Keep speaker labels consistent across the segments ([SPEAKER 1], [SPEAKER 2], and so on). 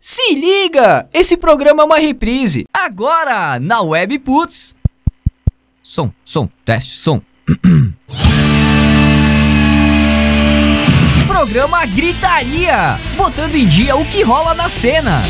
[SPEAKER 1] Se liga! Esse programa é uma reprise. Agora, na Web Putz. Som, som, teste, som. programa Gritaria botando em dia o que rola na cena.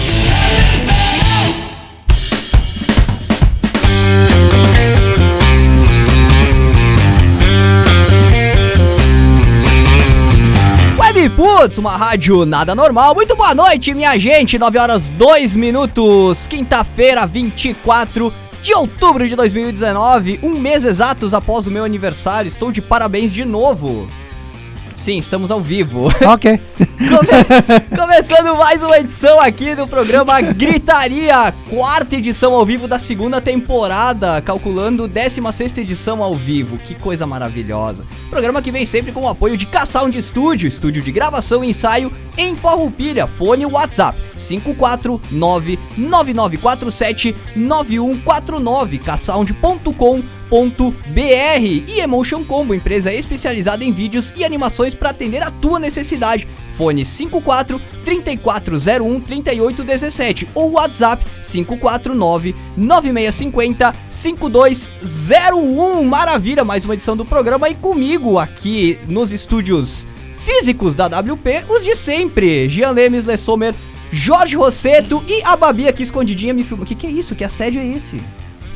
[SPEAKER 1] Web Putz, uma rádio nada normal. Muito boa noite, minha gente. 9 horas 2 minutos, quinta-feira, 24 de outubro de 2019, um mês exatos após o meu aniversário. Estou de parabéns de novo. Sim, estamos ao vivo.
[SPEAKER 2] Ok.
[SPEAKER 1] Come- Começando mais uma edição aqui do programa Gritaria, quarta edição ao vivo da segunda temporada, calculando 16 edição ao vivo. Que coisa maravilhosa. Programa que vem sempre com o apoio de K-Sound Studio, estúdio de gravação e ensaio em Farroupilha, fone WhatsApp 549-9947-9149, ksound.com emotion.com.br e Emotion Combo, empresa especializada em vídeos e animações para atender a tua necessidade. Fone 54 3401 3817 ou WhatsApp 549 9650 5201. Maravilha, mais uma edição do programa e comigo aqui nos estúdios físicos da WP, os de sempre. Jean Lemes, Le Sommer, Jorge Rosseto e a Babi aqui escondidinha me filmando. Que que é isso? Que assédio é esse?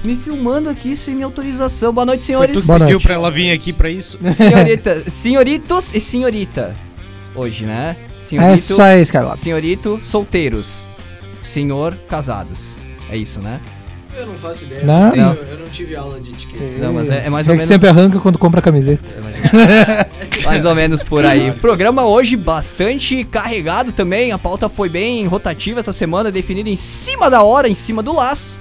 [SPEAKER 1] Me filmando aqui sem minha autorização. Boa noite,
[SPEAKER 3] Foi tu
[SPEAKER 1] senhores.
[SPEAKER 3] que
[SPEAKER 2] Boa
[SPEAKER 3] pediu
[SPEAKER 2] noite.
[SPEAKER 3] pra ela vir aqui pra isso?
[SPEAKER 1] Senhorita, senhoritos e senhorita. Hoje, né?
[SPEAKER 2] É
[SPEAKER 1] Senhorito,
[SPEAKER 2] só isso, Carlos.
[SPEAKER 1] senhorito, solteiros. Senhor, casados. É isso, né?
[SPEAKER 4] Eu não faço ideia.
[SPEAKER 2] Não?
[SPEAKER 4] eu tenho-
[SPEAKER 1] Não.
[SPEAKER 4] eu não tive aula de etiqueta.
[SPEAKER 1] Não, mas é, é mais
[SPEAKER 2] é
[SPEAKER 1] ou
[SPEAKER 2] que
[SPEAKER 1] menos.
[SPEAKER 2] sempre arranca quando compra camiseta.
[SPEAKER 1] Mais ou menos por aí. Programa hoje bastante carregado também. A pauta foi bem rotativa essa semana, definida em cima da hora, em cima do laço.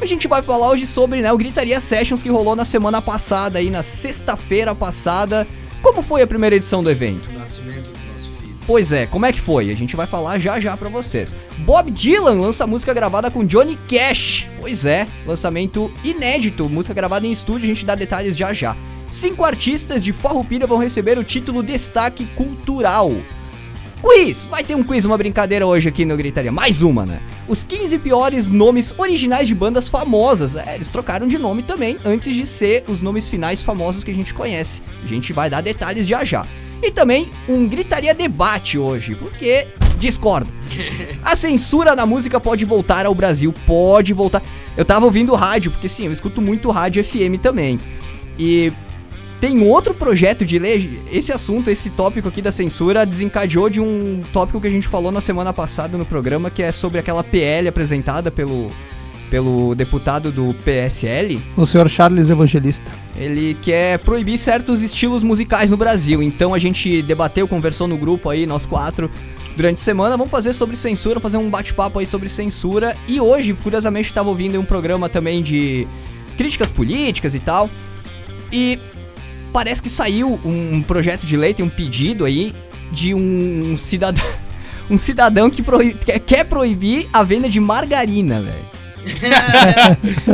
[SPEAKER 1] A gente vai falar hoje sobre né, o Gritaria Sessions que rolou na semana passada, aí na sexta-feira passada. Como foi a primeira edição do evento?
[SPEAKER 4] O nascimento do nosso filho.
[SPEAKER 1] Pois é, como é que foi? A gente vai falar já já pra vocês. Bob Dylan lança música gravada com Johnny Cash. Pois é, lançamento inédito, música gravada em estúdio, a gente dá detalhes já já. Cinco artistas de Farroupilha vão receber o título Destaque Cultural. Quiz! Vai ter um quiz, uma brincadeira hoje aqui no Gritaria. Mais uma, né? Os 15 piores nomes originais de bandas famosas. É, eles trocaram de nome também, antes de ser os nomes finais famosos que a gente conhece. A gente vai dar detalhes já já. E também um Gritaria Debate hoje, porque discordo. A censura na música pode voltar ao Brasil, pode voltar. Eu tava ouvindo rádio, porque sim, eu escuto muito rádio FM também. E tem outro projeto de lei. Esse assunto, esse tópico aqui da censura, desencadeou de um tópico que a gente falou na semana passada no programa, que é sobre aquela PL apresentada pelo, pelo deputado do PSL.
[SPEAKER 2] O senhor Charles Evangelista.
[SPEAKER 1] Ele quer proibir certos estilos musicais no Brasil. Então a gente debateu, conversou no grupo aí, nós quatro, durante a semana. Vamos fazer sobre censura, fazer um bate-papo aí sobre censura. E hoje, curiosamente, estava ouvindo um programa também de críticas políticas e tal. E parece que saiu um projeto de lei, tem um pedido aí de um cidadão. Um cidadão que proí- quer- quer proibir a venda de margarina, velho.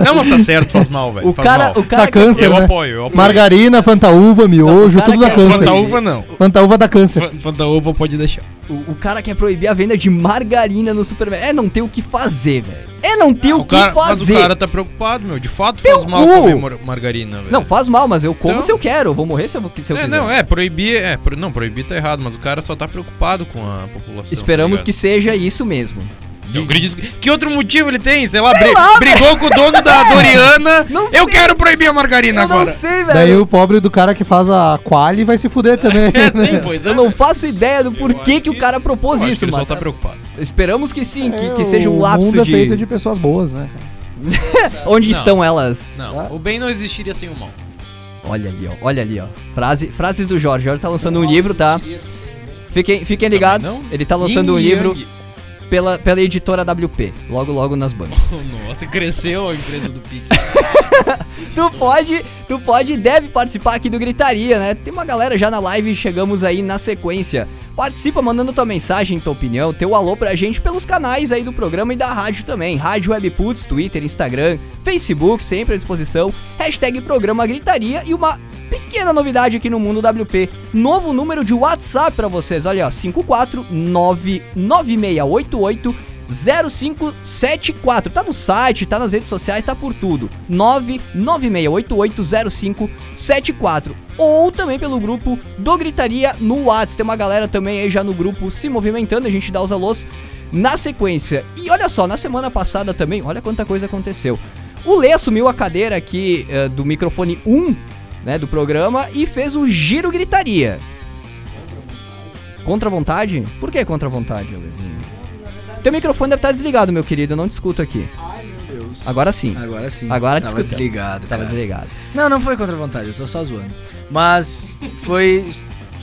[SPEAKER 3] Não, mas tá certo, faz mal, velho.
[SPEAKER 1] O
[SPEAKER 3] faz
[SPEAKER 1] cara,
[SPEAKER 3] mal.
[SPEAKER 1] o cara
[SPEAKER 2] Tá
[SPEAKER 1] quer
[SPEAKER 2] câncer,
[SPEAKER 3] Eu
[SPEAKER 2] né?
[SPEAKER 3] apoio, eu apoio.
[SPEAKER 2] Margarina, fantaúva, miojo,
[SPEAKER 1] Não, o cara é
[SPEAKER 2] tudo dá
[SPEAKER 1] quer-
[SPEAKER 2] câncer.
[SPEAKER 3] Fantaúva não.
[SPEAKER 2] Fantaúva dá câncer.
[SPEAKER 3] Fa- Fantaúva pode deixar.
[SPEAKER 1] O, o cara quer proibir a venda de margarina no supermercado. É não ter o que fazer, velho. É não ter o, que
[SPEAKER 3] cara,
[SPEAKER 1] fazer.
[SPEAKER 3] Mas o cara tá preocupado, meu. De fato
[SPEAKER 1] Teu
[SPEAKER 3] faz mal
[SPEAKER 1] cu!
[SPEAKER 3] comer mar- margarina, velho.
[SPEAKER 1] Não, faz mal, mas eu como
[SPEAKER 3] Então-
[SPEAKER 1] se eu quero. Eu vou morrer se eu, se eu
[SPEAKER 3] É,
[SPEAKER 1] quiser.
[SPEAKER 3] não, é, proibir, é, pro- não, proibir tá errado, mas o cara só tá preocupado com a população.
[SPEAKER 1] Esperamos
[SPEAKER 3] tá
[SPEAKER 1] que seja isso mesmo.
[SPEAKER 3] ligado? Eu acredito que... que outro motivo ele tem, sei lá,
[SPEAKER 1] Sei
[SPEAKER 3] bri-
[SPEAKER 1] lá,
[SPEAKER 3] brigou com o dono da Doriana,
[SPEAKER 1] Não
[SPEAKER 3] eu
[SPEAKER 1] sei.
[SPEAKER 3] quero proibir a margarina
[SPEAKER 1] eu
[SPEAKER 3] agora.
[SPEAKER 1] não sei,
[SPEAKER 2] Daí
[SPEAKER 1] velho.
[SPEAKER 2] o pobre do cara que faz a quali vai se fuder também. né?
[SPEAKER 3] É,
[SPEAKER 4] assim,
[SPEAKER 3] sim, pois é.
[SPEAKER 1] né? Eu não faço ideia do porquê
[SPEAKER 3] acho
[SPEAKER 1] que o
[SPEAKER 3] que-
[SPEAKER 1] cara propôs
[SPEAKER 3] Eu acho que
[SPEAKER 1] isso,
[SPEAKER 3] ele só
[SPEAKER 1] mano.
[SPEAKER 3] tá preocupado.
[SPEAKER 1] Esperamos que sim, que,
[SPEAKER 2] É,
[SPEAKER 1] que seja um
[SPEAKER 2] O
[SPEAKER 1] lapso
[SPEAKER 2] mundo é
[SPEAKER 1] de...
[SPEAKER 2] feito de pessoas boas, né? cara?
[SPEAKER 1] Onde
[SPEAKER 3] Não.
[SPEAKER 1] estão elas?
[SPEAKER 3] Não, o bem não existiria sem o mal.
[SPEAKER 1] Olha ali, ó. Olha ali, ó. Frase, frases do Jorge. Jorge tá lançando um
[SPEAKER 4] Nossa,
[SPEAKER 1] livro, tá?
[SPEAKER 4] seria assim, né?
[SPEAKER 1] Fiquem, fiquem
[SPEAKER 3] Também
[SPEAKER 1] ligados.
[SPEAKER 3] não?
[SPEAKER 1] Ele tá lançando um
[SPEAKER 3] Yin
[SPEAKER 1] livro
[SPEAKER 3] Yang.
[SPEAKER 1] pela, pela editora WP. Logo, logo nas bancas.
[SPEAKER 3] Nossa, cresceu a empresa do Pique.
[SPEAKER 1] Tu pode, tu pode e deve participar aqui do Gritaria, né? Tem uma galera já na live, chegamos aí na sequência. Participa mandando tua mensagem, tua opinião, teu alô pra gente pelos canais aí do programa e da rádio também. Rádio Webputs, Twitter, Instagram, Facebook, sempre à disposição. Hashtag Programa Gritaria e uma pequena novidade aqui no Mundo WP. Novo número de WhatsApp pra vocês, olha ó, 5499688 0574. Tá no site, tá nas redes sociais, tá por tudo. 996880574. Ou também pelo grupo do Gritaria no WhatsApp. Tem uma galera também aí já no grupo se movimentando, a gente dá os alôs na sequência. E olha só, na semana passada também, olha quanta coisa aconteceu. O Lê assumiu a cadeira aqui eh, do microfone 1, né, do programa, e fez o giro gritaria. Contra a vontade? Por que contra a vontade, Lezinho? Teu microfone deve estar desligado, meu querido, eu não te escuto aqui.
[SPEAKER 4] Ai, meu Deus.
[SPEAKER 1] Agora sim.
[SPEAKER 4] Agora sim.
[SPEAKER 1] Agora te
[SPEAKER 4] Tava
[SPEAKER 1] escutamos.
[SPEAKER 4] desligado,
[SPEAKER 1] Tava
[SPEAKER 4] Ah, cara.
[SPEAKER 1] desligado.
[SPEAKER 4] Não, não foi contra a vontade, eu tô só zoando. Mas foi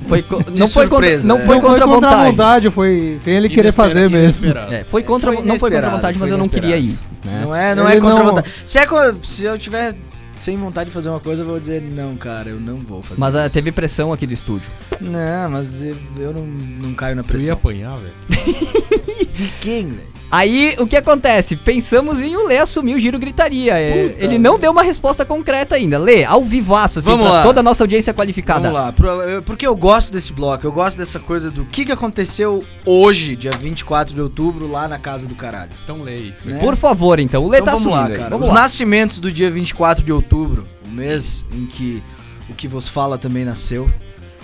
[SPEAKER 1] Foi co- não foi contra,
[SPEAKER 4] surpresa,
[SPEAKER 1] não
[SPEAKER 4] é.
[SPEAKER 1] foi contra a
[SPEAKER 2] a
[SPEAKER 1] vontade.
[SPEAKER 2] vontade, foi sem ele querer
[SPEAKER 3] Inespera-
[SPEAKER 2] fazer mesmo.
[SPEAKER 3] inesperado.
[SPEAKER 1] É, foi contra,
[SPEAKER 4] Foi
[SPEAKER 1] não foi contra a
[SPEAKER 4] inesperado,
[SPEAKER 1] vontade, mas
[SPEAKER 4] foi
[SPEAKER 1] eu não queria ir.
[SPEAKER 4] inesperado.
[SPEAKER 1] né?
[SPEAKER 4] Não é, não é
[SPEAKER 2] Ele
[SPEAKER 4] contra
[SPEAKER 2] não-
[SPEAKER 4] vontade. Se, é co- se eu tiver sem vontade de fazer uma coisa, eu vou dizer, não, cara, eu não vou fazer.
[SPEAKER 1] Mas ah,
[SPEAKER 4] isso.
[SPEAKER 1] teve pressão aqui do estúdio.
[SPEAKER 4] Não, mas eu, eu não, não caio na
[SPEAKER 3] Tu ia
[SPEAKER 4] pressão.
[SPEAKER 3] apanhar, velho.
[SPEAKER 4] De quem, né?
[SPEAKER 1] Aí o que acontece? Pensamos em o Lê assumir o giro gritaria. É, ele não deu uma resposta concreta ainda. Lê, ao vivaço, assim,
[SPEAKER 4] Vamos
[SPEAKER 1] pra
[SPEAKER 4] lá.
[SPEAKER 1] toda a nossa audiência qualificada.
[SPEAKER 4] Vamos lá, pro- eu- porque eu gosto desse bloco, eu gosto dessa coisa do que, que aconteceu hoje, dia 24 de outubro, lá na casa do caralho.
[SPEAKER 3] Então lei.
[SPEAKER 4] né?
[SPEAKER 1] Por favor, então. O Lê
[SPEAKER 4] Então
[SPEAKER 1] tá
[SPEAKER 4] vamos
[SPEAKER 1] assumindo.
[SPEAKER 4] lá,
[SPEAKER 1] aí.
[SPEAKER 4] cara.
[SPEAKER 1] Vamos
[SPEAKER 4] Os
[SPEAKER 1] lá.
[SPEAKER 4] nascimentos do dia 24 de outubro, o mês em que o que vos fala também nasceu.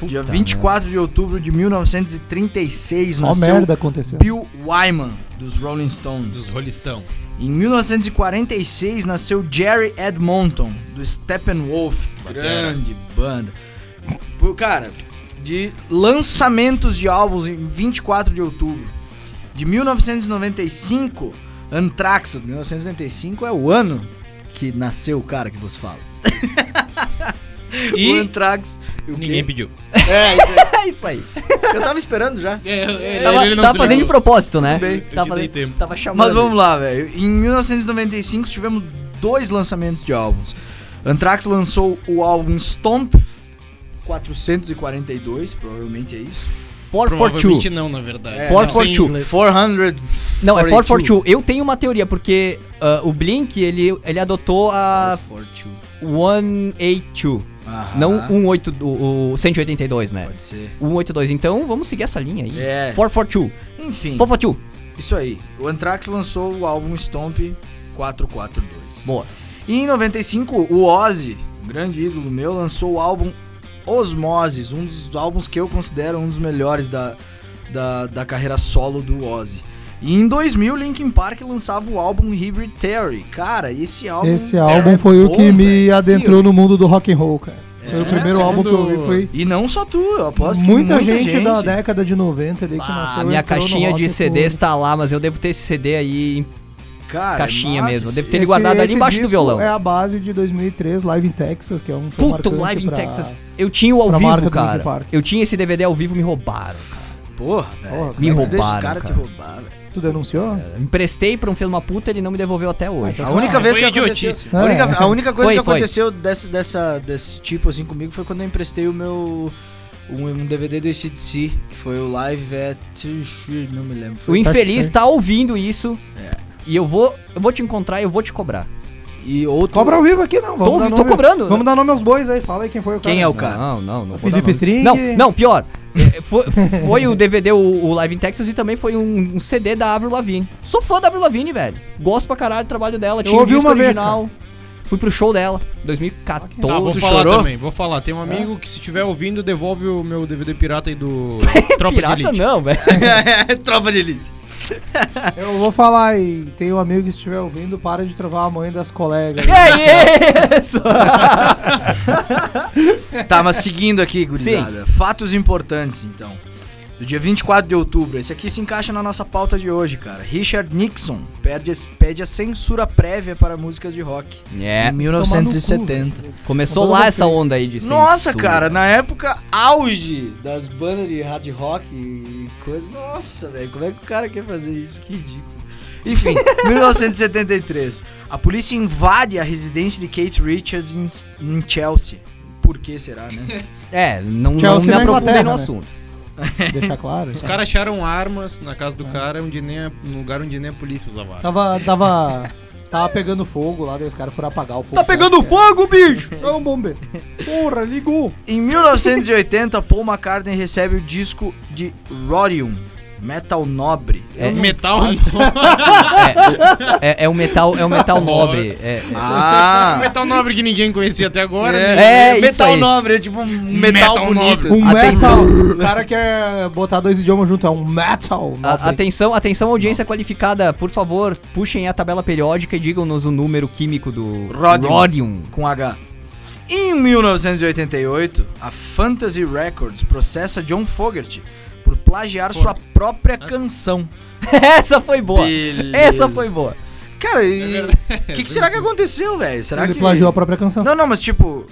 [SPEAKER 4] dia 24 de outubro de 1936
[SPEAKER 2] Ó
[SPEAKER 1] é um
[SPEAKER 4] nasceu
[SPEAKER 2] merda aconteceu.
[SPEAKER 4] Bill Wyman, dos Rolling Stones.
[SPEAKER 3] Dos rolistão.
[SPEAKER 4] Em 1946 nasceu Jerry Edmonton, do Steppenwolf.
[SPEAKER 3] Batera.
[SPEAKER 4] Grande banda. Pô, Cara, de lançamentos de álbuns em 24 de outubro. De 1995, Anthrax. 1995 é o ano que nasceu o cara que vos fala. O
[SPEAKER 3] E
[SPEAKER 4] Anthrax. o quê?
[SPEAKER 3] ninguém pediu.
[SPEAKER 1] É isso aí.
[SPEAKER 4] Eu tava esperando já.
[SPEAKER 1] Tava, tava fazendo de propósito, né?
[SPEAKER 4] Tudo bem.
[SPEAKER 1] Tava,
[SPEAKER 3] Eu te dei
[SPEAKER 1] fazendo-
[SPEAKER 3] tempo.
[SPEAKER 1] tava chamando.
[SPEAKER 4] Mas vamos lá, velho. Em 1995 tivemos dois lançamentos de álbuns. Anthrax lançou o álbum Stomp 442, provavelmente é isso.
[SPEAKER 1] 442.
[SPEAKER 3] não, na verdade.
[SPEAKER 4] É,
[SPEAKER 1] Four
[SPEAKER 3] Não,
[SPEAKER 1] for
[SPEAKER 3] sem
[SPEAKER 1] two.
[SPEAKER 3] inglês.
[SPEAKER 4] 400.
[SPEAKER 1] Não, é 442. Eu tenho uma teoria, porque ah, o Blink, ele, ele adotou a
[SPEAKER 4] 442.
[SPEAKER 1] 182.
[SPEAKER 4] Aham,
[SPEAKER 1] Não 18, o, o 182, né?
[SPEAKER 4] Pode ser.
[SPEAKER 1] 182. Então vamos seguir essa linha aí.
[SPEAKER 4] É.
[SPEAKER 1] 442.
[SPEAKER 4] Enfim,
[SPEAKER 1] 442.
[SPEAKER 4] isso aí. O Anthrax lançou o álbum Stomp 442.
[SPEAKER 1] Boa.
[SPEAKER 4] E em 95, o Ozzy, um grande ídolo meu, lançou o álbum Osmoses, um dos álbuns que eu considero um dos melhores da, da, da carreira solo do Ozzy. E em 2000, Linkin Park lançava o álbum Hybrid Theory. Cara, esse álbum...
[SPEAKER 2] Esse
[SPEAKER 4] é
[SPEAKER 2] álbum foi o
[SPEAKER 4] bom,
[SPEAKER 2] que me
[SPEAKER 4] velho.
[SPEAKER 2] adentrou no mundo do rock and roll, cara.
[SPEAKER 4] É,
[SPEAKER 2] Foi o primeiro
[SPEAKER 4] segundo-
[SPEAKER 2] álbum que eu vi, foi
[SPEAKER 4] E não só tu, eu aposto
[SPEAKER 2] muita,
[SPEAKER 4] que muita
[SPEAKER 2] gente,
[SPEAKER 4] gente...
[SPEAKER 2] da década de 90 ali que nasceu.
[SPEAKER 1] A Ah, minha
[SPEAKER 2] entrou no
[SPEAKER 1] caixinha
[SPEAKER 2] rock
[SPEAKER 1] de
[SPEAKER 2] com-
[SPEAKER 1] CDs tá lá, mas eu devo ter esse CD aí em
[SPEAKER 4] Cara,
[SPEAKER 1] caixinha
[SPEAKER 4] massa
[SPEAKER 1] mesmo.
[SPEAKER 4] esse-
[SPEAKER 1] Deve ter ele guardado ali embaixo do
[SPEAKER 2] disco
[SPEAKER 1] violão.
[SPEAKER 2] É a base de 2003, Live in Texas, que é um show
[SPEAKER 1] Puto
[SPEAKER 2] marcante
[SPEAKER 1] Live in
[SPEAKER 2] pra-
[SPEAKER 1] Texas. Eu tinha o ao
[SPEAKER 2] pra marca
[SPEAKER 1] vivo,
[SPEAKER 2] do Linkin
[SPEAKER 1] cara.
[SPEAKER 2] Park.
[SPEAKER 1] Eu tinha esse DVD ao vivo, me roubaram.
[SPEAKER 4] Porra, velho.
[SPEAKER 2] Porra,
[SPEAKER 4] como é que
[SPEAKER 1] me
[SPEAKER 4] tu deixa
[SPEAKER 1] roubaram,
[SPEAKER 4] os caras te
[SPEAKER 1] cara.
[SPEAKER 4] roubar, velho?
[SPEAKER 2] Tu denunciou?
[SPEAKER 1] Emprestei pra um filho de uma puta, ele não me devolveu até hoje.
[SPEAKER 4] A única
[SPEAKER 3] Ah,
[SPEAKER 4] vez que
[SPEAKER 3] foi
[SPEAKER 4] aconteceu,
[SPEAKER 3] idiotice.
[SPEAKER 4] a, única,
[SPEAKER 2] É.
[SPEAKER 4] a única coisa
[SPEAKER 1] Foi,
[SPEAKER 4] que
[SPEAKER 1] foi.
[SPEAKER 4] aconteceu desse, dessa, desse tipo assim comigo foi quando eu emprestei o meu um, um DVD do ACDC, que foi o Live at não me lembro.
[SPEAKER 1] O
[SPEAKER 4] Foi.
[SPEAKER 1] infeliz
[SPEAKER 2] foi.
[SPEAKER 1] tá ouvindo isso. É. E eu vou, eu vou te encontrar e eu vou te cobrar.
[SPEAKER 4] E outro
[SPEAKER 2] Cobra ao vivo aqui não, vamos
[SPEAKER 1] Tô-
[SPEAKER 2] dar
[SPEAKER 1] tô
[SPEAKER 2] nome-
[SPEAKER 1] cobrando.
[SPEAKER 2] Vamos dar nome aos bois aí, fala aí quem foi o cara.
[SPEAKER 1] Ah.
[SPEAKER 4] Quem é o cara?
[SPEAKER 1] Não, não, não. vou dar
[SPEAKER 2] Felipe
[SPEAKER 1] nome.
[SPEAKER 2] String.
[SPEAKER 1] Não, não, pior. É, Foi, foi o DVD, o, o Live in Texas, e também foi um, um CD da Avril Lavigne. Sou fã da Avril Lavigne, velho. Gosto pra caralho do trabalho dela. Tinha o
[SPEAKER 2] ouvi
[SPEAKER 1] disco
[SPEAKER 2] uma vez,
[SPEAKER 1] original. Fui pro show dela,
[SPEAKER 3] Tá,
[SPEAKER 1] 2014.
[SPEAKER 3] vou
[SPEAKER 4] Tu
[SPEAKER 3] falar
[SPEAKER 4] chorou?
[SPEAKER 3] também, vou falar. Tem um amigo que se estiver ouvindo, devolve o meu DVD pirata aí do Tropa de
[SPEAKER 1] Pirata
[SPEAKER 3] Elite.
[SPEAKER 1] não, velho.
[SPEAKER 4] Tropa de Elite.
[SPEAKER 2] Eu vou falar e tem um amigo que estiver ouvindo, para de trovar a mãe das colegas.
[SPEAKER 1] Que é isso?
[SPEAKER 4] Tá, mas seguindo aqui, gurizada. Fatos importantes, então. Do dia 24 de outubro. Esse aqui se encaixa na nossa pauta de hoje, cara. Richard Nixon pede, pede a censura prévia para músicas de rock.
[SPEAKER 1] É.
[SPEAKER 4] em 1970.
[SPEAKER 1] Começou lá essa onda aí de
[SPEAKER 4] Nossa,
[SPEAKER 1] censura.
[SPEAKER 4] cara, na época auge das bandas de hard rock e coisa. Nossa, velho, como é que o cara quer fazer isso? Que ridículo. Enfim, 1973. A polícia invade a residência de Kate Richards em, em Chelsea. Por que será, né?
[SPEAKER 1] É, não,
[SPEAKER 2] Chelsea
[SPEAKER 1] não me
[SPEAKER 2] na
[SPEAKER 1] aprofundei
[SPEAKER 2] Inglaterra,
[SPEAKER 1] no
[SPEAKER 2] né?
[SPEAKER 1] assunto.
[SPEAKER 2] Deixar claro. é-
[SPEAKER 3] Os caras acharam armas na casa do cara, onde nem a- no lugar onde nem a polícia usava
[SPEAKER 1] Tá,
[SPEAKER 3] arma.
[SPEAKER 2] Tava, tava, tava pegando fogo lá, daí os caras foram apagar o fogo.
[SPEAKER 1] Tá pegando fogo, bicho!
[SPEAKER 2] É um bombeiro. Porra, ligou.
[SPEAKER 4] em 1980, Paul McCartney recebe o disco de Rodium, Metal nobre.
[SPEAKER 1] É,
[SPEAKER 3] Metal.
[SPEAKER 1] é, é um metal, é um
[SPEAKER 3] Tá
[SPEAKER 1] metal nobre. É,
[SPEAKER 4] Ah!
[SPEAKER 3] metal nobre que ninguém conhecia até agora. né?
[SPEAKER 1] É, isso
[SPEAKER 4] metal
[SPEAKER 1] aí.
[SPEAKER 4] nobre, é tipo um metal,
[SPEAKER 3] Metal
[SPEAKER 4] bonito. assim.
[SPEAKER 2] Um
[SPEAKER 3] nobre.
[SPEAKER 1] Atenção.
[SPEAKER 2] metal. O cara quer botar dois idiomas junto, é um metal.
[SPEAKER 1] A- atenção, atenção, audiência qualificada, por favor, puxem a tabela periódica e digam-nos o número químico do
[SPEAKER 4] Ródium.
[SPEAKER 1] Ródium.
[SPEAKER 4] com H. Em 1988, a Fantasy Records processa John Fogerty por plagiar sua própria canção.
[SPEAKER 1] Essa foi boa.
[SPEAKER 4] Beleza.
[SPEAKER 1] Essa foi boa.
[SPEAKER 4] Cara, e o que, que será que aconteceu, velho? Será
[SPEAKER 2] ele
[SPEAKER 4] que
[SPEAKER 2] plagiou a própria canção.
[SPEAKER 4] Não, não, mas tipo,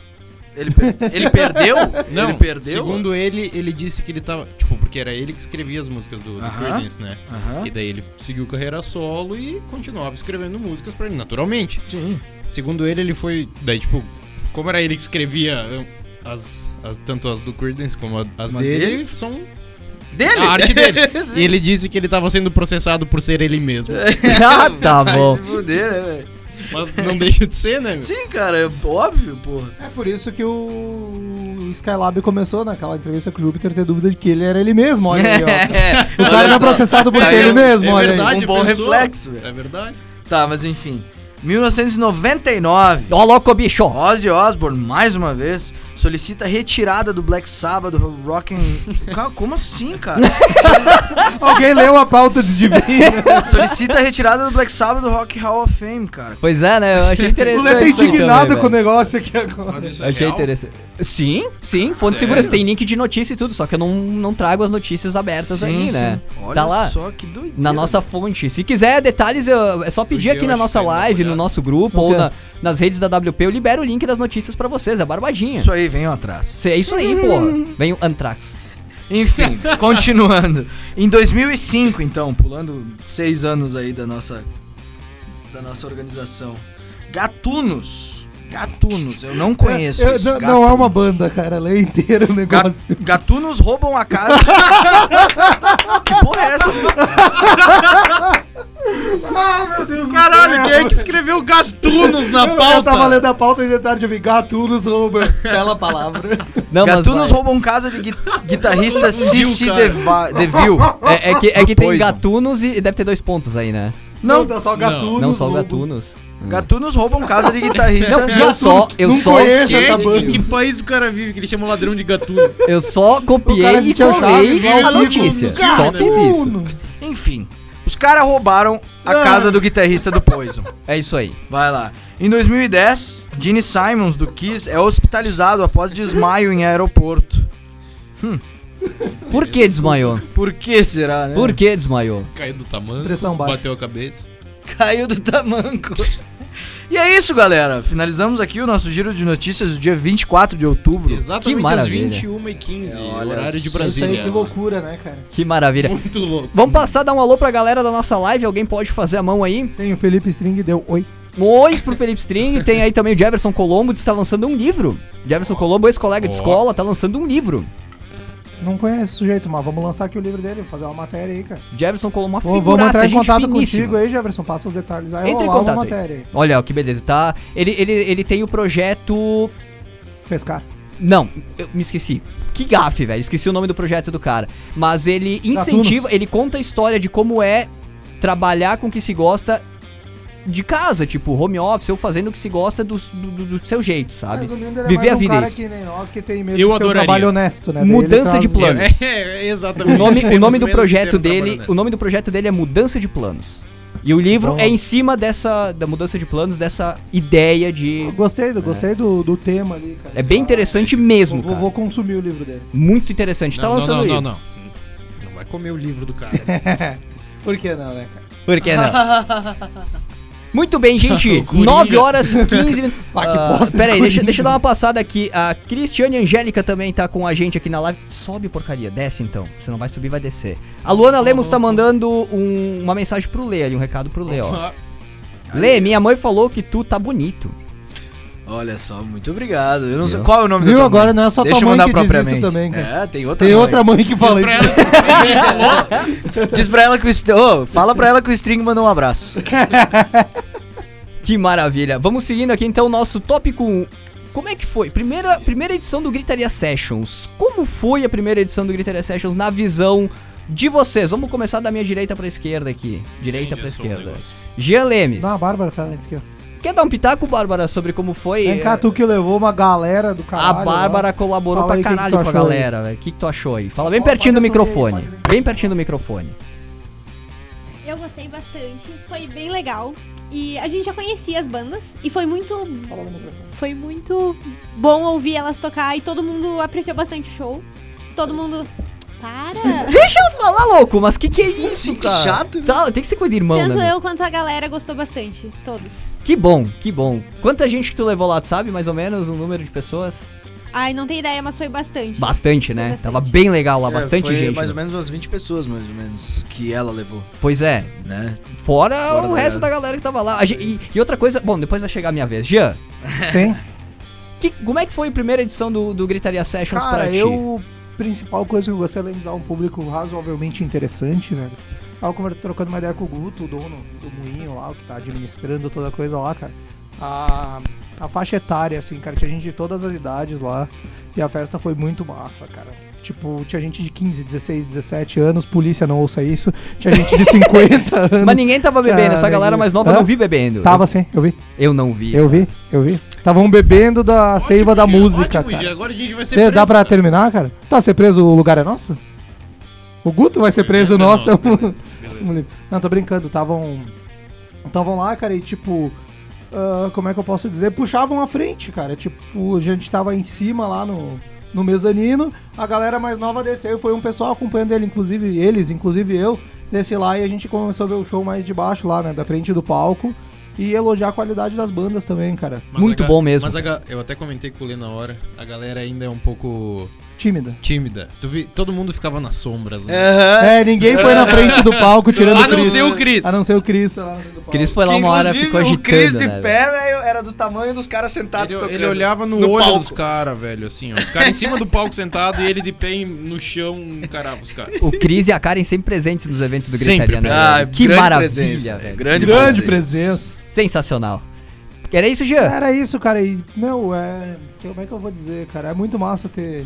[SPEAKER 4] ele, per- ele perdeu?
[SPEAKER 3] Não,
[SPEAKER 4] ele perdeu?
[SPEAKER 3] segundo ele, ele disse que ele tava. Tipo, porque era ele que escrevia as músicas do, do
[SPEAKER 4] Aham.
[SPEAKER 3] Creedence, né?
[SPEAKER 4] Aham.
[SPEAKER 3] E daí ele seguiu carreira solo e continuava escrevendo músicas pra ele, naturalmente.
[SPEAKER 4] Sim.
[SPEAKER 3] Segundo ele, ele foi. Daí, tipo, como era ele que escrevia eh, as, as- tanto as do Creedence como a- as
[SPEAKER 4] Mas
[SPEAKER 3] dele,
[SPEAKER 4] dele?
[SPEAKER 3] são
[SPEAKER 4] Dele?
[SPEAKER 3] a arte dele.
[SPEAKER 4] Sim.
[SPEAKER 3] e ele disse que ele tava sendo processado por ser ele mesmo.
[SPEAKER 1] Ah, tá
[SPEAKER 4] Vai
[SPEAKER 1] bom.
[SPEAKER 3] um.
[SPEAKER 4] se fuder, né, velho?
[SPEAKER 3] Mas não deixa de ser, né? meu?
[SPEAKER 4] Sim, cara, é óbvio, porra.
[SPEAKER 2] É por isso que o Skylab começou naquela entrevista com o Júpiter ter dúvida de que ele era ele mesmo, olha aí, ó. É, O cara
[SPEAKER 4] Olha
[SPEAKER 2] era
[SPEAKER 4] só.
[SPEAKER 2] processado por
[SPEAKER 4] Aí
[SPEAKER 2] ser
[SPEAKER 4] é
[SPEAKER 2] ele
[SPEAKER 4] um-
[SPEAKER 2] mesmo,
[SPEAKER 3] é
[SPEAKER 2] olha aí.
[SPEAKER 3] verdade,
[SPEAKER 4] Um bom
[SPEAKER 3] pensou?
[SPEAKER 4] reflexo, velho.
[SPEAKER 3] É verdade.
[SPEAKER 4] Tá, mas enfim. 1999.
[SPEAKER 1] Ó, louco, bicho.
[SPEAKER 4] Ozzy Osbourne, mais uma vez, solicita retirada do Black Sabbath, do Rock and... Cara, como assim, cara?
[SPEAKER 2] Alguém leu a pauta de mim.
[SPEAKER 4] Solicita a retirada do Black Sabbath do Rock Hall of Fame, cara.
[SPEAKER 1] Pois é, né? Eu achei
[SPEAKER 2] O
[SPEAKER 1] interessante.
[SPEAKER 2] Lê tá
[SPEAKER 1] isso aí
[SPEAKER 2] indignado
[SPEAKER 1] também,
[SPEAKER 2] com o
[SPEAKER 1] velho.
[SPEAKER 2] negócio aqui agora.
[SPEAKER 3] é
[SPEAKER 1] Achei interessante. Sim, sim, fonte segura, tem link de notícia e tudo, só que eu não, não trago as notícias abertas aí, né?
[SPEAKER 4] Olha
[SPEAKER 1] Tá lá.
[SPEAKER 4] só que doideira.
[SPEAKER 1] Na nossa fonte. Se quiser detalhes, eu- é só pedir
[SPEAKER 3] Geo
[SPEAKER 1] aqui na
[SPEAKER 3] acho
[SPEAKER 1] nossa
[SPEAKER 3] que tá dando uma
[SPEAKER 1] live, no
[SPEAKER 3] olhada.
[SPEAKER 1] nosso grupo
[SPEAKER 2] Não
[SPEAKER 1] ou
[SPEAKER 2] quero.
[SPEAKER 1] na- nas redes da WP. Eu libero o link das notícias pra vocês, é barbadinha.
[SPEAKER 4] Isso aí, venham atrás.
[SPEAKER 1] Cê- É isso aí, porra. Vem o Antrax.
[SPEAKER 4] Enfim, continuando. Em 2005, então, pulando seis anos aí da nossa, da nossa organização. Gatunos. Gatunos, eu não conheço
[SPEAKER 2] Eu-
[SPEAKER 4] isso.
[SPEAKER 2] não, não é uma
[SPEAKER 4] Gatunos.
[SPEAKER 2] banda, cara. Lê inteiro o
[SPEAKER 4] Ga-
[SPEAKER 2] negócio.
[SPEAKER 4] gatunos roubam a casa. que porra é essa?
[SPEAKER 2] Ah, meu Deus
[SPEAKER 3] Caralho, quem é que escreveu gatunos na
[SPEAKER 2] Eu, eu
[SPEAKER 3] pauta?
[SPEAKER 2] tava lendo a tá pauta e de tarde eu vi gatunos rouba. Bela palavra.
[SPEAKER 1] Não, mas
[SPEAKER 4] Gatunos
[SPEAKER 1] vai.
[SPEAKER 4] roubam casa de gui- guitarrista Cici
[SPEAKER 3] cara.
[SPEAKER 4] Deva- DeVille.
[SPEAKER 1] É, é que, é que
[SPEAKER 4] do
[SPEAKER 1] tem
[SPEAKER 4] Poison.
[SPEAKER 1] gatunos e e deve ter dois pontos aí, né?
[SPEAKER 2] Não, tá só gatunos.
[SPEAKER 1] Não só o
[SPEAKER 2] rouba.
[SPEAKER 1] gatunos.
[SPEAKER 4] Gatunos roubam casa de guitarrista.
[SPEAKER 1] Não, e eu só, eu
[SPEAKER 2] Não
[SPEAKER 1] só,
[SPEAKER 2] conheço.
[SPEAKER 3] Quem é-
[SPEAKER 2] essa banda.
[SPEAKER 3] em que país o cara vive que ele chama o ladrão de gatuno?
[SPEAKER 1] eu só copiei e
[SPEAKER 2] assistiu é o Chaves,
[SPEAKER 1] colei
[SPEAKER 3] viu
[SPEAKER 1] a
[SPEAKER 3] o Chico
[SPEAKER 1] notícia.
[SPEAKER 3] nos
[SPEAKER 1] Só
[SPEAKER 3] caras,
[SPEAKER 1] fiz isso.
[SPEAKER 2] Gatuno.
[SPEAKER 4] Enfim, os caras roubaram a
[SPEAKER 2] Ah.
[SPEAKER 4] casa do guitarrista do Poison.
[SPEAKER 1] É isso aí.
[SPEAKER 4] Vai lá. Em 2010, Gene Simons do Kiss é hospitalizado após desmaio em aeroporto.
[SPEAKER 1] Por que desmaiou?
[SPEAKER 4] Por que será, né?
[SPEAKER 1] Por que desmaiou?
[SPEAKER 3] Caiu do tamanho,
[SPEAKER 2] Pressão baixa.
[SPEAKER 3] bateu a cabeça.
[SPEAKER 4] Caiu do tamanco. E é isso, galera. Finalizamos aqui o nosso giro de notícias do dia 24 de outubro.
[SPEAKER 1] Que
[SPEAKER 3] Exatamente às
[SPEAKER 1] maravilha.
[SPEAKER 3] 21h15,
[SPEAKER 4] É, olha
[SPEAKER 3] horário de
[SPEAKER 4] só.
[SPEAKER 2] Isso aí,
[SPEAKER 3] Brasília.
[SPEAKER 2] que loucura, né, cara?
[SPEAKER 1] Que maravilha.
[SPEAKER 3] Muito louco.
[SPEAKER 1] Vamos passar, dar um alô pra galera da nossa live. Alguém pode fazer a mão aí?
[SPEAKER 2] Sim, o Felipe String deu oi.
[SPEAKER 1] Um Oi pro Felipe String. Tem aí também o Jefferson Colombo, que está lançando um livro. Jefferson Colombo, ex-colega de
[SPEAKER 3] Ó.
[SPEAKER 1] escola, tá lançando um livro.
[SPEAKER 2] Não conheço o sujeito, mas vamos lançar aqui o livro dele, fazer uma matéria aí, cara.
[SPEAKER 1] Jefferson Colombo, uma
[SPEAKER 2] Vamos- vamos
[SPEAKER 1] figuraça,
[SPEAKER 2] entrar em
[SPEAKER 1] gente
[SPEAKER 2] contato
[SPEAKER 1] finíssima.
[SPEAKER 2] contigo aí, Jefferson. Passa os detalhes. Vai
[SPEAKER 1] Entra em
[SPEAKER 2] rolar
[SPEAKER 1] contato
[SPEAKER 2] uma
[SPEAKER 1] aí.
[SPEAKER 2] matéria aí.
[SPEAKER 1] Olha, ó, que beleza, tá? Ele, ele, ele tem o projeto.
[SPEAKER 2] Pescar.
[SPEAKER 1] Não, eu me esqueci. Que gafe, velho. Esqueci o nome do projeto do cara. Mas
[SPEAKER 2] Tá
[SPEAKER 1] ele incentiva, ele conta a história de como é trabalhar com o que se gosta de casa, tipo home office ou fazendo o que se gosta do, do, do- do seu jeito, sabe?
[SPEAKER 2] Resumindo, ele
[SPEAKER 1] Viver
[SPEAKER 2] é mais
[SPEAKER 1] a
[SPEAKER 2] um
[SPEAKER 1] vida é
[SPEAKER 2] cara
[SPEAKER 1] isso.
[SPEAKER 2] que nem nós que tem medo
[SPEAKER 3] Eu
[SPEAKER 2] de ter um
[SPEAKER 3] adoraria.
[SPEAKER 2] trabalho honesto, né? Daí ele
[SPEAKER 1] Mudança de
[SPEAKER 2] traz-
[SPEAKER 1] plano. Planos.
[SPEAKER 3] É, é, exatamente.
[SPEAKER 1] O nome, o nome
[SPEAKER 3] Temos
[SPEAKER 1] do
[SPEAKER 3] medo de ter
[SPEAKER 1] projeto
[SPEAKER 3] um
[SPEAKER 1] dele,
[SPEAKER 3] trabalho
[SPEAKER 1] o nome do projeto dele é Mudança de Planos. E o livro
[SPEAKER 2] Bom.
[SPEAKER 1] é em cima dessa da mudança de planos, dessa ideia de
[SPEAKER 2] Gostei, do, gostei do, do tema ali, cara.
[SPEAKER 1] é bem interessante mesmo,
[SPEAKER 2] Vou,
[SPEAKER 1] cara.
[SPEAKER 2] vou consumir o livro dele.
[SPEAKER 1] Muito interessante. Tá
[SPEAKER 3] Não,
[SPEAKER 1] lançando
[SPEAKER 3] não,
[SPEAKER 1] livro.
[SPEAKER 3] não, não, não. Não vai comer o livro do cara.
[SPEAKER 2] Por que não, né, cara?
[SPEAKER 1] Por que não? Muito bem, gente.
[SPEAKER 3] O Coringa.
[SPEAKER 1] 9 horas 15 minutos.
[SPEAKER 2] Ah, que
[SPEAKER 1] Ah,
[SPEAKER 2] bosta de
[SPEAKER 1] Pera aí, deixa,
[SPEAKER 2] Coringa.
[SPEAKER 1] deixa eu dar uma passada aqui. A Cristiane Angélica também tá com a gente aqui na live. Sobe, porcaria. Desce então. Você não vai subir, vai descer. A Luana Lemos tá mandando um- uma mensagem pro Lê ali, um recado pro Lê, ó. Lê, minha mãe falou que tu tá bonito.
[SPEAKER 4] Olha só, muito obrigado. Eu não sei
[SPEAKER 1] Viu?
[SPEAKER 4] qual é o nome
[SPEAKER 2] Viu?
[SPEAKER 4] da tua
[SPEAKER 2] Agora
[SPEAKER 4] mãe.
[SPEAKER 2] não é só tua
[SPEAKER 4] Deixa eu
[SPEAKER 2] mãe
[SPEAKER 4] mandar
[SPEAKER 2] que diz isso
[SPEAKER 4] propriamente.
[SPEAKER 2] também, cara.
[SPEAKER 4] é, tem outra
[SPEAKER 2] Tem
[SPEAKER 4] mãe.
[SPEAKER 2] outra mãe que
[SPEAKER 3] Diz
[SPEAKER 2] fala
[SPEAKER 3] pra
[SPEAKER 2] isso.
[SPEAKER 3] ela que isso aí é louco.
[SPEAKER 4] Diz pra ela que o String. Ô, fala pra ela que o String mandou um abraço.
[SPEAKER 1] Que maravilha. Vamos seguindo aqui então o nosso tópico 1. Como é que foi? Primeira, primeira edição do Gritaria Sessions. Como foi a primeira edição do Gritaria Sessions na visão De vocês, vamos começar da minha direita pra esquerda aqui. Direita
[SPEAKER 3] Entendi,
[SPEAKER 1] pra
[SPEAKER 3] só um
[SPEAKER 1] esquerda.
[SPEAKER 3] negócio.
[SPEAKER 1] Jean Lemes.
[SPEAKER 2] Não, a Bárbara tá na esquerda.
[SPEAKER 1] Quer dar um pitaco, Bárbara, sobre como foi?
[SPEAKER 2] Vem cá,
[SPEAKER 1] eh,
[SPEAKER 2] tu que levou uma galera do
[SPEAKER 1] A
[SPEAKER 2] caralho.
[SPEAKER 1] Bárbara
[SPEAKER 2] lá.
[SPEAKER 1] colaborou
[SPEAKER 2] Fala
[SPEAKER 1] pra
[SPEAKER 2] aí, que que
[SPEAKER 1] caralho
[SPEAKER 2] tu
[SPEAKER 1] com a
[SPEAKER 2] achou aí?
[SPEAKER 1] galera, velho. O que, que tu achou aí? Fala bem
[SPEAKER 2] Ó,
[SPEAKER 1] pertinho do
[SPEAKER 2] pode responder aí,
[SPEAKER 1] microfone.
[SPEAKER 2] pode ver.
[SPEAKER 1] Bem pertinho do microfone.
[SPEAKER 5] Eu gostei bastante, foi bem legal. E a gente já conhecia as bandas e foi muito foi muito bom ouvir elas tocar e todo mundo apreciou bastante o show. Todo mundo para!
[SPEAKER 1] Deixa eu falar, louco, mas que que é isso,
[SPEAKER 4] que
[SPEAKER 1] cara?
[SPEAKER 4] chato, né?
[SPEAKER 1] Tá, tem que ser coisa de irmão, né?
[SPEAKER 5] Tanto
[SPEAKER 1] meu?
[SPEAKER 5] eu quanto a galera gostou bastante, todos.
[SPEAKER 1] Que bom, que bom. Quanta gente que tu levou lá, tu sabe mais ou menos o número de pessoas?
[SPEAKER 5] Ai, não tem ideia, mas foi bastante.
[SPEAKER 1] Bastante, né?
[SPEAKER 5] Bastante.
[SPEAKER 1] Tava bem legal lá,
[SPEAKER 4] É,
[SPEAKER 1] bastante
[SPEAKER 4] foi
[SPEAKER 1] gente.
[SPEAKER 4] Mais
[SPEAKER 1] né?
[SPEAKER 4] ou menos umas 20 pessoas, mais ou menos, que ela levou,
[SPEAKER 1] Pois é,
[SPEAKER 4] né?
[SPEAKER 1] fora,
[SPEAKER 4] Fora
[SPEAKER 1] o
[SPEAKER 4] da
[SPEAKER 1] resto da
[SPEAKER 4] galera.
[SPEAKER 1] galera que tava lá. A gen- e, e outra coisa, bom, depois vai chegar a minha vez. Jean,
[SPEAKER 2] Sim.
[SPEAKER 1] que- como é que foi a primeira edição do, do Gritaria Sessions pra
[SPEAKER 2] Cara,
[SPEAKER 1] ti?
[SPEAKER 2] eu. Principal coisa que eu gostei além de dar um público razoavelmente interessante, velho. Tava conver- trocando uma ideia com o Guto, o dono do moinho lá, o que tá administrando toda a coisa lá, cara. A, a faixa etária, assim, cara, tinha gente de todas as idades lá. E a festa foi muito massa, cara. Tipo, tinha gente de 15, 16, 17 anos, polícia não ouça isso. Tinha gente de 50 anos.
[SPEAKER 1] Mas ninguém tava bebendo, essa
[SPEAKER 2] Cara,
[SPEAKER 1] galera mais nova eu
[SPEAKER 2] hã?
[SPEAKER 1] não vi bebendo.
[SPEAKER 2] Tava assim, eu vi,
[SPEAKER 1] Eu não vi.
[SPEAKER 2] eu vi, eu vi. Tavam bebendo da seiva da
[SPEAKER 3] Ótimo, Jean,
[SPEAKER 2] música,
[SPEAKER 3] ótimo,
[SPEAKER 2] cara.
[SPEAKER 3] Jean. Agora a gente vai ser
[SPEAKER 2] Cê,
[SPEAKER 3] é preso.
[SPEAKER 2] dá pra
[SPEAKER 3] cara.
[SPEAKER 2] terminar, cara? Tá, ser preso, o lugar é nosso? O Guto vai ser preso,
[SPEAKER 3] Evento
[SPEAKER 2] nós
[SPEAKER 3] nosso,
[SPEAKER 2] estamos.
[SPEAKER 3] então beleza, beleza.
[SPEAKER 2] Não, tô brincando, estavam. Estavam lá, cara, e tipo. ah, como é que eu posso dizer? Puxavam a frente, cara. Tipo, a gente tava em cima lá no, no mezanino, a galera mais nova desceu, foi um pessoal acompanhando ele, inclusive eles, inclusive eu, desci lá e a gente começou a ver o show mais de baixo lá, né, da frente do palco, e elogiar a qualidade das bandas também, cara.
[SPEAKER 3] Mas
[SPEAKER 1] Muito
[SPEAKER 3] a ga-
[SPEAKER 1] bom mesmo.
[SPEAKER 3] Mas a ga- eu até comentei com o Lê na hora. A galera ainda é um pouco
[SPEAKER 2] Tímida.
[SPEAKER 3] tímida. Tu vi, todo mundo ficava nas sombras, né?
[SPEAKER 4] Aham.
[SPEAKER 2] É, ninguém foi na frente do palco tirando
[SPEAKER 3] A não ser o Cris.
[SPEAKER 2] A não ser o Cris. foi lá na frente do palco.
[SPEAKER 1] Cris foi lá
[SPEAKER 4] Que,
[SPEAKER 1] uma hora
[SPEAKER 4] inclusive,
[SPEAKER 1] ficou
[SPEAKER 4] o Chris
[SPEAKER 1] agitando,
[SPEAKER 4] de
[SPEAKER 1] né? velho?
[SPEAKER 4] pé, velho, era do tamanho dos caras sentados
[SPEAKER 3] Ele,
[SPEAKER 4] tá tocando.
[SPEAKER 3] ele olhava no,
[SPEAKER 4] No
[SPEAKER 3] olho
[SPEAKER 4] palco.
[SPEAKER 3] dos caras, velho, assim, ó. Os caras em cima do palco sentado e ele de pé em- no chão, encarava os caras.
[SPEAKER 1] O Cris e a Karen sempre presentes nos eventos do
[SPEAKER 3] Sempre
[SPEAKER 1] Gritaria, né?
[SPEAKER 4] Ah,
[SPEAKER 1] velho? que
[SPEAKER 4] grande
[SPEAKER 1] maravilha,
[SPEAKER 4] presença,
[SPEAKER 1] velho.
[SPEAKER 4] grande
[SPEAKER 2] Grande
[SPEAKER 4] presença.
[SPEAKER 2] presença.
[SPEAKER 1] Sensacional. Era isso, Jean?
[SPEAKER 2] Era isso, cara. E, meu, é. Como é que eu vou dizer, cara? É muito massa ter.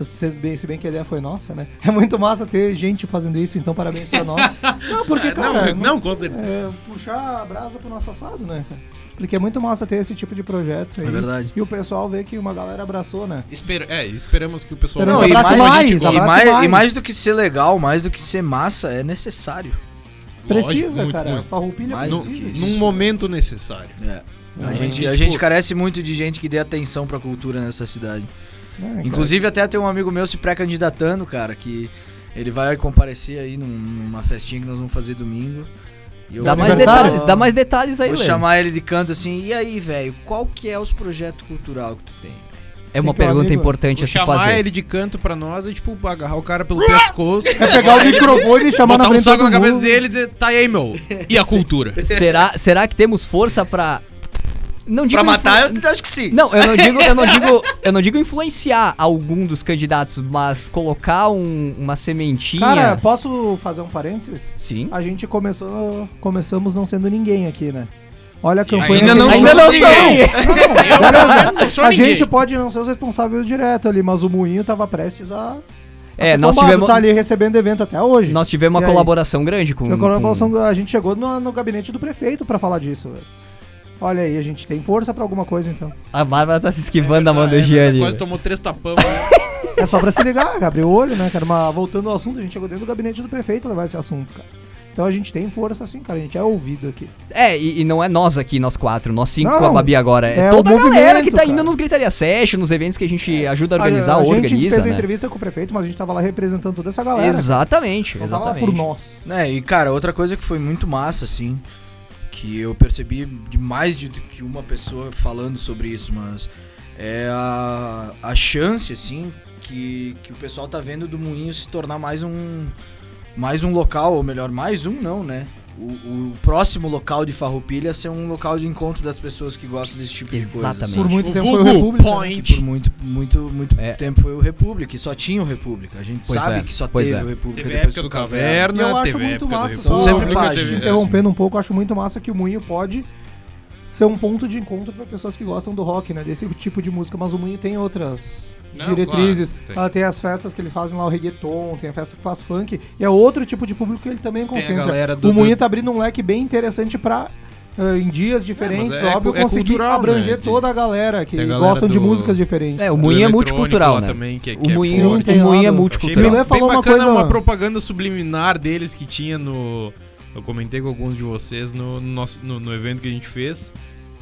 [SPEAKER 2] Se bem, se bem que a ideia foi nossa, né? É muito massa ter gente fazendo isso, então parabéns pra nós. Não, porque, cara. é
[SPEAKER 3] não,
[SPEAKER 2] muito-
[SPEAKER 3] não, com certeza.
[SPEAKER 2] é, puxar a brasa pro nosso assado, né, cara? Porque é muito massa ter esse tipo de projeto. aí.
[SPEAKER 4] É verdade.
[SPEAKER 2] E o pessoal vê que uma galera abraçou, né?
[SPEAKER 3] Espero, é, esperamos que o pessoal.
[SPEAKER 2] Não,
[SPEAKER 4] Não, e,
[SPEAKER 2] abraça
[SPEAKER 4] mais,
[SPEAKER 2] mais,
[SPEAKER 4] gente, e
[SPEAKER 2] abraça
[SPEAKER 4] mais-
[SPEAKER 2] mais.
[SPEAKER 4] e mais do que ser legal, mais do que ser massa, é necessário.
[SPEAKER 2] Precisa,
[SPEAKER 3] muito,
[SPEAKER 2] cara.
[SPEAKER 3] muito.
[SPEAKER 2] Farroupilha
[SPEAKER 4] Mais do
[SPEAKER 2] precisa.
[SPEAKER 4] que
[SPEAKER 2] disso.
[SPEAKER 3] Num momento necessário.
[SPEAKER 4] É. A,
[SPEAKER 3] Ah,
[SPEAKER 4] gente,
[SPEAKER 3] é.
[SPEAKER 4] a gente
[SPEAKER 3] Tipo-
[SPEAKER 4] carece muito de gente que dê atenção pra cultura nessa cidade.
[SPEAKER 2] É, cara.
[SPEAKER 4] Inclusive, até tem um amigo meu se pré-candidatando, cara, que ele vai comparecer aí num- numa festinha que nós vamos fazer domingo. E eu
[SPEAKER 1] Dá
[SPEAKER 4] vou-
[SPEAKER 1] mais
[SPEAKER 2] aniversário.
[SPEAKER 1] detalhes, dá mais detalhes aí,
[SPEAKER 4] Vou
[SPEAKER 1] Lê.
[SPEAKER 4] chamar ele de canto assim, e aí, velho, qual que é os projetos cultural que tu tem?
[SPEAKER 1] É uma
[SPEAKER 2] Tem que um
[SPEAKER 1] pergunta
[SPEAKER 2] amigo-
[SPEAKER 1] importante a se
[SPEAKER 3] chamar
[SPEAKER 1] fazer.
[SPEAKER 3] ele de canto pra nós é tipo agarrar o cara pelo pescoço,
[SPEAKER 2] Pegar o microfone e chamar na
[SPEAKER 3] botar um
[SPEAKER 2] frente
[SPEAKER 3] soco
[SPEAKER 2] do
[SPEAKER 3] na cabeça
[SPEAKER 2] mundo.
[SPEAKER 3] dele e dizer, tá aí, meu. E a cultura?
[SPEAKER 1] Será, será que temos força pra. Não digo
[SPEAKER 4] Pra matar,
[SPEAKER 1] influ-
[SPEAKER 4] eu acho que sim.
[SPEAKER 1] assim, Não, eu não digo, eu não digo, eu não digo influenciar algum dos candidatos, mas colocar um- uma sementinha.
[SPEAKER 2] Cara, posso fazer um parênteses?
[SPEAKER 1] Sim.
[SPEAKER 2] A gente começou, começamos não sendo ninguém aqui, né? Olha a campanha.
[SPEAKER 3] ainda
[SPEAKER 2] que-
[SPEAKER 3] não
[SPEAKER 1] Ainda
[SPEAKER 3] sou
[SPEAKER 1] não sou.
[SPEAKER 3] ninguém. É, Eu não sou
[SPEAKER 2] a
[SPEAKER 3] ninguém.
[SPEAKER 2] gente pode não ser os responsáveis direto ali, mas o Moinho tava prestes a.
[SPEAKER 1] É,
[SPEAKER 2] ser
[SPEAKER 1] nós
[SPEAKER 2] tombado,
[SPEAKER 1] tivemos,
[SPEAKER 2] Tá ali recebendo evento até hoje.
[SPEAKER 1] nós tivemos um-
[SPEAKER 2] E
[SPEAKER 1] uma
[SPEAKER 2] aí?
[SPEAKER 1] colaboração grande com.
[SPEAKER 2] Eu
[SPEAKER 1] com-
[SPEAKER 2] coloco- A gente chegou no, no gabinete do prefeito pra falar disso, velho. Olha aí, a gente tem força pra alguma coisa então.
[SPEAKER 1] A Bárbara tá se esquivando da mão do
[SPEAKER 3] É,
[SPEAKER 1] Gianni.
[SPEAKER 3] Quase tomou três tapão. né?
[SPEAKER 2] É só pra se ligar, cara, abrir o olho, né, cara? Mas voltando ao assunto, a gente chegou dentro do gabinete do prefeito levar esse assunto, cara. Então a gente tem força sim, cara. A gente é ouvido aqui.
[SPEAKER 1] É, e, e não é nós aqui, nós quatro, nós cinco
[SPEAKER 2] Não,
[SPEAKER 1] com a Babi agora. É,
[SPEAKER 2] é
[SPEAKER 1] toda
[SPEAKER 2] o
[SPEAKER 1] a galera que
[SPEAKER 2] movimento,
[SPEAKER 1] tá indo
[SPEAKER 2] cara. É.
[SPEAKER 1] nos Gritaria Session, nos eventos que a gente ajuda a tá organizar
[SPEAKER 2] a,
[SPEAKER 1] ou
[SPEAKER 2] gente
[SPEAKER 1] organiza,
[SPEAKER 2] fez a
[SPEAKER 1] né?
[SPEAKER 2] entrevista com o prefeito, mas a gente tava lá representando toda essa galera.
[SPEAKER 1] Exatamente,
[SPEAKER 2] Não tava lá por
[SPEAKER 1] exatamente.
[SPEAKER 2] nós.
[SPEAKER 4] É, e cara, outra coisa que foi muito massa, assim, que eu percebi de mais de que uma pessoa falando sobre isso, mas é a, a chance, assim, que, que o pessoal tá vendo do Moinho se tornar mais um, mais um local, ou melhor, mais um não, né? O, o próximo local de Farroupilha ser um local de encontro das pessoas que gostam desse tipo de coisa.
[SPEAKER 1] Exatamente.
[SPEAKER 4] assim.
[SPEAKER 2] Por muito
[SPEAKER 3] O
[SPEAKER 2] tempo foi o
[SPEAKER 3] vulgo
[SPEAKER 2] República. né?
[SPEAKER 4] Que por
[SPEAKER 3] point.
[SPEAKER 4] muito, muito, muito
[SPEAKER 1] É.
[SPEAKER 4] tempo foi o República, e só tinha o República. A gente
[SPEAKER 1] Pois
[SPEAKER 4] sabe
[SPEAKER 1] é,
[SPEAKER 4] que só
[SPEAKER 1] pois
[SPEAKER 4] teve
[SPEAKER 1] é.
[SPEAKER 4] o República
[SPEAKER 3] Teve a
[SPEAKER 4] depois
[SPEAKER 3] época
[SPEAKER 4] do
[SPEAKER 3] do
[SPEAKER 4] Caverna.
[SPEAKER 2] E eu
[SPEAKER 3] Caverna,
[SPEAKER 2] acho
[SPEAKER 3] teve a
[SPEAKER 2] muito
[SPEAKER 3] época do
[SPEAKER 2] massa,
[SPEAKER 3] República.
[SPEAKER 2] só
[SPEAKER 4] Sempre
[SPEAKER 2] tá,
[SPEAKER 4] teve-
[SPEAKER 2] gente,
[SPEAKER 3] é,
[SPEAKER 2] interrompendo um pouco, eu acho muito massa que o Moinho pode ser um ponto de encontro para pessoas que gostam do rock, né? Desse tipo de música, mas o Munho tem outras
[SPEAKER 3] Não,
[SPEAKER 2] diretrizes.
[SPEAKER 3] claro, tem.
[SPEAKER 2] Ela tem as festas que ele faz lá, o reggaeton, tem a festa que faz funk, e é outro tipo de público que ele também concentra.
[SPEAKER 3] galera do-
[SPEAKER 2] o Munho tá abrindo um leque bem interessante para em dias diferentes,
[SPEAKER 3] mas é
[SPEAKER 2] óbvio,
[SPEAKER 3] cu- é
[SPEAKER 2] conseguir
[SPEAKER 3] cultural, né?
[SPEAKER 2] abranger
[SPEAKER 3] De-
[SPEAKER 2] toda a galera que
[SPEAKER 3] tem a galera
[SPEAKER 2] gostam de
[SPEAKER 3] do-
[SPEAKER 2] músicas diferentes.
[SPEAKER 1] É, o
[SPEAKER 3] Do
[SPEAKER 1] Moinho é
[SPEAKER 3] eletrônico
[SPEAKER 1] multicultural,
[SPEAKER 3] lá
[SPEAKER 1] né?
[SPEAKER 3] também, que,
[SPEAKER 1] O
[SPEAKER 3] que é
[SPEAKER 1] Moinho
[SPEAKER 3] forte.
[SPEAKER 2] tem
[SPEAKER 1] o Moinho é
[SPEAKER 2] lado-
[SPEAKER 3] Achei
[SPEAKER 1] multicultural.
[SPEAKER 3] bem,
[SPEAKER 2] Pelé
[SPEAKER 3] bem
[SPEAKER 2] falou uma
[SPEAKER 3] bacana
[SPEAKER 2] coisa-
[SPEAKER 3] uma propaganda subliminar deles que tinha no. Eu comentei com alguns de vocês no, no nosso, no, no evento que a gente fez.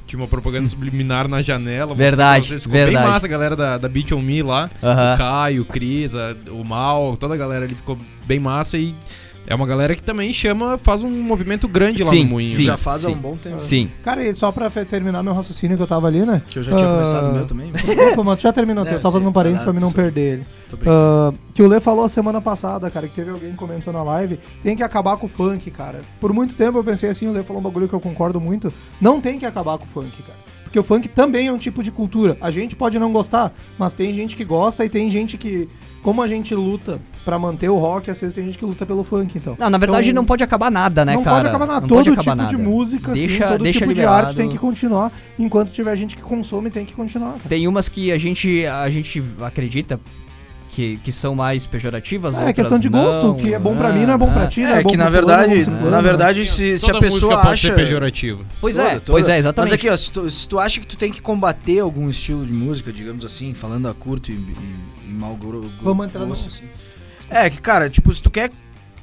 [SPEAKER 3] Tinha uma propaganda subliminar na janela.
[SPEAKER 1] Hum. Verdade,
[SPEAKER 3] vocês, ficou
[SPEAKER 1] verdade. Ah.
[SPEAKER 3] bem massa a galera da, da Beat On Me lá.
[SPEAKER 1] Aham.
[SPEAKER 3] O Caio, o Cris, a- o Mal, toda a galera ali ficou bem massa e é uma galera que também chama, faz um movimento grande lá
[SPEAKER 1] Sim,
[SPEAKER 3] no Moinho.
[SPEAKER 1] sim. Ah.
[SPEAKER 4] já faz há um bom tempo.
[SPEAKER 1] Sim.
[SPEAKER 2] Cara, e só pra fe- terminar meu raciocínio que eu tava ali, né?
[SPEAKER 4] Que eu já tinha
[SPEAKER 2] Ah.
[SPEAKER 4] começado o meu também. mas
[SPEAKER 2] Desculpa, mano, tu já terminou,
[SPEAKER 4] É,
[SPEAKER 2] tô só
[SPEAKER 4] sim,
[SPEAKER 2] fazendo um parênteses pra
[SPEAKER 4] parado,
[SPEAKER 2] mim não
[SPEAKER 4] tudo bem.
[SPEAKER 2] perder ele.
[SPEAKER 4] Tô brincando.
[SPEAKER 2] Ah, que o Lê falou a semana passada, cara, que teve alguém comentando na live, tem que acabar com o funk, cara. Por muito tempo eu pensei assim, o Lê falou um bagulho que eu concordo muito, não tem que acabar com o funk, cara. Porque o funk também é um tipo de cultura. A gente pode não gostar, mas tem gente que gosta e tem gente que, como a gente luta pra manter o rock, às vezes tem gente que luta pelo funk, então.
[SPEAKER 1] Não, na verdade
[SPEAKER 2] Então-
[SPEAKER 1] não pode acabar nada, né,
[SPEAKER 2] não
[SPEAKER 1] cara?
[SPEAKER 2] pode acabar nada.
[SPEAKER 1] Não
[SPEAKER 2] todo
[SPEAKER 1] pode acabar
[SPEAKER 2] tipo de
[SPEAKER 1] nada.
[SPEAKER 2] música, assim,
[SPEAKER 1] Deixa-
[SPEAKER 2] todo
[SPEAKER 1] deixa
[SPEAKER 2] tipo
[SPEAKER 1] liberado.
[SPEAKER 2] de arte tem que continuar. Enquanto tiver gente que consome, tem que continuar. cara.
[SPEAKER 1] Tem umas que a gente, a gente acredita que, que são mais pejorativas,
[SPEAKER 2] É
[SPEAKER 1] outras
[SPEAKER 2] questão de
[SPEAKER 1] não, Ah,
[SPEAKER 2] gosto, o que é bom pra mim não é bom pra ti, né?
[SPEAKER 4] É
[SPEAKER 2] bom
[SPEAKER 4] que na
[SPEAKER 2] pro fulano, bom
[SPEAKER 4] verdade,
[SPEAKER 2] pro ciclano,
[SPEAKER 4] na
[SPEAKER 2] né?
[SPEAKER 4] verdade, se, se
[SPEAKER 3] Toda
[SPEAKER 4] a pessoa
[SPEAKER 3] música é pode
[SPEAKER 4] acha.
[SPEAKER 3] ser pejorativa.
[SPEAKER 1] Pois
[SPEAKER 4] Toda,
[SPEAKER 1] é,
[SPEAKER 4] toda.
[SPEAKER 1] pois é, exatamente.
[SPEAKER 4] Mas aqui, ó, se tu, se tu acha que tu tem que combater algum estilo de música, digamos assim, falando a curto e, e, e mal gro, gro-
[SPEAKER 2] Vamos entrar no-
[SPEAKER 4] grosso, assim. É que, cara, tipo, se tu quer,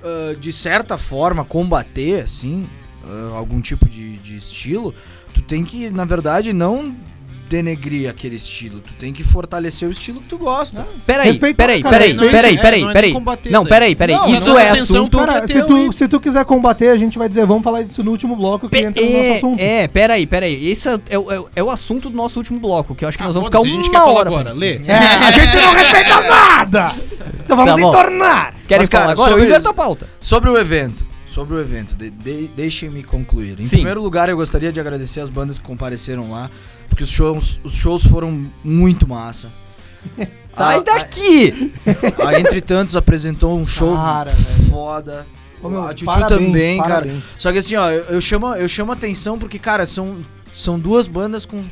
[SPEAKER 4] ah, de certa forma, combater, assim, ah, algum tipo de, de estilo, tu tem que, na verdade, não denegrir aquele estilo. Tu tem que fortalecer o estilo que tu gosta.
[SPEAKER 1] Peraí,
[SPEAKER 2] Respeitar,
[SPEAKER 1] peraí,
[SPEAKER 2] cara,
[SPEAKER 1] peraí,
[SPEAKER 3] não é-
[SPEAKER 1] peraí,
[SPEAKER 3] é, não
[SPEAKER 1] peraí,
[SPEAKER 3] é
[SPEAKER 1] peraí.
[SPEAKER 3] combater
[SPEAKER 1] Não,
[SPEAKER 3] daí.
[SPEAKER 1] peraí, peraí.
[SPEAKER 3] Não,
[SPEAKER 1] Isso
[SPEAKER 3] não é
[SPEAKER 1] é
[SPEAKER 3] atenção,
[SPEAKER 1] assunto.
[SPEAKER 3] que
[SPEAKER 2] Cara,
[SPEAKER 3] até
[SPEAKER 2] se
[SPEAKER 3] eu-
[SPEAKER 2] tu, se tu quiser combater, a gente vai dizer, vamos falar disso no último bloco que
[SPEAKER 1] um Pe-
[SPEAKER 2] entra no nosso
[SPEAKER 1] É,
[SPEAKER 2] assunto.
[SPEAKER 1] é, peraí, peraí. Esse é, o- é o- é o- é o assunto do nosso último bloco, que eu acho que nós vamos ficar
[SPEAKER 3] Ah, foda-se,
[SPEAKER 1] uma
[SPEAKER 3] a gente quer falar
[SPEAKER 1] hora.
[SPEAKER 3] agora.
[SPEAKER 1] falando.
[SPEAKER 3] Lê.
[SPEAKER 2] É, a gente não respeita nada! Então vamos
[SPEAKER 1] Tá bom.
[SPEAKER 2] entornar!
[SPEAKER 1] Querem
[SPEAKER 4] Mas, cara,
[SPEAKER 1] falar agora? Eu
[SPEAKER 4] sobre-
[SPEAKER 1] inverto a pauta.
[SPEAKER 4] Sobre o evento. Sobre o evento, de- de- deixem-me concluir. Em
[SPEAKER 1] Sim.
[SPEAKER 4] primeiro lugar, eu gostaria de agradecer as bandas que compareceram lá, porque os shows, os shows foram muito massa.
[SPEAKER 1] Sai
[SPEAKER 4] A-
[SPEAKER 1] daqui!
[SPEAKER 4] a, a Entre Tantos apresentou um show
[SPEAKER 2] Cara, velho.
[SPEAKER 4] foda.
[SPEAKER 2] Ô, meu,
[SPEAKER 4] a Tio
[SPEAKER 2] parabéns,
[SPEAKER 4] também,
[SPEAKER 2] parabéns.
[SPEAKER 4] cara. Só que assim, ó, eu, eu chamo, eu chamo atenção porque, cara, são, são duas bandas com,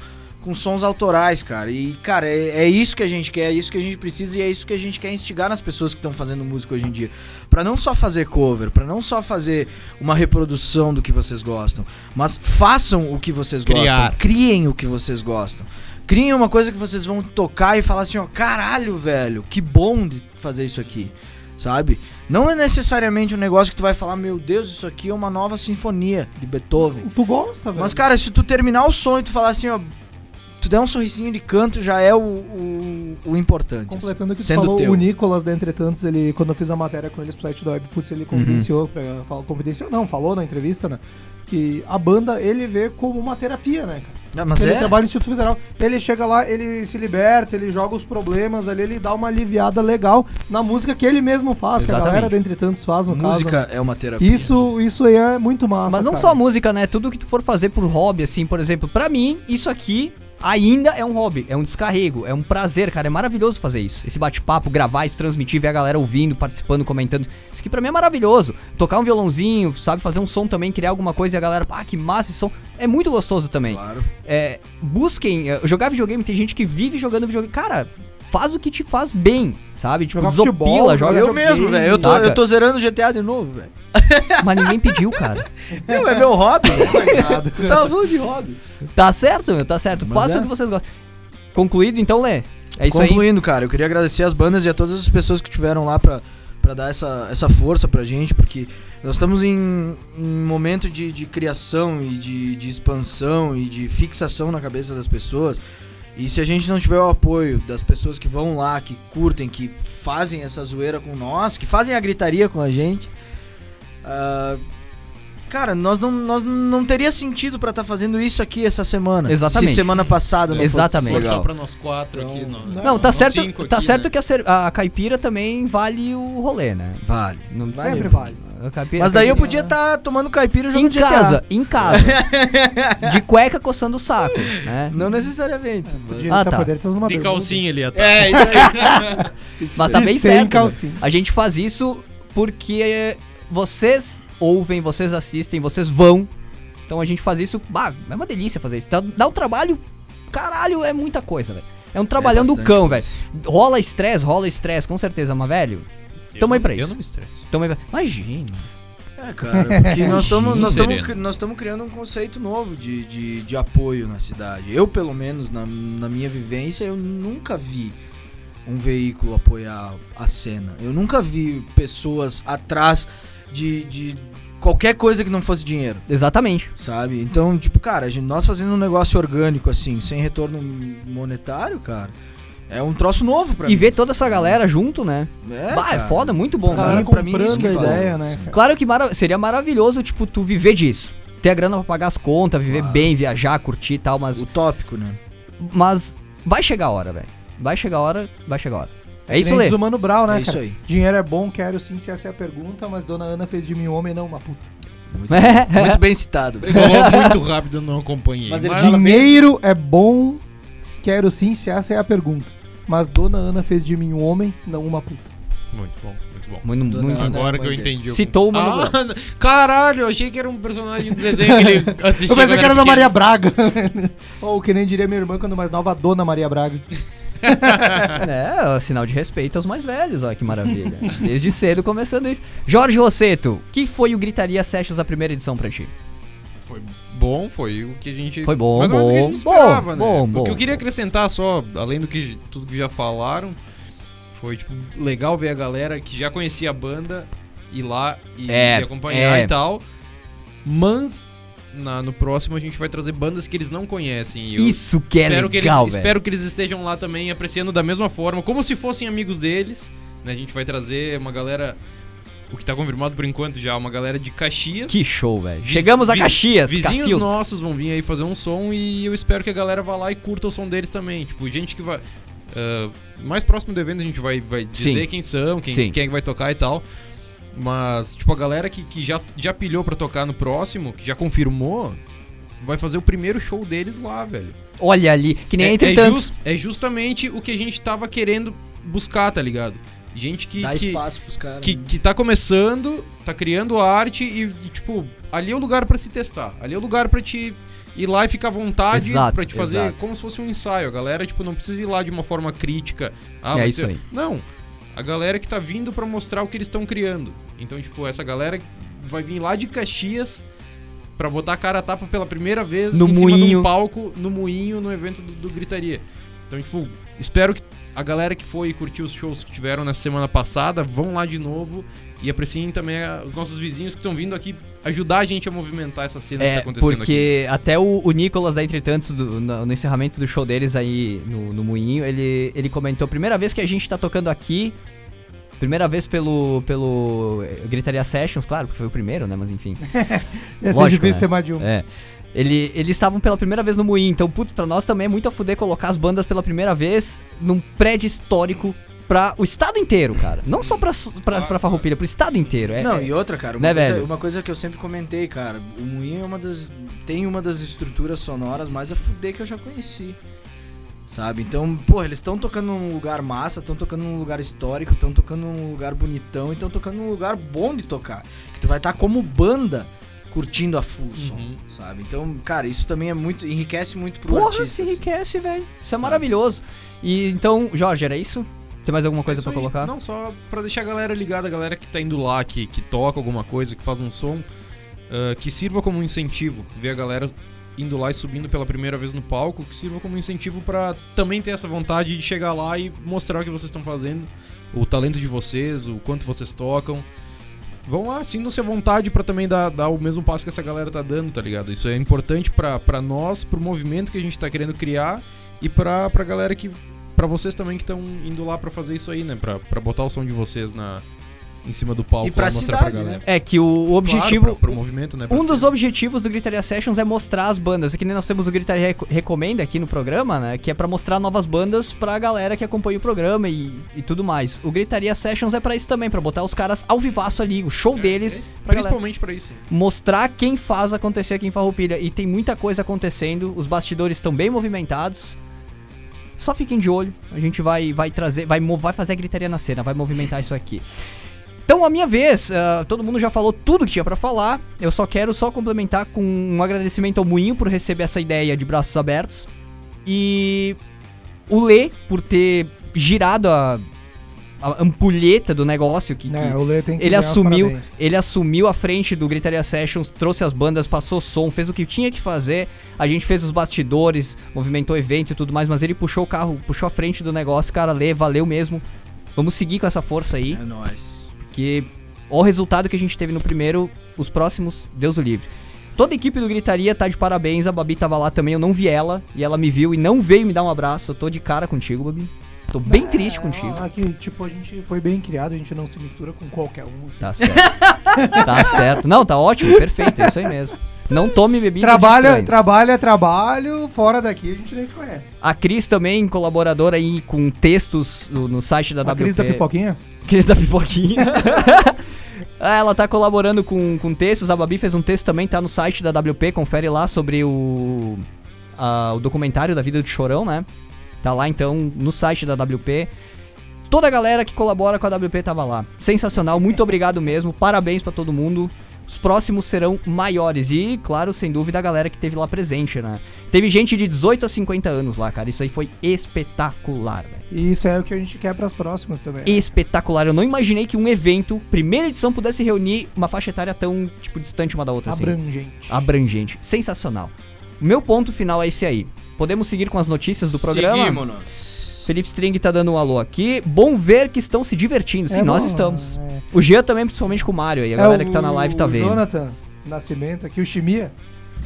[SPEAKER 4] com sons autorais, cara. E, cara, é, é isso que a gente quer, é isso que a gente precisa e é isso que a gente quer instigar nas pessoas que estão fazendo música hoje em dia. Pra não só fazer cover, pra não só fazer uma reprodução do que vocês gostam, mas façam o que vocês
[SPEAKER 3] Criar.
[SPEAKER 4] gostam. Criem o que vocês gostam. Criem uma coisa que vocês vão tocar e falar assim, ó, caralho, velho, que bom de fazer isso aqui. Sabe? Não é necessariamente um negócio que tu vai falar, meu Deus, isso aqui é uma nova sinfonia de Beethoven.
[SPEAKER 2] Tu gosta, velho.
[SPEAKER 4] Mas, cara, se tu terminar o som e tu falar assim, ó. Tu der um sorrisinho de canto, já é o, o, o importante. assim.
[SPEAKER 2] Completando o que tu
[SPEAKER 4] sendo
[SPEAKER 2] falou,
[SPEAKER 4] teu.
[SPEAKER 2] o Nicolas, da Entretantos, ele, quando eu fiz a matéria com ele pro site da Webputs,
[SPEAKER 1] Uhum.
[SPEAKER 2] ele convenciou, pra, fal- confidenciou não, falou na entrevista, né? Que a banda ele vê como uma terapia, né, cara?
[SPEAKER 4] Ah, mas
[SPEAKER 2] ele
[SPEAKER 4] é?
[SPEAKER 2] trabalha no Instituto Federal. Ele chega lá, ele se liberta, ele joga os problemas ali, ele dá uma aliviada legal na música que ele mesmo faz, que a galera
[SPEAKER 1] Exatamente.
[SPEAKER 2] da Entretantos faz, no
[SPEAKER 4] Música
[SPEAKER 2] caso. né?
[SPEAKER 4] é uma terapia.
[SPEAKER 2] Isso, isso aí é muito massa.
[SPEAKER 1] Mas não
[SPEAKER 2] cara.
[SPEAKER 1] só a música, né? Tudo que tu for fazer por hobby, assim, por exemplo, pra mim, isso aqui ainda é um hobby, é um descarrego, é um prazer, cara. É maravilhoso fazer isso. Esse bate-papo, gravar, isso transmitir, ver a galera ouvindo, participando, comentando. Isso aqui pra mim é maravilhoso. Tocar um violãozinho, sabe? Fazer um som também, criar alguma coisa e a galera, pá, que massa esse som. É muito gostoso também.
[SPEAKER 4] Claro.
[SPEAKER 1] É, busquem, é, jogar videogame, tem gente que vive jogando videogame. Cara, faz o que te faz bem, sabe? Tipo,
[SPEAKER 2] Jogar
[SPEAKER 1] desopila,
[SPEAKER 2] futebol,
[SPEAKER 1] joga.
[SPEAKER 4] Eu mesmo, velho. Eu tô,
[SPEAKER 1] saca?
[SPEAKER 4] eu tô zerando GTA de novo, velho.
[SPEAKER 1] Mas ninguém pediu, cara.
[SPEAKER 4] Não, é meu hobby. velho. tu tava falando de hobby.
[SPEAKER 1] Tá certo, meu, tá certo.
[SPEAKER 4] Mas
[SPEAKER 1] Faça
[SPEAKER 4] é.
[SPEAKER 1] o que vocês gostam. Concluído, então, Lê. É isso aí.
[SPEAKER 4] Concluindo, cara, eu queria agradecer as bandas e a todas as pessoas que tiveram lá pra, pra dar essa, essa força pra gente, porque nós estamos em um momento de, de criação e de, de expansão e de fixação na cabeça das pessoas. E se a gente não tiver o apoio das pessoas que vão lá, que curtem, que fazem essa zoeira com nós, que fazem a gritaria com a gente. ah, Cara, nós não, nós não teria sentido pra estar fazendo isso aqui essa semana.
[SPEAKER 1] Exatamente.
[SPEAKER 4] Se semana passada não fosse
[SPEAKER 1] Exatamente.
[SPEAKER 3] Só- Só
[SPEAKER 4] legal.
[SPEAKER 3] pra nós quatro aqui.
[SPEAKER 4] Então,
[SPEAKER 3] nós-
[SPEAKER 1] Não, tá
[SPEAKER 3] nós
[SPEAKER 1] certo,
[SPEAKER 3] cinco
[SPEAKER 1] tá
[SPEAKER 3] aqui,
[SPEAKER 1] certo
[SPEAKER 3] né?
[SPEAKER 1] que a, cer- a caipira também vale o rolê, né?
[SPEAKER 4] Vale.
[SPEAKER 1] Não
[SPEAKER 4] Vai,
[SPEAKER 2] Sempre
[SPEAKER 1] sei.
[SPEAKER 2] vale.
[SPEAKER 1] A caipira-
[SPEAKER 4] Mas daí eu
[SPEAKER 1] caipira-
[SPEAKER 4] podia estar tomando caipira e
[SPEAKER 1] Em
[SPEAKER 4] jogando GTA.
[SPEAKER 1] casa, em casa. de cueca coçando o saco, né?
[SPEAKER 4] Não necessariamente.
[SPEAKER 2] Podia
[SPEAKER 1] Ah,
[SPEAKER 2] tá
[SPEAKER 1] tá.
[SPEAKER 2] poder ter uma
[SPEAKER 3] De
[SPEAKER 2] bermuda.
[SPEAKER 3] calcinha ali atrás.
[SPEAKER 4] É, isso
[SPEAKER 1] Mas tá
[SPEAKER 2] E
[SPEAKER 1] bem
[SPEAKER 2] sem
[SPEAKER 1] certo.
[SPEAKER 2] calcinha.
[SPEAKER 1] né? A gente faz isso porque vocês ouvem, vocês assistem, vocês vão Então a gente faz isso, bah, é uma delícia fazer isso. Dá, dá um trabalho, caralho, é muita coisa, velho. É um trabalhando do
[SPEAKER 4] bastante
[SPEAKER 1] cão,
[SPEAKER 4] coisa.
[SPEAKER 1] velho. Rola estresse, rola estresse, com certeza, mas velho, Tamo aí pra
[SPEAKER 3] Eu
[SPEAKER 1] isso.
[SPEAKER 3] não me estresso.
[SPEAKER 1] então, imagina.
[SPEAKER 4] É, cara, porque nós estamos nós
[SPEAKER 3] Sereno.
[SPEAKER 4] tamo cri- nós tamo criando um conceito novo de, de, de apoio na cidade. Eu, pelo menos, na, na minha vivência, eu nunca vi um veículo apoiar a cena. Eu nunca vi pessoas atrás de, de qualquer coisa que não fosse dinheiro,
[SPEAKER 1] Exatamente.
[SPEAKER 4] sabe? Então, tipo, cara, a gente, nós fazendo um negócio orgânico, assim, sem retorno monetário, cara, é um troço novo pra
[SPEAKER 1] E
[SPEAKER 4] mim.
[SPEAKER 1] ver toda essa galera junto, né?
[SPEAKER 4] É,
[SPEAKER 1] bah, é
[SPEAKER 4] cara.
[SPEAKER 1] foda, muito bom,
[SPEAKER 2] A
[SPEAKER 1] cara.
[SPEAKER 2] galera
[SPEAKER 4] pra mim, é isso
[SPEAKER 2] Tá comprando
[SPEAKER 4] que É
[SPEAKER 2] a
[SPEAKER 4] vale.
[SPEAKER 2] ideia, né? cara?
[SPEAKER 1] Claro que mara- seria maravilhoso, tipo, tu viver disso. Ter a grana pra pagar as contas, viver
[SPEAKER 4] Claro.
[SPEAKER 1] bem, viajar, curtir e tal, mas.
[SPEAKER 4] Utópico, né?
[SPEAKER 1] Mas vai chegar a hora, velho. Vai chegar a hora, vai chegar a hora. É
[SPEAKER 2] Que
[SPEAKER 1] isso,
[SPEAKER 2] nem
[SPEAKER 1] Lê.
[SPEAKER 2] diz o Mano Brown, né,
[SPEAKER 4] É isso
[SPEAKER 2] cara?
[SPEAKER 4] aí.
[SPEAKER 2] Dinheiro é bom, quero sim, se essa é a pergunta, mas Dona Ana fez de mim um homem, não uma puta.
[SPEAKER 4] Muito, muito bem citado.
[SPEAKER 3] Ele falou muito rápido, eu não acompanhei.
[SPEAKER 4] Mas ele
[SPEAKER 3] mas-
[SPEAKER 4] fala-
[SPEAKER 2] Dinheiro é bom, quero sim, se essa é a pergunta. Mas Dona Ana fez de mim um homem, não uma puta.
[SPEAKER 3] Muito bom, muito bom.
[SPEAKER 1] Muito,
[SPEAKER 4] Dona
[SPEAKER 1] muito
[SPEAKER 4] Ana.
[SPEAKER 1] bom.
[SPEAKER 3] Agora
[SPEAKER 4] mãe
[SPEAKER 3] que eu
[SPEAKER 4] dele.
[SPEAKER 3] entendi.
[SPEAKER 1] Citou o Mano
[SPEAKER 3] Ah, Caralho, eu achei que era um personagem do desenho que ele assistia.
[SPEAKER 2] Eu pensei
[SPEAKER 3] quando
[SPEAKER 2] que era da
[SPEAKER 3] pequeno.
[SPEAKER 2] Maria Braga. Ou que nem diria minha irmã quando mais nova, a Dona Maria Braga.
[SPEAKER 1] É, ó, sinal de respeito aos mais velhos, olha que maravilha. Desde cedo começando isso. Jorge Rosseto, que foi o Gritaria Sessions da primeira edição pra ti?
[SPEAKER 3] Foi bom, foi o que a gente.
[SPEAKER 1] Foi bom,
[SPEAKER 3] mais ou menos o que a
[SPEAKER 1] bom,
[SPEAKER 3] gente esperava, né?
[SPEAKER 1] bom,
[SPEAKER 3] o
[SPEAKER 1] bom,
[SPEAKER 3] que eu queria
[SPEAKER 1] bom.
[SPEAKER 3] acrescentar só, além do que tudo que já falaram, foi tipo legal ver a galera que já conhecia a banda ir lá e,
[SPEAKER 1] É,
[SPEAKER 3] e acompanhar
[SPEAKER 1] é.
[SPEAKER 3] e tal. Mas na- no próximo a gente vai trazer bandas que eles não conhecem. e eu
[SPEAKER 1] Isso que é
[SPEAKER 3] espero,
[SPEAKER 1] legal,
[SPEAKER 3] que eles,
[SPEAKER 1] velho.
[SPEAKER 3] espero que eles estejam lá também apreciando da mesma forma, como se fossem amigos deles. né? A gente vai trazer uma galera. O que tá confirmado por enquanto já, uma galera de Caxias.
[SPEAKER 1] Que show, velho.
[SPEAKER 3] Viz-
[SPEAKER 1] Chegamos a
[SPEAKER 3] vi-
[SPEAKER 1] Caxias,
[SPEAKER 3] Vizinhos
[SPEAKER 1] é, Cacildes.
[SPEAKER 3] nossos vão vir aí fazer um som e eu espero que a galera vá lá e curta o som deles também. Tipo, gente que vai. ah, mais próximo do evento a gente vai, vai dizer
[SPEAKER 1] Sim.
[SPEAKER 3] quem são, quem,
[SPEAKER 1] Sim.
[SPEAKER 3] quem é que vai tocar e tal. Mas, tipo, a galera que, que já, já pilhou pra tocar no próximo, que já confirmou, vai fazer o primeiro show deles lá, velho.
[SPEAKER 1] Olha ali, que nem
[SPEAKER 3] é,
[SPEAKER 1] entre
[SPEAKER 3] é
[SPEAKER 1] tantos.
[SPEAKER 3] jus- é justamente o que a gente tava querendo buscar, tá ligado? Gente que.
[SPEAKER 4] Dá
[SPEAKER 3] que-
[SPEAKER 4] espaço pros caras.
[SPEAKER 3] que,
[SPEAKER 4] né?
[SPEAKER 3] que tá começando, tá criando arte e, e, tipo, ali é o lugar pra se testar. Ali é o lugar pra te ir lá e ficar à vontade,
[SPEAKER 1] Exato,
[SPEAKER 3] pra te fazer
[SPEAKER 1] exato.
[SPEAKER 3] como se fosse um ensaio. A galera, tipo, não precisa ir lá de uma forma crítica. Ah,
[SPEAKER 1] É
[SPEAKER 3] vai
[SPEAKER 1] isso
[SPEAKER 3] ser-
[SPEAKER 1] aí.
[SPEAKER 3] Não. A galera que tá vindo pra mostrar o que eles estão criando. Então, tipo, essa galera vai vir lá de Caxias pra botar a cara a tapa pela primeira vez
[SPEAKER 1] No
[SPEAKER 3] em cima de
[SPEAKER 1] moinho.
[SPEAKER 3] um palco, no moinho, no evento do, do Gritaria. Então, tipo, espero que a galera que foi e curtiu os shows que tiveram na semana passada vão lá de novo e apreciem também a- os nossos vizinhos que estão vindo aqui ajudar a gente a movimentar essa cena que tá
[SPEAKER 1] É,
[SPEAKER 3] acontecendo aqui.
[SPEAKER 1] porque até o, o Nicolas da Entretantos, do, no, no encerramento do show deles aí no, no Moinho, ele, ele comentou: primeira vez que a gente tá tocando aqui. Primeira vez pelo, pelo eh, Gritaria Sessions, claro, porque foi o primeiro, né? Mas enfim.
[SPEAKER 2] Ia ser
[SPEAKER 1] Lógico,
[SPEAKER 2] difícil
[SPEAKER 1] né?
[SPEAKER 2] ser mais de um.
[SPEAKER 1] É. Ele, eles estavam pela primeira vez no Moinho, então, putz, pra nós também é muito a fuder colocar as bandas pela primeira vez num prédio histórico pra o estado inteiro, cara. Não só pra, su- pra, pra Farroupilha, pro estado inteiro. É,
[SPEAKER 4] Não,
[SPEAKER 1] é-
[SPEAKER 4] e outra, cara, uma,
[SPEAKER 1] Né,
[SPEAKER 4] coisa,
[SPEAKER 1] velho?
[SPEAKER 4] uma coisa que eu sempre comentei, cara, o Moinho é uma das. tem uma das estruturas sonoras mais a fuder que eu já conheci. Sabe? Então, porra, eles estão tocando num lugar massa, estão tocando num lugar histórico, estão tocando num lugar bonitão e estão tocando num lugar bom de tocar. Que tu vai estar como banda curtindo a full som,
[SPEAKER 3] Uhum.
[SPEAKER 4] sabe? Então, cara, isso também é muito. enriquece muito pro
[SPEAKER 1] Porra,
[SPEAKER 4] artista.
[SPEAKER 1] se
[SPEAKER 4] assim.
[SPEAKER 1] enriquece, velho. Isso é
[SPEAKER 4] Sabe?
[SPEAKER 1] maravilhoso. E então, Jorge, era isso? Tem mais alguma coisa
[SPEAKER 3] É Isso
[SPEAKER 1] pra
[SPEAKER 3] aí.
[SPEAKER 1] colocar?
[SPEAKER 3] Não, só pra deixar a galera ligada, a galera que tá indo lá, que, que toca alguma coisa, que faz um som, ah, que sirva como um incentivo. Ver a galera indo lá e subindo pela primeira vez no palco, que sirva como um incentivo pra também ter essa vontade de chegar lá e mostrar o que vocês estão fazendo, o talento de vocês, o quanto vocês tocam. Vão lá, sintam-se à vontade pra também dar, dar o mesmo passo que essa galera tá dando, tá ligado? Isso é importante pra pra nós, pro movimento que a gente tá querendo criar e pra, pra galera que Pra vocês também que estão indo lá pra fazer isso aí, né? Pra, pra botar o som de vocês na em cima do palco
[SPEAKER 4] E pra
[SPEAKER 3] lá, mostrar
[SPEAKER 4] cidade, né?
[SPEAKER 3] pra galera.
[SPEAKER 1] É que o, o objetivo.
[SPEAKER 3] Claro, pra, pro movimento, né? pra
[SPEAKER 1] Um dos
[SPEAKER 3] cena.
[SPEAKER 1] objetivos do Gritaria Sessions é mostrar as bandas. É que nem nós temos o Gritaria Reco- Recomenda aqui no programa, né? Que é pra mostrar novas bandas pra galera que acompanha o programa e, e tudo mais. O Gritaria Sessions é pra isso também, pra botar os caras ao vivaço ali, o show
[SPEAKER 3] É,
[SPEAKER 1] deles,
[SPEAKER 3] é.
[SPEAKER 1] pra galera
[SPEAKER 3] Principalmente pra isso.
[SPEAKER 1] mostrar quem faz acontecer aqui em Farroupilha. E tem muita coisa acontecendo, os bastidores estão bem movimentados. Só fiquem de olho, a gente vai, vai trazer, vai, mo- vai fazer a gritaria na cena, vai movimentar isso aqui. Então, a minha vez, ah, todo mundo já falou tudo que tinha pra falar. Eu só quero só complementar com um agradecimento ao Moinho por receber essa ideia de braços abertos. E o Lê por ter girado a, a ampulheta do negócio que, que-
[SPEAKER 2] Né, o Lê tem que
[SPEAKER 1] ele
[SPEAKER 2] ganhar os
[SPEAKER 1] assumiu,
[SPEAKER 2] parabéns.
[SPEAKER 1] ele assumiu a frente do Gritaria Sessions, trouxe as bandas, passou som, fez o que tinha que fazer. A gente fez os bastidores, movimentou evento e tudo mais, mas ele puxou o carro, puxou a frente do negócio, cara, lê, valeu mesmo. Vamos seguir com essa força aí,
[SPEAKER 4] É nóis.
[SPEAKER 1] porque ó o resultado que a gente teve no primeiro, os próximos, Deus o livre. Toda a equipe do Gritaria tá de parabéns, a Babi tava lá também, eu não vi ela, e ela me viu e não veio me dar um abraço. Eu tô de cara contigo, Babi. Tô bem triste contigo.
[SPEAKER 2] Ah, que, tipo, a gente foi bem criado, a gente não se mistura com qualquer um. assim.
[SPEAKER 1] Tá certo. tá certo. Não, tá ótimo, perfeito, é isso aí mesmo. Não tome bebidas
[SPEAKER 2] Trabalha,
[SPEAKER 1] estranhas.
[SPEAKER 2] trabalha, trabalho, fora daqui a gente nem se conhece.
[SPEAKER 1] A Cris também, colaboradora aí com textos no, no site da
[SPEAKER 2] A tá
[SPEAKER 1] WP.
[SPEAKER 2] crise da pipoquinha?
[SPEAKER 1] Cris da Pipoquinha. Ah, Ela tá colaborando com, com textos, a Babi fez um texto também, tá no site da WP, confere lá sobre o, a- o documentário da vida do Chorão, né? Tá lá então no site da WP. Toda a galera que colabora com a WP tava lá. Sensacional, muito obrigado mesmo, parabéns pra todo mundo. Os próximos serão maiores e, claro, sem dúvida, a galera que teve lá presente, né? Teve gente de 18 a 50 anos lá, cara. Isso aí foi espetacular, velho.
[SPEAKER 2] E isso é o que a gente quer pras próximas também.
[SPEAKER 1] espetacular. Eu não imaginei que um evento, primeira edição, pudesse reunir uma faixa etária tão, tipo, distante uma da outra, assim.
[SPEAKER 2] Abrangente.
[SPEAKER 1] Abrangente. Sensacional. O meu ponto final é esse aí. Podemos seguir com as notícias do programa?
[SPEAKER 4] Seguimos-nos.
[SPEAKER 1] Felipe String tá dando um alô aqui. Bom ver que estão se divertindo. Sim,
[SPEAKER 2] É
[SPEAKER 1] nós
[SPEAKER 2] bom,
[SPEAKER 1] estamos.
[SPEAKER 2] é.
[SPEAKER 1] O Jean também, principalmente com o Mário aí. A galera que tá na live tá
[SPEAKER 2] o
[SPEAKER 1] vendo.
[SPEAKER 2] Jonathan Nascimento aqui, o Chimia,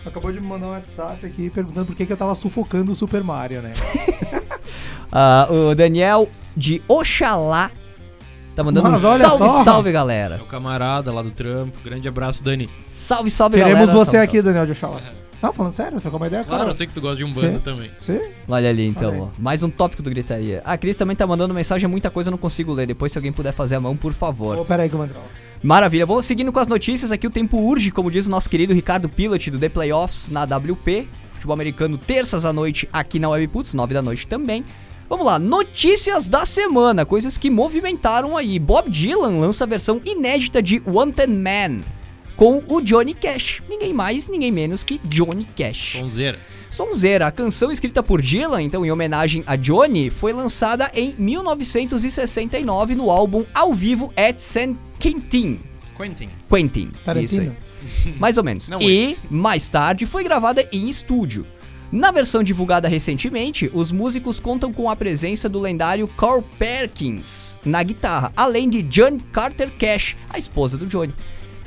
[SPEAKER 2] acabou de me mandar um WhatsApp aqui perguntando por que, que eu tava sufocando o Super Mario, né?
[SPEAKER 1] Ah, o Daniel de Oxalá tá mandando
[SPEAKER 2] Mas
[SPEAKER 1] um
[SPEAKER 2] olha
[SPEAKER 1] salve,
[SPEAKER 2] só.
[SPEAKER 1] salve, galera.
[SPEAKER 3] É o camarada lá do trampo. Grande abraço, Dani.
[SPEAKER 1] Salve, salve,
[SPEAKER 2] Teremos
[SPEAKER 1] galera.
[SPEAKER 2] você
[SPEAKER 1] Salve,
[SPEAKER 2] aqui, Daniel de Oxalá. Não, falando sério, trocar uma ideia,
[SPEAKER 3] Claro,
[SPEAKER 2] cara.
[SPEAKER 3] eu sei que tu gosta de um bando
[SPEAKER 2] Sim.
[SPEAKER 3] também.
[SPEAKER 2] Sim?
[SPEAKER 1] Olha ali então,
[SPEAKER 2] Olha aí.
[SPEAKER 1] ó. mais um tópico do Gritaria. A Cris também tá mandando mensagem, muita coisa eu não consigo ler. Depois, se alguém puder fazer a mão, por favor.
[SPEAKER 2] Ô, pera aí que eu vou entrar. lá.
[SPEAKER 1] Maravilha, vamos seguindo com as notícias aqui. O tempo urge, como diz o nosso querido Ricardo Pilot do The Playoffs na WP. Futebol americano, terças à noite aqui na Webputs, 9 da noite também. Vamos lá, notícias da semana, coisas que movimentaram aí. Bob Dylan lança a versão inédita de Wanted Man com o Johnny Cash. Ninguém mais, ninguém menos que Johnny Cash.
[SPEAKER 3] Sonzeira.
[SPEAKER 1] Sonzeira, a canção escrita por Dylan, então em homenagem a Johnny, foi lançada em 1969 no álbum ao vivo at San Quentin.
[SPEAKER 3] Quentin.
[SPEAKER 1] Quentin, isso aí.
[SPEAKER 2] Tarantino.
[SPEAKER 1] Mais ou menos.
[SPEAKER 3] Não,
[SPEAKER 1] e, mais tarde, foi gravada em estúdio. Na versão divulgada recentemente, os músicos contam com a presença do lendário Carl Perkins na guitarra, além de John Carter Cash, a esposa do Johnny,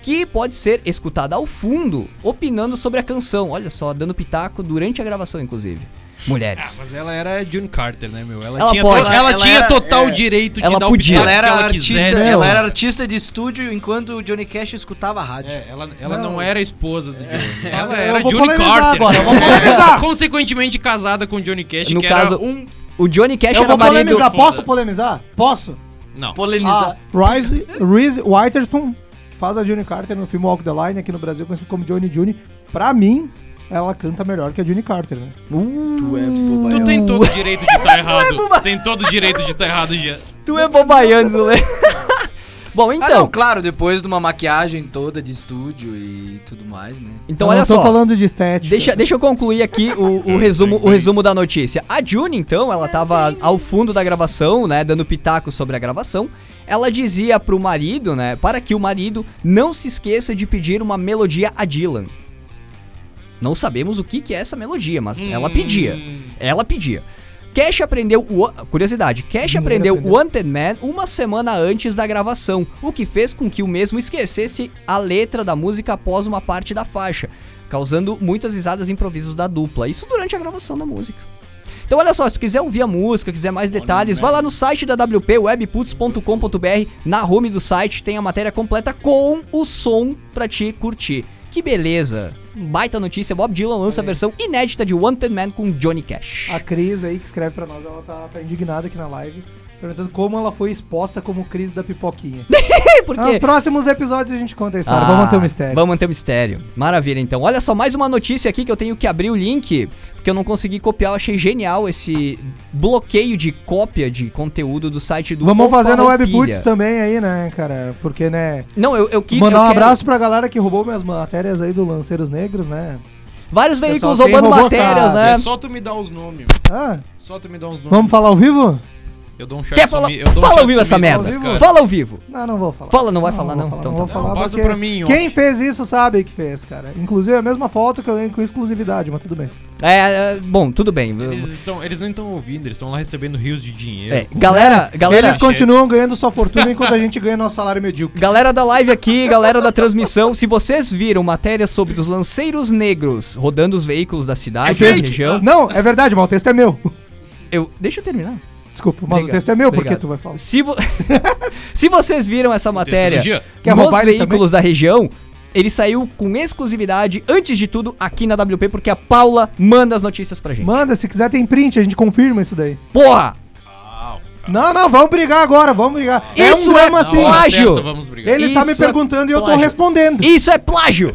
[SPEAKER 1] que pode ser escutada ao fundo, opinando sobre a canção. Olha só, dando pitaco durante a gravação, inclusive.
[SPEAKER 3] Ah,
[SPEAKER 1] Mulheres.
[SPEAKER 3] mas ela era June Carter, né, meu? Ela,
[SPEAKER 1] Ela
[SPEAKER 3] tinha,
[SPEAKER 1] pode.
[SPEAKER 3] to- ela,
[SPEAKER 4] Ela
[SPEAKER 3] tinha
[SPEAKER 4] era-
[SPEAKER 3] total
[SPEAKER 4] é.
[SPEAKER 3] direito de
[SPEAKER 1] Ela
[SPEAKER 3] dar
[SPEAKER 1] podia.
[SPEAKER 3] o
[SPEAKER 4] Ela
[SPEAKER 3] pitaco
[SPEAKER 4] era,
[SPEAKER 3] que ela
[SPEAKER 4] artista, né?
[SPEAKER 3] quisesse.
[SPEAKER 4] ela era artista de estúdio enquanto o Johnny Cash escutava a rádio.
[SPEAKER 3] É, ela, ela não.
[SPEAKER 2] Não. É.
[SPEAKER 3] era esposa do Johnny. Ela
[SPEAKER 2] Eu
[SPEAKER 3] era
[SPEAKER 2] vou
[SPEAKER 3] Johnny
[SPEAKER 2] polemizar
[SPEAKER 3] Carter.
[SPEAKER 2] agora, eu vou polemizar.
[SPEAKER 3] Consequentemente casada com Johnny Cash,
[SPEAKER 1] No
[SPEAKER 3] que
[SPEAKER 1] caso-
[SPEAKER 3] era um.
[SPEAKER 1] O Johnny Cash
[SPEAKER 2] Eu
[SPEAKER 1] era
[SPEAKER 2] vou
[SPEAKER 1] marido.
[SPEAKER 2] polemizar, posso
[SPEAKER 3] Foda.
[SPEAKER 2] polemizar? Posso? Ah,
[SPEAKER 3] Não.
[SPEAKER 4] Polenizar.
[SPEAKER 2] A Rise, Reese Witherspoon, que faz a Johnny Carter no filme Walk the Line, aqui no Brasil, conhecido como Johnny June, pra mim, ela canta melhor que a Johnny Carter, né?
[SPEAKER 1] Uh,
[SPEAKER 4] Tu é
[SPEAKER 3] Tu
[SPEAKER 4] bobaião.
[SPEAKER 3] tem todo o direito de
[SPEAKER 1] é
[SPEAKER 3] estar errado.
[SPEAKER 1] boba-
[SPEAKER 3] tem todo o direito de estar errado, Jean.
[SPEAKER 1] Tu é bobaiano, Zulê. Bom,
[SPEAKER 4] Ah,
[SPEAKER 1] então.
[SPEAKER 4] não, claro, depois de uma maquiagem toda de estúdio e tudo mais, né?
[SPEAKER 1] então,
[SPEAKER 2] Eu
[SPEAKER 1] olha
[SPEAKER 2] não tô
[SPEAKER 1] só.
[SPEAKER 2] falando de estética.
[SPEAKER 1] Deixa, deixa eu concluir aqui o, o resumo, o resumo da notícia. A June, então, ela tava ao fundo da gravação, né? Dando pitaco sobre a gravação. Ela dizia pro marido, né? Para que o marido não se esqueça de pedir uma melodia a Dylan. Não sabemos o que, que é essa melodia, mas ela pedia. Ela pedia. Cash aprendeu o. Curiosidade, Cash
[SPEAKER 2] Ninguém
[SPEAKER 1] aprendeu o
[SPEAKER 2] aprendeu.
[SPEAKER 1] Wanted Man uma semana antes da gravação, o que fez com que o mesmo esquecesse a letra da música após uma parte da faixa, causando muitas risadas e improvisos da dupla. Isso durante a gravação da música. Então olha só, se tu quiser ouvir a música, quiser mais detalhes, vai lá no site da WP, webputs.com.br, na home do site tem a matéria completa com o som pra te curtir. Que beleza! Baita notícia, Bob Dylan lança a versão inédita de Wanted Man com Johnny Cash.
[SPEAKER 2] A Cris aí, que escreve pra nós, ela tá, tá indignada aqui na live. perguntando como ela foi exposta como crise da pipoquinha.
[SPEAKER 1] Por
[SPEAKER 2] Nos
[SPEAKER 1] quê? Ah,
[SPEAKER 2] próximos episódios a gente conta a história. vamos manter o mistério.
[SPEAKER 1] Vamos manter o mistério. Maravilha, então. Olha só, mais uma notícia aqui que eu tenho que abrir o link, porque eu não consegui copiar. Eu achei genial esse bloqueio de cópia de conteúdo do site do
[SPEAKER 2] Vamos fazer no
[SPEAKER 1] Farroupilha.
[SPEAKER 2] Webboots também aí, né, cara? Porque, né...
[SPEAKER 1] Não, eu, eu que-
[SPEAKER 2] mandar
[SPEAKER 1] eu
[SPEAKER 2] um
[SPEAKER 1] quero-
[SPEAKER 2] abraço pra galera que roubou minhas matérias aí do Lanceiros Negros, né?
[SPEAKER 1] Vários veículos
[SPEAKER 2] Pessoal, quem
[SPEAKER 1] roubando
[SPEAKER 2] roubou
[SPEAKER 1] matérias,
[SPEAKER 2] sabe.
[SPEAKER 1] né?
[SPEAKER 3] É só tu me dar os nomes.
[SPEAKER 2] Ah,
[SPEAKER 3] Só tu me dar os nomes.
[SPEAKER 2] vamos falar ao vivo?
[SPEAKER 3] Eu dou um
[SPEAKER 1] Quer
[SPEAKER 3] chat
[SPEAKER 1] falar?
[SPEAKER 3] sumi- eu dou um
[SPEAKER 1] Fala
[SPEAKER 3] chat
[SPEAKER 1] ao vivo essa
[SPEAKER 3] sumir
[SPEAKER 1] merda.
[SPEAKER 3] esses caras.
[SPEAKER 1] Fala ao vivo.
[SPEAKER 2] Não, não vou falar.
[SPEAKER 1] Fala, não vai falar, não. Então
[SPEAKER 2] Não vou
[SPEAKER 1] tá.
[SPEAKER 2] falar,
[SPEAKER 3] Não, passa
[SPEAKER 2] porque
[SPEAKER 3] pra mim, ó.
[SPEAKER 2] Quem fez isso sabe que fez, cara. Inclusive é a mesma foto que eu ganhei com exclusividade, mas tudo bem.
[SPEAKER 1] É, é, bom, tudo bem.
[SPEAKER 3] Eles, estão, eles nem estão ouvindo, eles estão lá recebendo rios de dinheiro.
[SPEAKER 1] É, galera, galera.
[SPEAKER 2] Eles continuam ganhando sua fortuna enquanto a gente ganha nosso salário medíocre.
[SPEAKER 1] Galera da live aqui, galera da transmissão, se vocês viram matérias sobre os lanceiros negros rodando os veículos da cidade, da região,
[SPEAKER 2] Não, é verdade, mas o texto é meu.
[SPEAKER 1] eu deixa eu terminar.
[SPEAKER 2] Desculpa, mas o
[SPEAKER 1] Obrigado,
[SPEAKER 2] texto é meu, porque
[SPEAKER 1] obrigado.
[SPEAKER 2] tu vai falar.
[SPEAKER 1] Se, vo- se vocês viram essa matéria
[SPEAKER 3] Tecnologia.
[SPEAKER 2] Quer
[SPEAKER 1] nos
[SPEAKER 2] roubar ele
[SPEAKER 1] veículos da região, ele saiu com exclusividade, antes de tudo, aqui na WP, porque a Paula manda as notícias pra gente.
[SPEAKER 2] Manda, se quiser tem print, a gente confirma isso daí.
[SPEAKER 1] Porra!
[SPEAKER 2] Não, não, vamos brigar agora, vamos brigar.
[SPEAKER 1] Ah.
[SPEAKER 2] um
[SPEAKER 1] Isso é
[SPEAKER 2] drama,
[SPEAKER 1] plágio.
[SPEAKER 3] tá
[SPEAKER 1] Plágio.
[SPEAKER 3] certo, vamos brigar.
[SPEAKER 2] Ele tá me
[SPEAKER 1] Isso é
[SPEAKER 2] perguntando e eu tô
[SPEAKER 1] plágio.
[SPEAKER 2] respondendo.
[SPEAKER 1] Isso é plágio!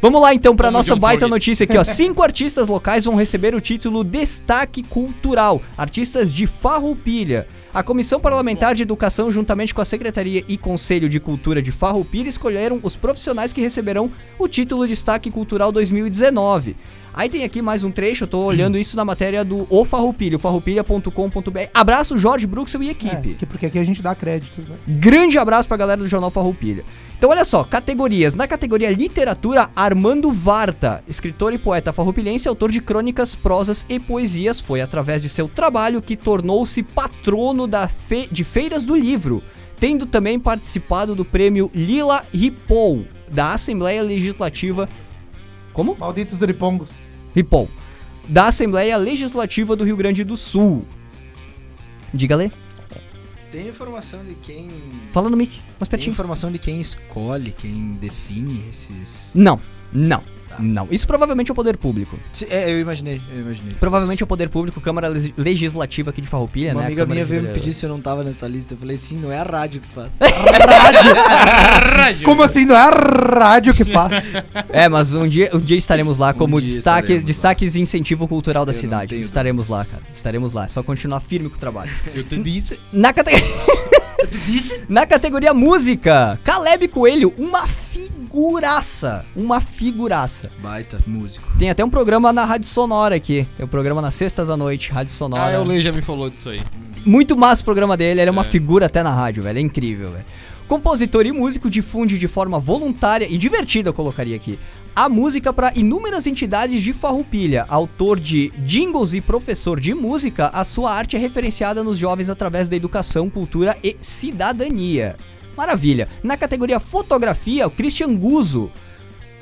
[SPEAKER 1] Vamos lá então pra
[SPEAKER 3] Vamos
[SPEAKER 1] nossa
[SPEAKER 3] junto,
[SPEAKER 1] baita
[SPEAKER 3] Maurício.
[SPEAKER 1] notícia aqui, ó. Cinco artistas locais vão receber o título Destaque Cultural, artistas de Farroupilha. A Comissão Parlamentar de Educação, juntamente com a Secretaria e Conselho de Cultura de Farroupilha, escolheram os profissionais que receberão o título Destaque Cultural 2019. Aí tem aqui mais um trecho, eu tô olhando isso na matéria do O Farroupilha, o farroupilha.com.br. Abraço Jorge Bruxel e
[SPEAKER 2] É,
[SPEAKER 1] equipe.
[SPEAKER 2] que- porque aqui a gente dá créditos, né?
[SPEAKER 1] Grande abraço pra galera do Jornal Farroupilha. Então olha só, categorias. Na categoria Literatura, Armando Varta, escritor e poeta farroupilhense, autor de crônicas, prosas e poesias, foi através de seu trabalho que tornou-se patrono da fe- de feiras do livro, tendo também participado do prêmio Lila Ripoll da Assembleia Legislativa. Como?
[SPEAKER 2] Malditos ripongos.
[SPEAKER 1] Ripoll. Da Assembleia Legislativa do Rio Grande do Sul. Diga, Lê.
[SPEAKER 4] Tem informação de quem.
[SPEAKER 1] Fala no mic, mais
[SPEAKER 4] Tem
[SPEAKER 1] pertinho.
[SPEAKER 4] informação de quem escolhe, quem define esses.
[SPEAKER 1] Não, não,
[SPEAKER 4] Tá.
[SPEAKER 1] não. Isso provavelmente é o poder público.
[SPEAKER 4] Se- É, eu imaginei, eu imaginei.
[SPEAKER 1] Provavelmente é o poder público, Câmara Legis- Legislativa aqui de Farroupilha,
[SPEAKER 4] Uma
[SPEAKER 1] né?
[SPEAKER 4] amiga
[SPEAKER 1] Câmara
[SPEAKER 4] minha
[SPEAKER 1] de
[SPEAKER 4] veio me
[SPEAKER 1] Vereadores.
[SPEAKER 4] pedir se eu não tava nessa lista. Eu falei, sim, não é a rádio que faz.
[SPEAKER 2] Como assim? Não é a rádio que faz.
[SPEAKER 1] É, mas um dia, um dia estaremos lá como
[SPEAKER 4] dia
[SPEAKER 1] destaque,
[SPEAKER 4] estaremos lá.
[SPEAKER 1] destaques e incentivo cultural da
[SPEAKER 4] Eu não
[SPEAKER 1] cidade.
[SPEAKER 4] tenho
[SPEAKER 1] Estaremos
[SPEAKER 4] dúvidas.
[SPEAKER 1] lá, cara. Estaremos lá. É só continuar firme com o trabalho.
[SPEAKER 3] Eu te disse.
[SPEAKER 1] Na, cate- Na categoria música, Caleb Coelho, uma figuraça. Uma figuraça.
[SPEAKER 4] Baita, músico.
[SPEAKER 1] Tem até um programa na Rádio Sonora aqui. Tem um programa nas sextas à noite, Rádio
[SPEAKER 3] Ah,
[SPEAKER 1] Sonora.
[SPEAKER 3] eu leio, já me falou disso aí.
[SPEAKER 1] Muito massa o programa dele, ele é uma
[SPEAKER 3] É.
[SPEAKER 1] figura até na rádio, velho. É incrível, velho. Compositor e músico difunde de forma voluntária e divertida, eu colocaria aqui, a música para inúmeras entidades de farroupilha. Autor de jingles e professor de música, a sua arte é referenciada nos jovens através da educação, cultura e cidadania. Maravilha. Na categoria fotografia, o Christian Guzzo.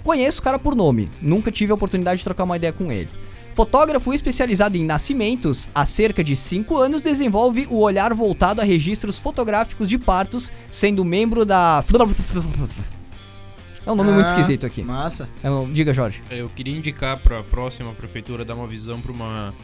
[SPEAKER 1] Conheço o cara por nome, nunca tive a oportunidade de trocar uma ideia com ele. Fotógrafo especializado em nascimentos, há cerca de 5 anos desenvolve o olhar voltado a registros fotográficos de partos, sendo membro da. É um nome muito
[SPEAKER 4] Ah,
[SPEAKER 1] esquisito aqui.
[SPEAKER 4] Massa.
[SPEAKER 1] É um- Diga, Jorge.
[SPEAKER 3] Eu queria indicar pra próxima prefeitura dar uma visão pra uma.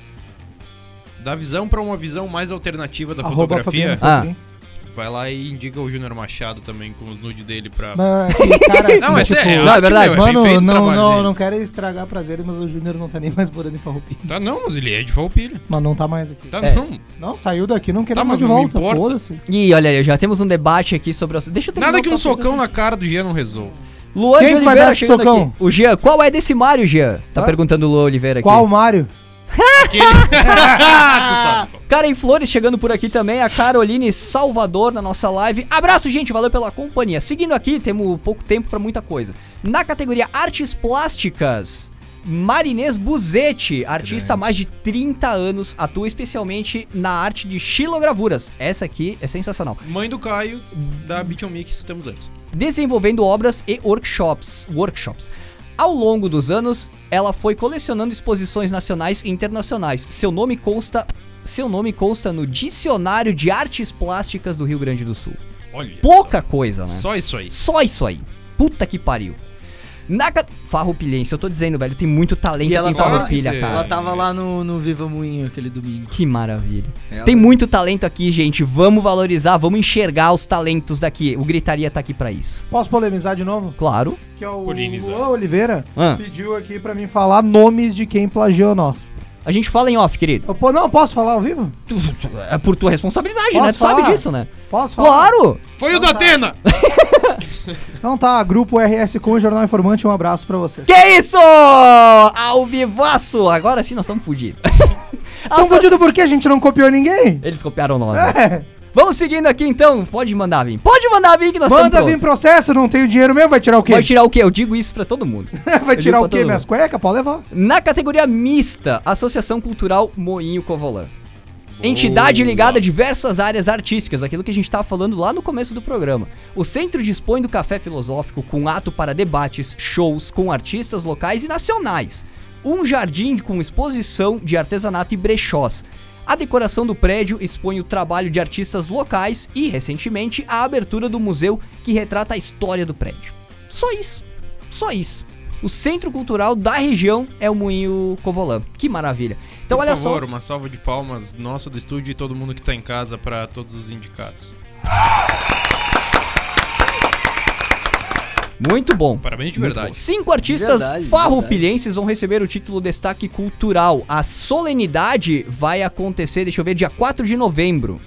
[SPEAKER 3] Dar visão pra uma visão mais alternativa da fotografia.
[SPEAKER 1] Fabiano. Ah.
[SPEAKER 3] Vai lá e indica o Júnior Machado também com os nudes dele pra.
[SPEAKER 2] Mas, que cara,
[SPEAKER 3] Não, é
[SPEAKER 2] assim,
[SPEAKER 3] sério,
[SPEAKER 1] não, é
[SPEAKER 3] arte,
[SPEAKER 1] verdade,
[SPEAKER 3] meu, bem
[SPEAKER 2] Mano,
[SPEAKER 3] feito o
[SPEAKER 2] não,
[SPEAKER 3] trabalho
[SPEAKER 2] não,
[SPEAKER 3] dele.
[SPEAKER 2] não quero estragar prazer, mas o Júnior não tá nem mais morando em Farroupilha.
[SPEAKER 3] Tá não, mas ele é de Valpilha.
[SPEAKER 2] Mas não tá mais aqui.
[SPEAKER 3] Tá
[SPEAKER 1] É.
[SPEAKER 3] não.
[SPEAKER 2] Não, saiu daqui, não queremos
[SPEAKER 3] mas
[SPEAKER 2] de
[SPEAKER 3] não me
[SPEAKER 2] volta,
[SPEAKER 3] importa.
[SPEAKER 2] foda-se.
[SPEAKER 1] Ih, olha aí, já temos um debate aqui sobre. o- Deixa eu terminar
[SPEAKER 3] Nada
[SPEAKER 1] o
[SPEAKER 3] que um
[SPEAKER 1] tópico
[SPEAKER 3] socão
[SPEAKER 1] daqui.
[SPEAKER 3] na cara do Gia não resolva.
[SPEAKER 1] Luan
[SPEAKER 2] Quem
[SPEAKER 1] de
[SPEAKER 2] que vai dar
[SPEAKER 1] Oliveira
[SPEAKER 2] esse
[SPEAKER 1] chegando
[SPEAKER 2] socão?
[SPEAKER 1] aqui. O Jean, qual é desse Mário, Jean? Tá
[SPEAKER 2] Hã?
[SPEAKER 1] perguntando o Luan Oliveira aqui.
[SPEAKER 2] Qual Mário?
[SPEAKER 3] Aquele. Ah, tu sabe.
[SPEAKER 1] Karen Flores chegando por aqui também, a Caroline Salvador na nossa live. Abraço, gente, valeu pela companhia. Seguindo aqui, temos pouco tempo pra muita coisa. Na categoria Artes Plásticas, Marinês Buzetti, artista há mais de 30 anos, atua especialmente na arte de xilogravuras. Essa aqui é sensacional.
[SPEAKER 3] Mãe do Caio, da Beat on Mix, estamos antes.
[SPEAKER 1] Desenvolvendo obras e workshops, workshops. Ao longo dos anos, ela foi colecionando exposições nacionais e internacionais. Seu nome consta seu nome consta no Dicionário de Artes Plásticas do Rio Grande do Sul.
[SPEAKER 3] Olha.
[SPEAKER 1] Pouca coisa, né?
[SPEAKER 3] Só isso aí.
[SPEAKER 1] Só isso aí. Puta que pariu. Na ca- Farroupilhense, eu tô dizendo, velho, tem muito talento
[SPEAKER 4] E ela
[SPEAKER 1] em
[SPEAKER 4] tava-
[SPEAKER 1] Farroupilha, cara.
[SPEAKER 4] Ela tá- tava lá no, no Viva Moinho aquele domingo.
[SPEAKER 1] Que maravilha.
[SPEAKER 4] Ela- é.
[SPEAKER 1] Tem muito talento aqui, gente. Vamos valorizar, vamos enxergar os talentos daqui. O Gritaria tá aqui pra isso.
[SPEAKER 2] Posso polemizar de novo?
[SPEAKER 1] Claro.
[SPEAKER 2] Que é o
[SPEAKER 3] Polinizar.
[SPEAKER 2] Luan Oliveira
[SPEAKER 1] Ah,
[SPEAKER 2] pediu aqui pra mim falar nomes de quem plagiou nós.
[SPEAKER 1] a gente fala em off, querido.
[SPEAKER 2] Eu, po- não, posso falar ao vivo?
[SPEAKER 1] Tu- tu- é por tua responsabilidade,
[SPEAKER 2] Posso
[SPEAKER 1] né? Tu
[SPEAKER 2] falar?
[SPEAKER 1] sabe disso, né?
[SPEAKER 2] Posso falar?
[SPEAKER 1] Claro!
[SPEAKER 3] Foi o da Atena!
[SPEAKER 2] Então tá, grupo RS com o Jornal Informante, um abraço pra vocês.
[SPEAKER 1] Que isso? Ao vivaço! Agora sim nós estamos fudidos.
[SPEAKER 2] Tão
[SPEAKER 1] Associa-
[SPEAKER 2] Tá fudido por quê? A gente não copiou ninguém?
[SPEAKER 1] Eles copiaram nós. né?
[SPEAKER 2] É.
[SPEAKER 1] Vamos seguindo aqui então. Pode mandar vir. Pode mandar vir que nós estamos
[SPEAKER 2] Manda vir
[SPEAKER 1] prontos.
[SPEAKER 2] processo, não tenho dinheiro mesmo, vai tirar o quê?
[SPEAKER 1] Vai tirar o quê? Eu digo isso pra todo mundo.
[SPEAKER 2] Vai tirar
[SPEAKER 1] pra
[SPEAKER 2] o quê?
[SPEAKER 1] todo
[SPEAKER 2] Minhas
[SPEAKER 1] mundo.
[SPEAKER 2] cuecas? Pode levar.
[SPEAKER 1] Na categoria mista, Associação Cultural Moinho Covolan. Entidade ligada a diversas áreas artísticas, aquilo que a gente estava falando lá no começo do programa. O centro dispõe do café filosófico com ato para debates, shows com artistas locais e nacionais, um jardim com exposição de artesanato e brechós. A decoração do prédio expõe o trabalho de artistas locais e, recentemente, a abertura do museu que retrata a história do prédio. Só isso. Só isso. O centro cultural da região é o Moinho Covolan. Que maravilha. Então,
[SPEAKER 3] Por
[SPEAKER 1] olha só.
[SPEAKER 3] favor, uma salva de palmas nossa do estúdio e todo mundo que tá em casa pra todos os indicados.
[SPEAKER 1] Muito bom.
[SPEAKER 3] Parabéns de
[SPEAKER 1] Muito bom.
[SPEAKER 3] verdade.
[SPEAKER 1] Cinco artistas
[SPEAKER 4] Verdade,
[SPEAKER 1] farroupilhenses vão receber o título Destaque Cultural. A solenidade vai acontecer, deixa eu ver, dia 4 de novembro.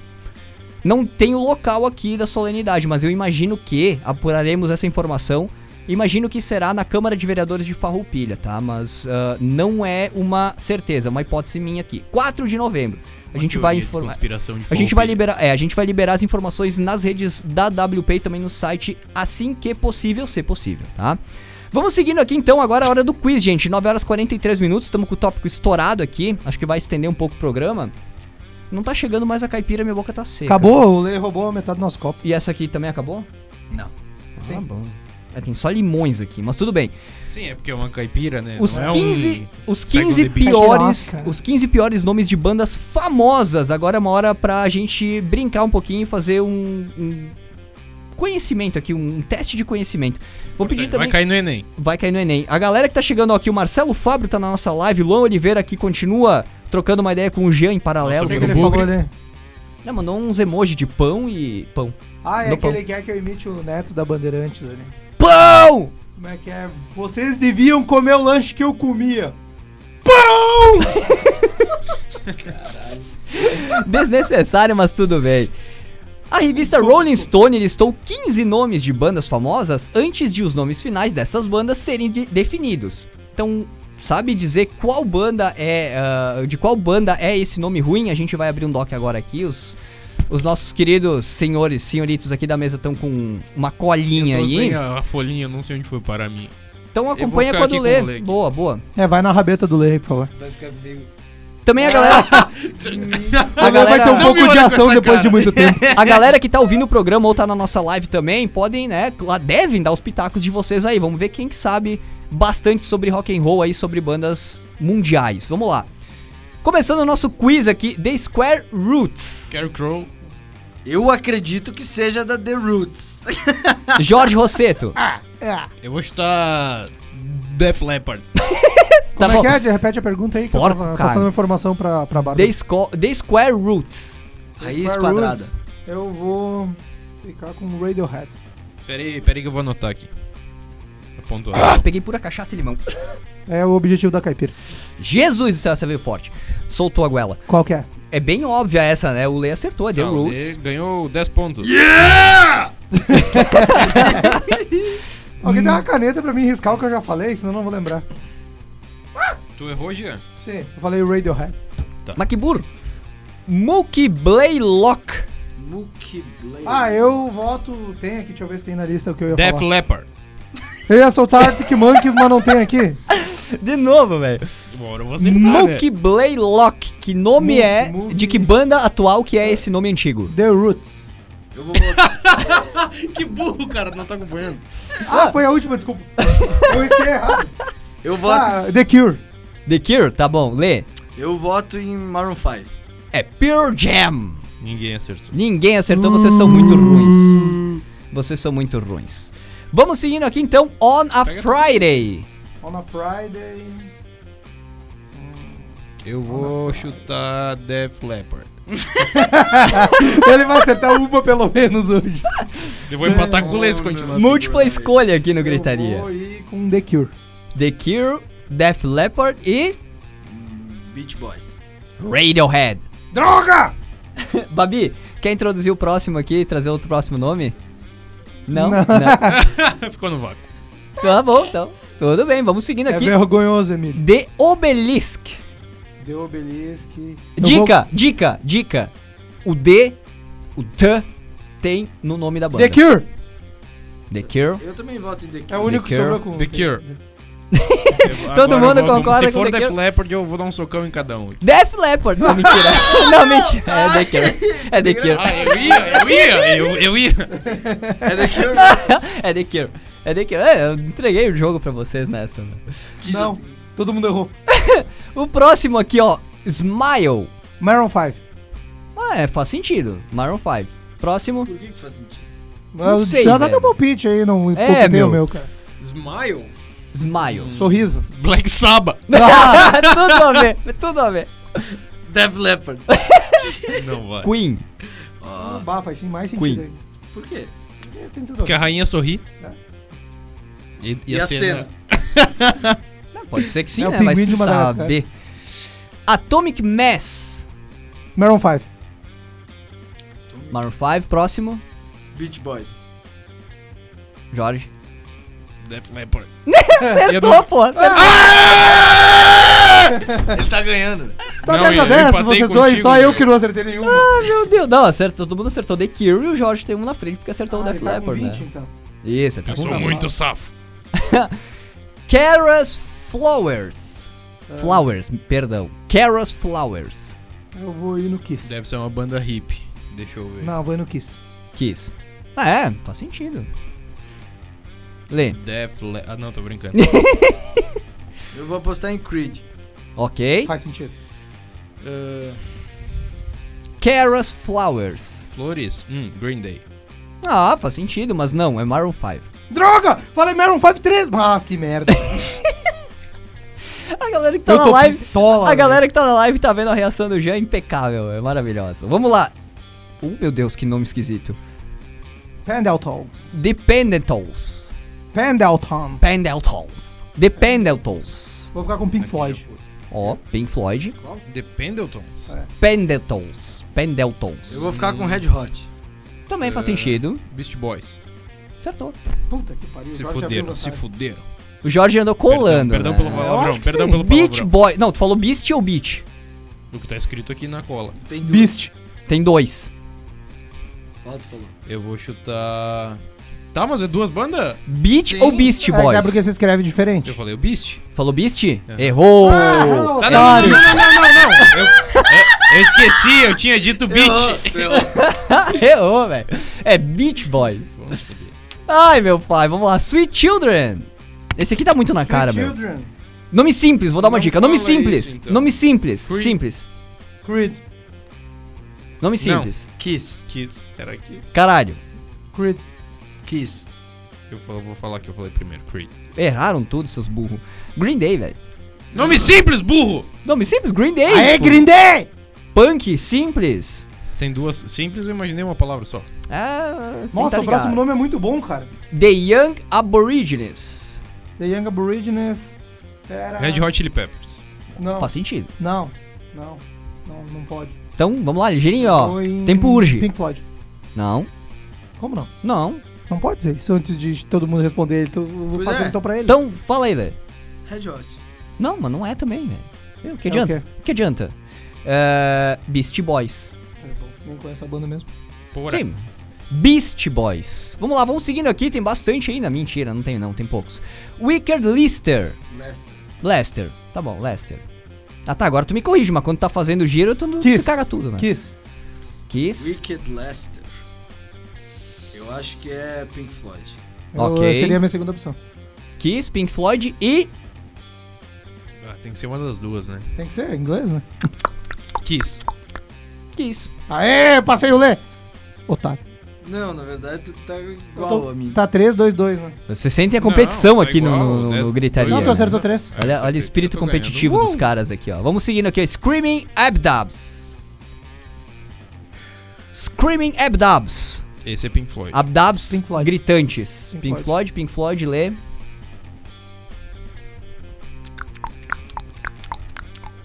[SPEAKER 1] Não tem o local aqui da solenidade, mas eu imagino que apuraremos essa informação. Imagino que será na Câmara de Vereadores de Farroupilha, tá? Mas ah, não é uma certeza, é uma hipótese minha aqui. 4 de novembro. A
[SPEAKER 3] Uma
[SPEAKER 1] gente
[SPEAKER 3] teoria
[SPEAKER 1] vai
[SPEAKER 3] de
[SPEAKER 1] informar.
[SPEAKER 3] Conspiração de
[SPEAKER 1] A gente vai
[SPEAKER 3] Foley.
[SPEAKER 1] liberar, é, a gente vai liberar as informações nas redes da WP e também no site assim que possível, se possível, tá? Vamos seguindo aqui então, agora é a hora do quiz, gente. 9 horas e 43 minutos, estamos com o tópico estourado aqui. Acho que vai estender um pouco o programa. Não tá chegando mais a caipira, minha boca tá seca.
[SPEAKER 2] Acabou, o Lei roubou metade do nosso copo.
[SPEAKER 1] E essa aqui também acabou?
[SPEAKER 4] Não.
[SPEAKER 1] Tá bom. É, tem só limões aqui, mas tudo bem.
[SPEAKER 3] Sim, é porque é uma caipira, né?
[SPEAKER 1] Os
[SPEAKER 3] Não é um-
[SPEAKER 1] 15, os
[SPEAKER 3] Sex on
[SPEAKER 1] 15
[SPEAKER 3] the Beach.
[SPEAKER 1] piores,
[SPEAKER 2] Nossa.
[SPEAKER 1] os 15 piores nomes de bandas famosas. Agora é uma hora pra gente brincar um pouquinho e fazer um, um conhecimento aqui, um teste de conhecimento. Vou pedir também,
[SPEAKER 3] Vai cair no Enem.
[SPEAKER 1] vai cair no Enem. A galera que tá chegando aqui, o Marcelo Fábio tá na nossa live, o Luan Oliveira aqui continua trocando uma ideia com o Jean em paralelo.
[SPEAKER 2] O que,
[SPEAKER 3] Nosso
[SPEAKER 2] que ele
[SPEAKER 3] Bugre.
[SPEAKER 2] falou ali?
[SPEAKER 1] Não, mandou uns emojis de pão e pão.
[SPEAKER 2] Ah, é
[SPEAKER 1] No
[SPEAKER 2] aquele que quer que eu imite o neto da Bandeirantes ali.
[SPEAKER 1] Pão!
[SPEAKER 2] Como é que é? Vocês deviam comer o lanche que eu comia.
[SPEAKER 1] Desnecessário, mas tudo bem. A revista Rolling Stone listou 15 nomes de bandas famosas antes de os nomes finais dessas bandas serem de- definidos. Então, sabe dizer qual banda é. ah, de qual banda é esse nome ruim? A gente vai abrir um doc agora aqui. Os, os nossos queridos senhores, senhoritos aqui da mesa estão com uma colinha
[SPEAKER 3] Eu tô
[SPEAKER 1] aí.
[SPEAKER 3] sem a a folhinha, eu não sei onde foi parar a minha.
[SPEAKER 1] Então
[SPEAKER 3] vou
[SPEAKER 1] acompanha
[SPEAKER 3] ficar
[SPEAKER 1] quando
[SPEAKER 3] aqui com o
[SPEAKER 1] lê.
[SPEAKER 3] moleque.
[SPEAKER 1] Boa, boa.
[SPEAKER 2] É, vai na rabeta do Lei, por favor.
[SPEAKER 4] Vai ficar meio...
[SPEAKER 1] Também a galera. a
[SPEAKER 2] Agora vai ter um
[SPEAKER 3] Não me
[SPEAKER 2] pouco de
[SPEAKER 3] olha com
[SPEAKER 2] ação
[SPEAKER 3] essa
[SPEAKER 2] depois
[SPEAKER 3] cara.
[SPEAKER 2] de muito tempo.
[SPEAKER 1] A galera que tá ouvindo o programa ou tá na nossa live também, podem, né, lá devem dar os pitacos de vocês aí. Vamos ver quem que sabe bastante sobre rock and roll aí, sobre bandas mundiais. Vamos lá. Começando o nosso quiz aqui, The Square Roots.
[SPEAKER 3] Scarecrow.
[SPEAKER 4] Eu acredito que seja da The Roots.
[SPEAKER 1] Jorge Rosseto. É.
[SPEAKER 3] Eu vou chutar Def Leppard.
[SPEAKER 1] Tá
[SPEAKER 2] Como é
[SPEAKER 1] bom.
[SPEAKER 2] que é? De- Repete a pergunta aí que
[SPEAKER 1] Porco,
[SPEAKER 2] eu tava
[SPEAKER 1] cara.
[SPEAKER 2] passando uma informação pra, pra Bárbara.
[SPEAKER 1] The, Sco- The Square Roots.
[SPEAKER 4] Raiz
[SPEAKER 2] Roots.
[SPEAKER 4] quadrada.
[SPEAKER 2] Eu vou ficar com o Radiohead.
[SPEAKER 3] Peraí, peraí que eu vou anotar aqui. Apontou.
[SPEAKER 1] Ah, peguei pura cachaça e limão.
[SPEAKER 2] É o objetivo da caipira.
[SPEAKER 1] Jesus do céu, essa veio forte. Soltou a goela.
[SPEAKER 2] Qual que é?
[SPEAKER 1] É bem óbvia essa, né? O Lei acertou, é The
[SPEAKER 3] Não,
[SPEAKER 1] Roots.
[SPEAKER 3] ele ganhou 10 pontos.
[SPEAKER 2] Alguém tem uma caneta pra mim riscar o que eu já falei, senão eu não vou lembrar.
[SPEAKER 3] Tu errou, Jean?
[SPEAKER 2] Sim. Eu falei Radiohead.
[SPEAKER 1] Mas que burro. Mookie Blaylock.
[SPEAKER 4] Mookie Blade.
[SPEAKER 2] Ah, eu voto... Tem aqui, deixa eu ver se tem na lista o que eu ia
[SPEAKER 3] Def
[SPEAKER 2] falar.
[SPEAKER 3] Leppard.
[SPEAKER 2] Eu ia soltar Arctic Monkeys, mas não tem aqui.
[SPEAKER 1] De novo, velho.
[SPEAKER 3] Agora eu vou acertar, né?
[SPEAKER 1] Mookie Blaylock, que nome
[SPEAKER 2] Mo-
[SPEAKER 1] é
[SPEAKER 2] Mookie-
[SPEAKER 1] de que banda atual que é esse nome antigo?
[SPEAKER 2] The Roots.
[SPEAKER 4] Eu vou botar.
[SPEAKER 3] Que burro, cara, não tá acompanhando.
[SPEAKER 2] Ah, foi a última, desculpa. Eu esqueci errado.
[SPEAKER 4] Eu voto,
[SPEAKER 2] Ah, The Cure.
[SPEAKER 1] The Cure, tá bom, lê.
[SPEAKER 2] Ah.
[SPEAKER 4] eu voto em Maroon 5.
[SPEAKER 1] É Pure Jam.
[SPEAKER 3] Ninguém acertou.
[SPEAKER 1] Ninguém acertou, vocês são muito ruins. Vocês são muito ruins. Vamos seguindo aqui então, On a
[SPEAKER 3] Pega-
[SPEAKER 1] Friday.
[SPEAKER 2] On a Friday. Hum.
[SPEAKER 3] Eu vou chutar Def Leppard.
[SPEAKER 2] Ele vai acertar uma pelo menos hoje.
[SPEAKER 3] Eu vou empatar com o Lê se continuar.
[SPEAKER 1] Múltipla
[SPEAKER 3] assim.
[SPEAKER 1] escolha aqui no Gritaria.
[SPEAKER 2] Eu vou ir com The Cure.
[SPEAKER 1] The Cure, Def Leppard e
[SPEAKER 4] Beach Boys.
[SPEAKER 1] Radiohead.
[SPEAKER 2] Droga!
[SPEAKER 1] Babi, quer introduzir o próximo aqui e trazer outro próximo nome? Não? Não.
[SPEAKER 2] Não.
[SPEAKER 3] Ficou no vácuo.
[SPEAKER 1] Tá bom, então. Tudo bem, vamos seguindo
[SPEAKER 2] É
[SPEAKER 1] aqui.
[SPEAKER 2] vergonhoso, Emílio.
[SPEAKER 1] The Obelisk.
[SPEAKER 2] The Obelisk. Eu
[SPEAKER 1] Dica, dica, dica. O D, o T tem no nome da
[SPEAKER 2] vou-
[SPEAKER 1] banda.
[SPEAKER 2] The Cure!
[SPEAKER 1] The Cure.
[SPEAKER 4] Eu também voto em The Cure.
[SPEAKER 2] É o único que
[SPEAKER 1] Cure.
[SPEAKER 2] sobrou com
[SPEAKER 3] The Cure.
[SPEAKER 1] Todo
[SPEAKER 3] Agora
[SPEAKER 1] mundo
[SPEAKER 3] eu vou-
[SPEAKER 1] concorda
[SPEAKER 3] Se
[SPEAKER 1] com
[SPEAKER 3] for
[SPEAKER 1] o The
[SPEAKER 3] Def
[SPEAKER 1] Cure?
[SPEAKER 3] Leppard, eu vou dar um socão em cada um.
[SPEAKER 1] Def Leppard. Não, mentira. Não, mentira. É The Cure. É The Cure.
[SPEAKER 3] Ah, eu ia, eu ia, eu, eu ia.
[SPEAKER 4] É The Cure.
[SPEAKER 1] É The Cure. É The Cure. É, eu entreguei o jogo pra vocês nessa. né?
[SPEAKER 2] Não, todo mundo errou.
[SPEAKER 1] O próximo aqui, ó. Smile.
[SPEAKER 2] Maroon 5.
[SPEAKER 1] Ah, é, faz sentido. Maroon 5. Próximo.
[SPEAKER 4] Por que que faz sentido?
[SPEAKER 1] Não sei,
[SPEAKER 2] Já dá
[SPEAKER 1] velho.
[SPEAKER 2] teu palpite aí, não
[SPEAKER 1] É,
[SPEAKER 2] palpitei
[SPEAKER 1] meu. Hum.
[SPEAKER 2] o meu, cara.
[SPEAKER 3] Smile?
[SPEAKER 1] Smile.
[SPEAKER 2] Sorriso.
[SPEAKER 3] Black Sabbath.
[SPEAKER 1] tudo a ver. Tudo a ver.
[SPEAKER 4] Def Leppard.
[SPEAKER 3] Não vai.
[SPEAKER 1] Queen.
[SPEAKER 4] Ó,
[SPEAKER 2] Bah, faz sim assim, mais sentido
[SPEAKER 1] Ah. Queen.
[SPEAKER 2] aí.
[SPEAKER 4] por quê?
[SPEAKER 2] É, Tem tudo. a
[SPEAKER 3] Porque a rainha sorri.
[SPEAKER 2] Tá.
[SPEAKER 3] E,
[SPEAKER 4] E a cena?
[SPEAKER 1] Não, pode ser que sim,
[SPEAKER 2] É o
[SPEAKER 1] né? Vai
[SPEAKER 2] pinguim de Madagascar.
[SPEAKER 1] saber. Atomic Mass.
[SPEAKER 2] ver. Maroon 5.
[SPEAKER 1] Maroon 5. Próximo.
[SPEAKER 4] Beach Boys.
[SPEAKER 1] Jorge.
[SPEAKER 3] Def Leppard. Eu
[SPEAKER 1] Acertou,
[SPEAKER 3] não- Ah!
[SPEAKER 1] pô. Acertou.
[SPEAKER 4] Ele tá ganhando.
[SPEAKER 2] Tá
[SPEAKER 3] Não,
[SPEAKER 2] dessa
[SPEAKER 3] eu
[SPEAKER 2] dessa,
[SPEAKER 3] empatei
[SPEAKER 2] vocês
[SPEAKER 3] contigo, né?
[SPEAKER 2] dois, só eu
[SPEAKER 3] velho.
[SPEAKER 2] que não acertei nenhuma.
[SPEAKER 1] Ah, meu Deus. Não, acertou. Todo mundo acertou The Cure e o Jorge tem um na frente porque acertou o
[SPEAKER 2] Ah,
[SPEAKER 1] Def
[SPEAKER 2] ele tá com
[SPEAKER 1] Leppard,
[SPEAKER 2] 20,
[SPEAKER 1] né?
[SPEAKER 2] então.
[SPEAKER 1] Isso, ele tá
[SPEAKER 3] Eu
[SPEAKER 1] com
[SPEAKER 3] sou
[SPEAKER 1] um.
[SPEAKER 3] muito safo.
[SPEAKER 1] Kara's Flowers.
[SPEAKER 2] Ah.
[SPEAKER 1] Flowers, perdão. Kara's Flowers.
[SPEAKER 2] Eu vou ir no Kiss.
[SPEAKER 3] Deve ser uma banda hippie. Deixa eu ver.
[SPEAKER 2] Não, eu vou ir no Kiss.
[SPEAKER 1] Kiss. Ah, é, faz sentido. Lê.
[SPEAKER 3] Def Le... Ah, não, tô brincando.
[SPEAKER 4] Eu vou apostar em Creed.
[SPEAKER 1] Ok.
[SPEAKER 2] Faz sentido.
[SPEAKER 3] Ah,
[SPEAKER 1] Kara's Flowers.
[SPEAKER 3] flores? Hum, Green Day.
[SPEAKER 1] Ah, faz sentido, mas não, é Maroon 5.
[SPEAKER 2] Droga! Falei Maroon 5 3. Mas que merda.
[SPEAKER 1] A galera que tá
[SPEAKER 2] Eu
[SPEAKER 1] na
[SPEAKER 2] tô
[SPEAKER 1] live.
[SPEAKER 2] pistola,
[SPEAKER 1] a
[SPEAKER 2] velho.
[SPEAKER 1] galera que tá na live tá vendo a reação do Jean impecável, é maravilhosa. Vamos lá. Uh, meu Deus, que nome esquisito.
[SPEAKER 2] Pendletons.
[SPEAKER 1] Dependentals.
[SPEAKER 2] Pendleton.
[SPEAKER 1] Pendletons. Dependentals.
[SPEAKER 2] Vou ficar com Pink Floyd.
[SPEAKER 1] Ó, Pink Floyd.
[SPEAKER 3] Qual? The Pendletons?
[SPEAKER 2] É.
[SPEAKER 1] Pendletons. Pendletons.
[SPEAKER 4] Eu vou ficar com Red Hot.
[SPEAKER 1] Também faz
[SPEAKER 3] É. Hum,
[SPEAKER 1] sentido.
[SPEAKER 3] Beast Boys.
[SPEAKER 1] Acertou.
[SPEAKER 2] Puta que pariu.
[SPEAKER 3] Se
[SPEAKER 2] Jorge abriu
[SPEAKER 3] fuderam,
[SPEAKER 2] meu
[SPEAKER 3] se
[SPEAKER 2] site.
[SPEAKER 3] fuderam.
[SPEAKER 1] O Jorge andou colando.
[SPEAKER 3] Perdão,
[SPEAKER 1] né?
[SPEAKER 3] pelo palavrão,
[SPEAKER 2] que
[SPEAKER 3] perdão
[SPEAKER 2] sim.
[SPEAKER 3] pelo palavrão.
[SPEAKER 1] Beach Boy. Não, tu falou Beast ou Beach?
[SPEAKER 3] O que tá escrito aqui na cola.
[SPEAKER 4] Tem duas.
[SPEAKER 2] Beast. É,
[SPEAKER 1] Tem dois.
[SPEAKER 4] Qual tu falou?
[SPEAKER 3] Eu vou chutar. Tá, mas é duas bandas?
[SPEAKER 1] Beach
[SPEAKER 4] Sim.
[SPEAKER 1] ou Beast
[SPEAKER 2] É,
[SPEAKER 1] Boys?
[SPEAKER 2] é porque você escreve diferente.
[SPEAKER 3] Eu falei o Beast.
[SPEAKER 1] Falou Beast? Errou! Oh,
[SPEAKER 2] Ah,
[SPEAKER 3] Tá, não, não, não,
[SPEAKER 2] otário.
[SPEAKER 3] não, não, não, não. Eu, é, eu esqueci, eu tinha dito Beat.
[SPEAKER 4] Beach.
[SPEAKER 1] Errou, velho. É Beach Boys.
[SPEAKER 3] Vamos foder.
[SPEAKER 1] Ai, meu pai, vamos lá. Sweet Children. Esse aqui tá muito na cara, meu.
[SPEAKER 2] Children.
[SPEAKER 1] Nome simples, vou dar uma
[SPEAKER 3] Não
[SPEAKER 1] dica. Nome
[SPEAKER 3] fala
[SPEAKER 1] simples.
[SPEAKER 3] isso, então.
[SPEAKER 1] Nome simples.
[SPEAKER 3] Creed.
[SPEAKER 1] Simples.
[SPEAKER 2] Creed.
[SPEAKER 1] Nome simples.
[SPEAKER 4] Kiss.
[SPEAKER 3] Kiss. Era Kiss.
[SPEAKER 1] Caralho.
[SPEAKER 2] Creed.
[SPEAKER 4] Kiss.
[SPEAKER 3] Eu falo- vou falar que eu falei primeiro, Creed.
[SPEAKER 1] Erraram tudo, seus burros. Green Day, velho.
[SPEAKER 3] Nome simples, burro!
[SPEAKER 1] Nome simples, Green Day.
[SPEAKER 2] Aê,
[SPEAKER 1] tipo,
[SPEAKER 2] Green Day!
[SPEAKER 1] Punk, simples.
[SPEAKER 3] Tem duas. Simples, eu imaginei uma palavra só.
[SPEAKER 1] Ah, você tem que
[SPEAKER 2] Nossa,
[SPEAKER 1] tá
[SPEAKER 2] o próximo
[SPEAKER 1] ligado.
[SPEAKER 2] nome é muito bom, cara.
[SPEAKER 1] The Young Aborigines.
[SPEAKER 2] The Young Aborigines.
[SPEAKER 1] Ah.
[SPEAKER 2] Era...
[SPEAKER 3] Red Hot Chili Peppers.
[SPEAKER 2] Não,
[SPEAKER 1] Faz sentido.
[SPEAKER 2] não, não, não, não pode.
[SPEAKER 1] Então, vamos lá, ligeirinho, ó.
[SPEAKER 2] Foi em
[SPEAKER 1] Tempo urge.
[SPEAKER 2] Pink Floyd.
[SPEAKER 1] Não,
[SPEAKER 2] Como não?
[SPEAKER 1] não.
[SPEAKER 2] Não pode dizer isso antes de todo mundo responder. Ele, eu vou
[SPEAKER 4] Pois
[SPEAKER 2] fazer
[SPEAKER 4] é.
[SPEAKER 2] então pra ele.
[SPEAKER 1] Então, fala aí, velho.
[SPEAKER 4] Red Hot.
[SPEAKER 1] Não, mas não é também, velho. O que
[SPEAKER 2] É o
[SPEAKER 1] adianta?
[SPEAKER 2] quê?
[SPEAKER 1] o que adianta? É, Beast Boys.
[SPEAKER 2] É bom, Nem conheço a banda mesmo.
[SPEAKER 3] Porra.
[SPEAKER 1] Sim. Beast Boys. Vamos lá, vamos seguindo aqui, tem bastante ainda. Mentira, não tem não, tem poucos. Wicked Lister.
[SPEAKER 4] Lester.
[SPEAKER 1] Lester. Tá bom, Lester. Ah tá, agora tu me corrige, mas quando tá fazendo o giro, tu, tu
[SPEAKER 2] Kiss.
[SPEAKER 1] caga tudo, né?
[SPEAKER 2] Kiss.
[SPEAKER 1] Kiss.
[SPEAKER 4] Wicked Lester. Eu acho que é Pink Floyd.
[SPEAKER 2] Eu-
[SPEAKER 1] Ok.
[SPEAKER 2] seria a minha segunda opção.
[SPEAKER 1] Kiss, Pink Floyd e
[SPEAKER 3] Ah, tem que ser uma das duas, né?
[SPEAKER 2] Tem que ser em inglês, né?
[SPEAKER 3] Kiss.
[SPEAKER 1] Kiss.
[SPEAKER 2] Aê, passei o Lê! Otário.
[SPEAKER 4] Não, na verdade tu tá igual,
[SPEAKER 2] Eu tô-
[SPEAKER 4] amigo.
[SPEAKER 2] Tá 3, 2, 2, né?
[SPEAKER 1] Vocês sentem a competição
[SPEAKER 3] Não, tá
[SPEAKER 1] aqui no-
[SPEAKER 3] igual,
[SPEAKER 1] no, no,
[SPEAKER 3] dez-
[SPEAKER 1] gritaria.
[SPEAKER 2] Não, tu
[SPEAKER 1] né?
[SPEAKER 2] acertou três.
[SPEAKER 3] É,
[SPEAKER 1] Olha, olha o
[SPEAKER 3] eu
[SPEAKER 1] espírito
[SPEAKER 3] tô ganhando.
[SPEAKER 1] competitivo dos
[SPEAKER 2] Uh!
[SPEAKER 1] caras aqui, ó. Vamos seguindo aqui, ó. Screaming Abdabs. Screaming Abdabs.
[SPEAKER 3] Esse é Pink Floyd.
[SPEAKER 1] Abdabs
[SPEAKER 2] Pink Floyd.
[SPEAKER 1] gritantes. Pink,
[SPEAKER 2] Pink
[SPEAKER 1] Floyd. Pink Floyd, lê.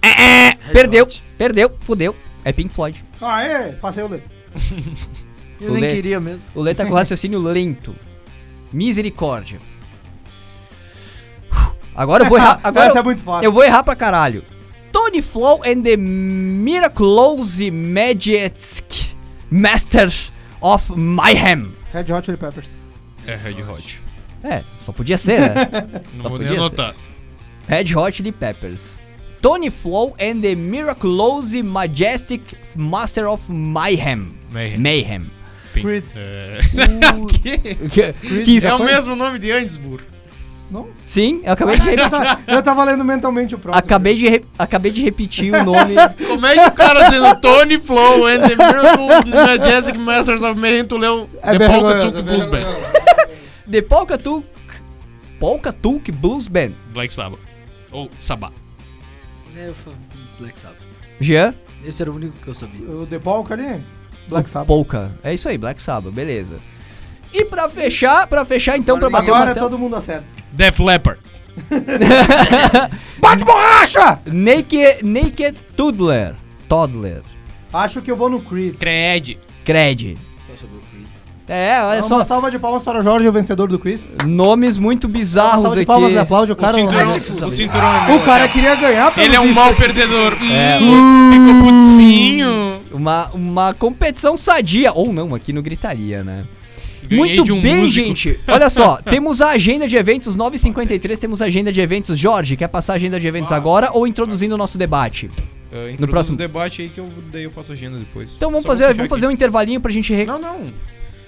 [SPEAKER 1] É, é, perdeu,
[SPEAKER 4] Hot.
[SPEAKER 1] perdeu, fudeu. É Pink Floyd.
[SPEAKER 2] Aê, passei o leite.
[SPEAKER 4] Eu nem
[SPEAKER 1] Lê.
[SPEAKER 4] queria mesmo.
[SPEAKER 1] O Lê tá com raciocínio lento. Misericórdia. Agora eu vou errar. Agora eu-
[SPEAKER 2] Essa é muito fácil.
[SPEAKER 1] Eu vou errar pra caralho. Tony Flow and the Miraculous Magic Masters of Mayhem.
[SPEAKER 2] Red Hot Chili Peppers.
[SPEAKER 3] É Red Hot.
[SPEAKER 1] É, só podia ser, né?
[SPEAKER 3] Não
[SPEAKER 1] Só
[SPEAKER 3] vou
[SPEAKER 1] podia
[SPEAKER 3] nem
[SPEAKER 1] ser.
[SPEAKER 3] anotar.
[SPEAKER 1] Red Hot Chili Peppers. Tony Flow and the Miraculous Majestic Master of Mayhem.
[SPEAKER 3] Mayhem.
[SPEAKER 1] Mayhem.
[SPEAKER 3] é Pink.
[SPEAKER 2] Creed.
[SPEAKER 3] É...
[SPEAKER 1] Que- que isso-
[SPEAKER 3] é o mesmo nome de antes, burro.
[SPEAKER 2] Não?
[SPEAKER 1] Sim, eu acabei de,
[SPEAKER 2] Eu
[SPEAKER 1] repetir,
[SPEAKER 2] tava, eu tava lendo mentalmente o próximo.
[SPEAKER 1] acabei, de re- acabei de repetir o nome.
[SPEAKER 3] Como é que o cara dizendo Tony Flow and the Miracles Majestic Masters of Mayhem, tu um- leu
[SPEAKER 2] É
[SPEAKER 3] The Polka
[SPEAKER 2] vergonhoso,
[SPEAKER 3] Tuk
[SPEAKER 2] é
[SPEAKER 3] Blues Band.
[SPEAKER 1] The Polka Tuk. Polka Tuk Blues Band.
[SPEAKER 3] Black Sabbath. Ou Sabá.
[SPEAKER 4] Eu falo Black Sabbath.
[SPEAKER 1] Jean?
[SPEAKER 4] Esse era o único que eu sabia.
[SPEAKER 2] O The Polk ali? Black Sabbath.
[SPEAKER 1] Polka. É isso aí, Black Sabbath, beleza. E pra fechar, pra fechar então, pra bater o
[SPEAKER 2] Agora é
[SPEAKER 1] martelo,
[SPEAKER 2] todo mundo acerta.
[SPEAKER 3] Def Leppard.
[SPEAKER 2] Bate borracha!
[SPEAKER 1] Naked, Naked Toddler, Toddler,
[SPEAKER 2] Acho que eu vou no Creed.
[SPEAKER 3] Cred.
[SPEAKER 1] Cred.
[SPEAKER 4] Só sobrou o Creed.
[SPEAKER 1] É, olha
[SPEAKER 2] Dá
[SPEAKER 1] só,
[SPEAKER 2] Uma salva de palmas para o Jorge, o vencedor do quiz.
[SPEAKER 1] nomes muito bizarros
[SPEAKER 2] salva de
[SPEAKER 1] aqui.
[SPEAKER 2] palmas né, e aplaude o
[SPEAKER 3] O
[SPEAKER 2] cara.
[SPEAKER 3] cinturão,
[SPEAKER 2] o-
[SPEAKER 3] o cinturão
[SPEAKER 1] Ah,
[SPEAKER 3] é meu.
[SPEAKER 2] O cara queria ganhar pelo
[SPEAKER 3] Ele é um
[SPEAKER 2] visto.
[SPEAKER 3] mau perdedor.
[SPEAKER 1] É,
[SPEAKER 3] Hum, Ficou putinho.
[SPEAKER 1] Uma, uma competição sadia, ou não, aqui no Gritaria, né? Muito
[SPEAKER 3] um
[SPEAKER 1] bem, gente. Olha só, temos a agenda de eventos 9h53, temos a agenda de eventos. Jorge, quer passar a agenda de eventos
[SPEAKER 3] Ah.
[SPEAKER 1] agora ou introduzindo o nosso debate?
[SPEAKER 3] no
[SPEAKER 1] próximo-
[SPEAKER 3] próximo Ah, debate aí que eu daí eu faço agenda depois.
[SPEAKER 1] Então vamos
[SPEAKER 3] Só
[SPEAKER 1] fazer,
[SPEAKER 3] vou
[SPEAKER 1] vamos fazer
[SPEAKER 3] fechar
[SPEAKER 1] um intervalinho pra gente re-
[SPEAKER 3] aqui. Não, não.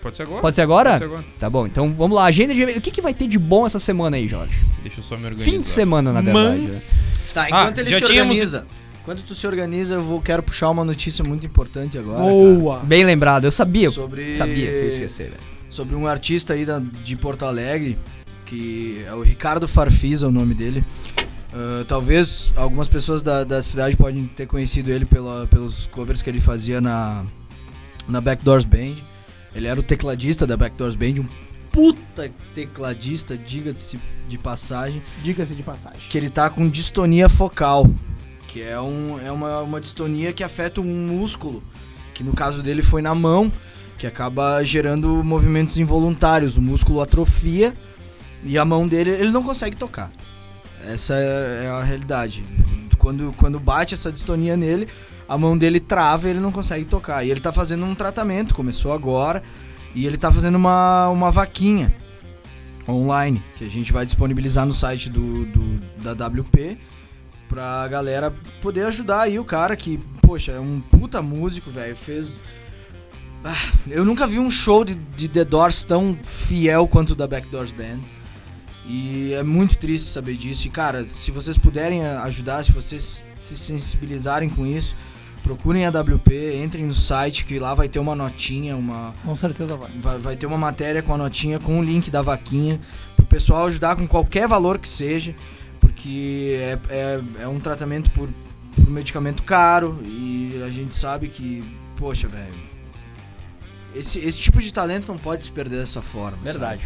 [SPEAKER 3] Pode ser agora?
[SPEAKER 1] Pode ser agora?
[SPEAKER 3] Pode ser agora.
[SPEAKER 1] Tá bom, então vamos lá. Agenda de... O que, que vai ter de bom essa semana aí, Jorge?
[SPEAKER 3] Deixa eu só me organizar.
[SPEAKER 1] Fim de semana, na verdade. né?
[SPEAKER 3] Mas...
[SPEAKER 4] Tá, enquanto
[SPEAKER 3] Ah,
[SPEAKER 4] ele
[SPEAKER 3] já
[SPEAKER 4] se
[SPEAKER 3] tínhamos-
[SPEAKER 4] organiza. Enquanto tu se organiza, eu vou, quero puxar uma notícia muito importante agora. cara.
[SPEAKER 2] Boa.
[SPEAKER 1] Bem lembrado, eu sabia.
[SPEAKER 4] Sobre...
[SPEAKER 1] Sabia que eu ia esquecer, né? velho.
[SPEAKER 4] sobre um artista aí da- de Porto Alegre, que é o Ricardo Farfisa, é o nome dele. Ah, talvez algumas pessoas da, da cidade podem ter conhecido ele pela- pelos covers que ele fazia na, na Backdoors Band. Ele era o tecladista da Backdoors Band, um puta tecladista, diga-se de passagem
[SPEAKER 2] Diga-se de passagem.
[SPEAKER 4] que ele tá com distonia focal, que é, um, é uma, uma distonia que afeta um músculo, que no caso dele foi na mão, que acaba gerando movimentos involuntários, o músculo atrofia e a mão dele, ele não consegue tocar. Essa é é a realidade. Quando, quando bate essa distonia nele, a mão dele trava e ele não consegue tocar. E ele tá fazendo um tratamento, começou agora, e ele tá fazendo uma, uma vaquinha online, que a gente vai disponibilizar no site do, do- da WP pra galera poder ajudar aí o cara que, poxa, é um puta músico, velho, fez... Ah, eu nunca vi um show de, de The Doors tão fiel quanto o da Backdoors Band. E é muito triste saber disso. E, cara, se vocês puderem a- ajudar, se vocês se sensibilizarem com isso, procurem a WP, entrem no site que lá vai ter uma notinha, uma,
[SPEAKER 2] Com certeza vai.
[SPEAKER 4] Vai, vai ter uma matéria com a notinha, com o link da vaquinha, pro pessoal ajudar com qualquer valor que seja, porque é, é, é um tratamento por, por medicamento caro e a gente sabe que, poxa, velho, esse, esse tipo de talento não pode se perder dessa forma. sabe?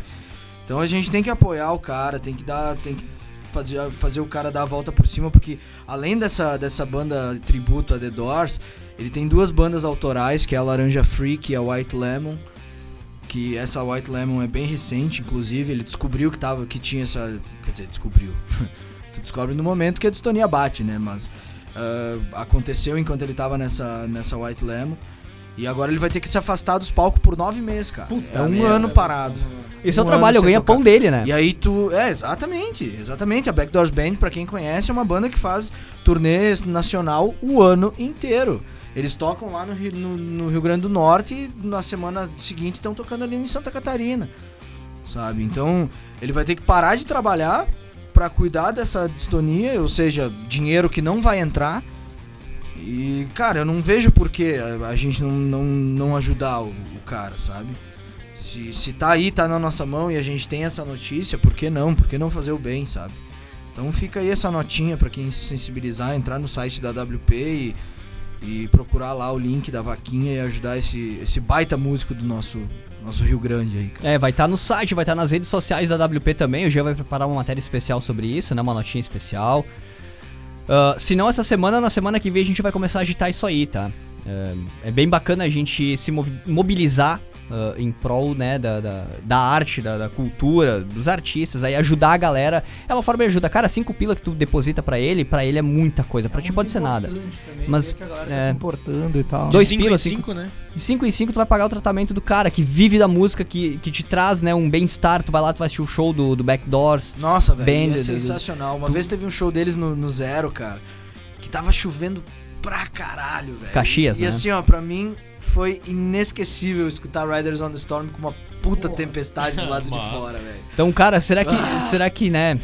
[SPEAKER 4] Então a gente tem que apoiar o cara, tem que dar, tem que fazer, fazer o cara dar a volta por cima, porque além dessa, dessa banda tributo a The Doors, ele tem duas bandas autorais, que é a Laranja Freak e a White Lemon. Que essa White Lemon é bem recente, inclusive, ele descobriu que tava que tinha essa, quer dizer, descobriu. tu descobre no momento que a distonia bate, né, mas ah, aconteceu enquanto ele tava nessa nessa White Lemon. E agora ele vai ter que se afastar dos palcos por nove meses, cara. é um ano parado.
[SPEAKER 1] Esse é o
[SPEAKER 4] Um
[SPEAKER 1] trabalho,
[SPEAKER 4] ano
[SPEAKER 1] eu
[SPEAKER 4] sem
[SPEAKER 1] ganho
[SPEAKER 4] tocar.
[SPEAKER 1] pão dele, né?
[SPEAKER 4] E aí tu. É, exatamente, exatamente. A Backdoors Band, pra quem conhece, é uma banda que faz turnê nacional o ano inteiro. Eles tocam lá no Rio, no- no Rio Grande do Norte e na semana seguinte estão tocando ali em Santa Catarina. Sabe? Então, ele vai ter que parar de trabalhar pra cuidar dessa distonia, ou seja, dinheiro que não vai entrar. E, cara, eu não vejo por que a, a gente não, não, não ajudar o, o cara, sabe? Se, se tá aí, tá na nossa mão e a gente tem essa notícia, por que não? Por que não fazer o bem, sabe? Então fica aí essa notinha pra quem se sensibilizar, entrar no site da WP e, e procurar lá o link da vaquinha e ajudar esse, esse baita músico do nosso, nosso Rio Grande aí, cara.
[SPEAKER 1] É, vai estar no site, vai estar nas redes sociais da WP também. O Jean vai preparar uma matéria especial sobre isso, né? Uma notinha especial. Ah, se não essa semana, na semana que vem a gente vai começar a agitar isso aí, tá? É, É bem bacana a gente se movi- mobilizar ah, em prol, né, da, da, da arte, da, da cultura, dos artistas, aí ajudar a galera. É uma forma de ajuda. Cara, cinco pila que tu deposita pra ele, pra ele é muita coisa.
[SPEAKER 2] um
[SPEAKER 1] Pra ti pode ser nada. Mas,
[SPEAKER 2] Mas que a galera tá
[SPEAKER 1] é,
[SPEAKER 2] se importando e tal.
[SPEAKER 1] dois
[SPEAKER 3] cinco
[SPEAKER 1] pila,
[SPEAKER 3] em cinco, né?
[SPEAKER 1] De 5 em 5 tu vai pagar o tratamento do cara que vive da música, que, que te traz, né, um bem-estar, tu vai lá, tu vai assistir o show do, do Backdoors.
[SPEAKER 4] Nossa, velho,
[SPEAKER 1] Band,
[SPEAKER 4] é
[SPEAKER 1] do-
[SPEAKER 4] sensacional. Uma vez teve um show deles no, no Zero, cara, que tava chovendo pra caralho, velho.
[SPEAKER 1] Caxias,
[SPEAKER 4] e,
[SPEAKER 1] né?
[SPEAKER 4] E assim, ó, pra mim foi inesquecível escutar Riders on the Storm com uma puta tempestade do lado de
[SPEAKER 3] Massa.
[SPEAKER 4] fora, velho.
[SPEAKER 1] Então, cara, será que,
[SPEAKER 4] Ah.
[SPEAKER 1] será que, né,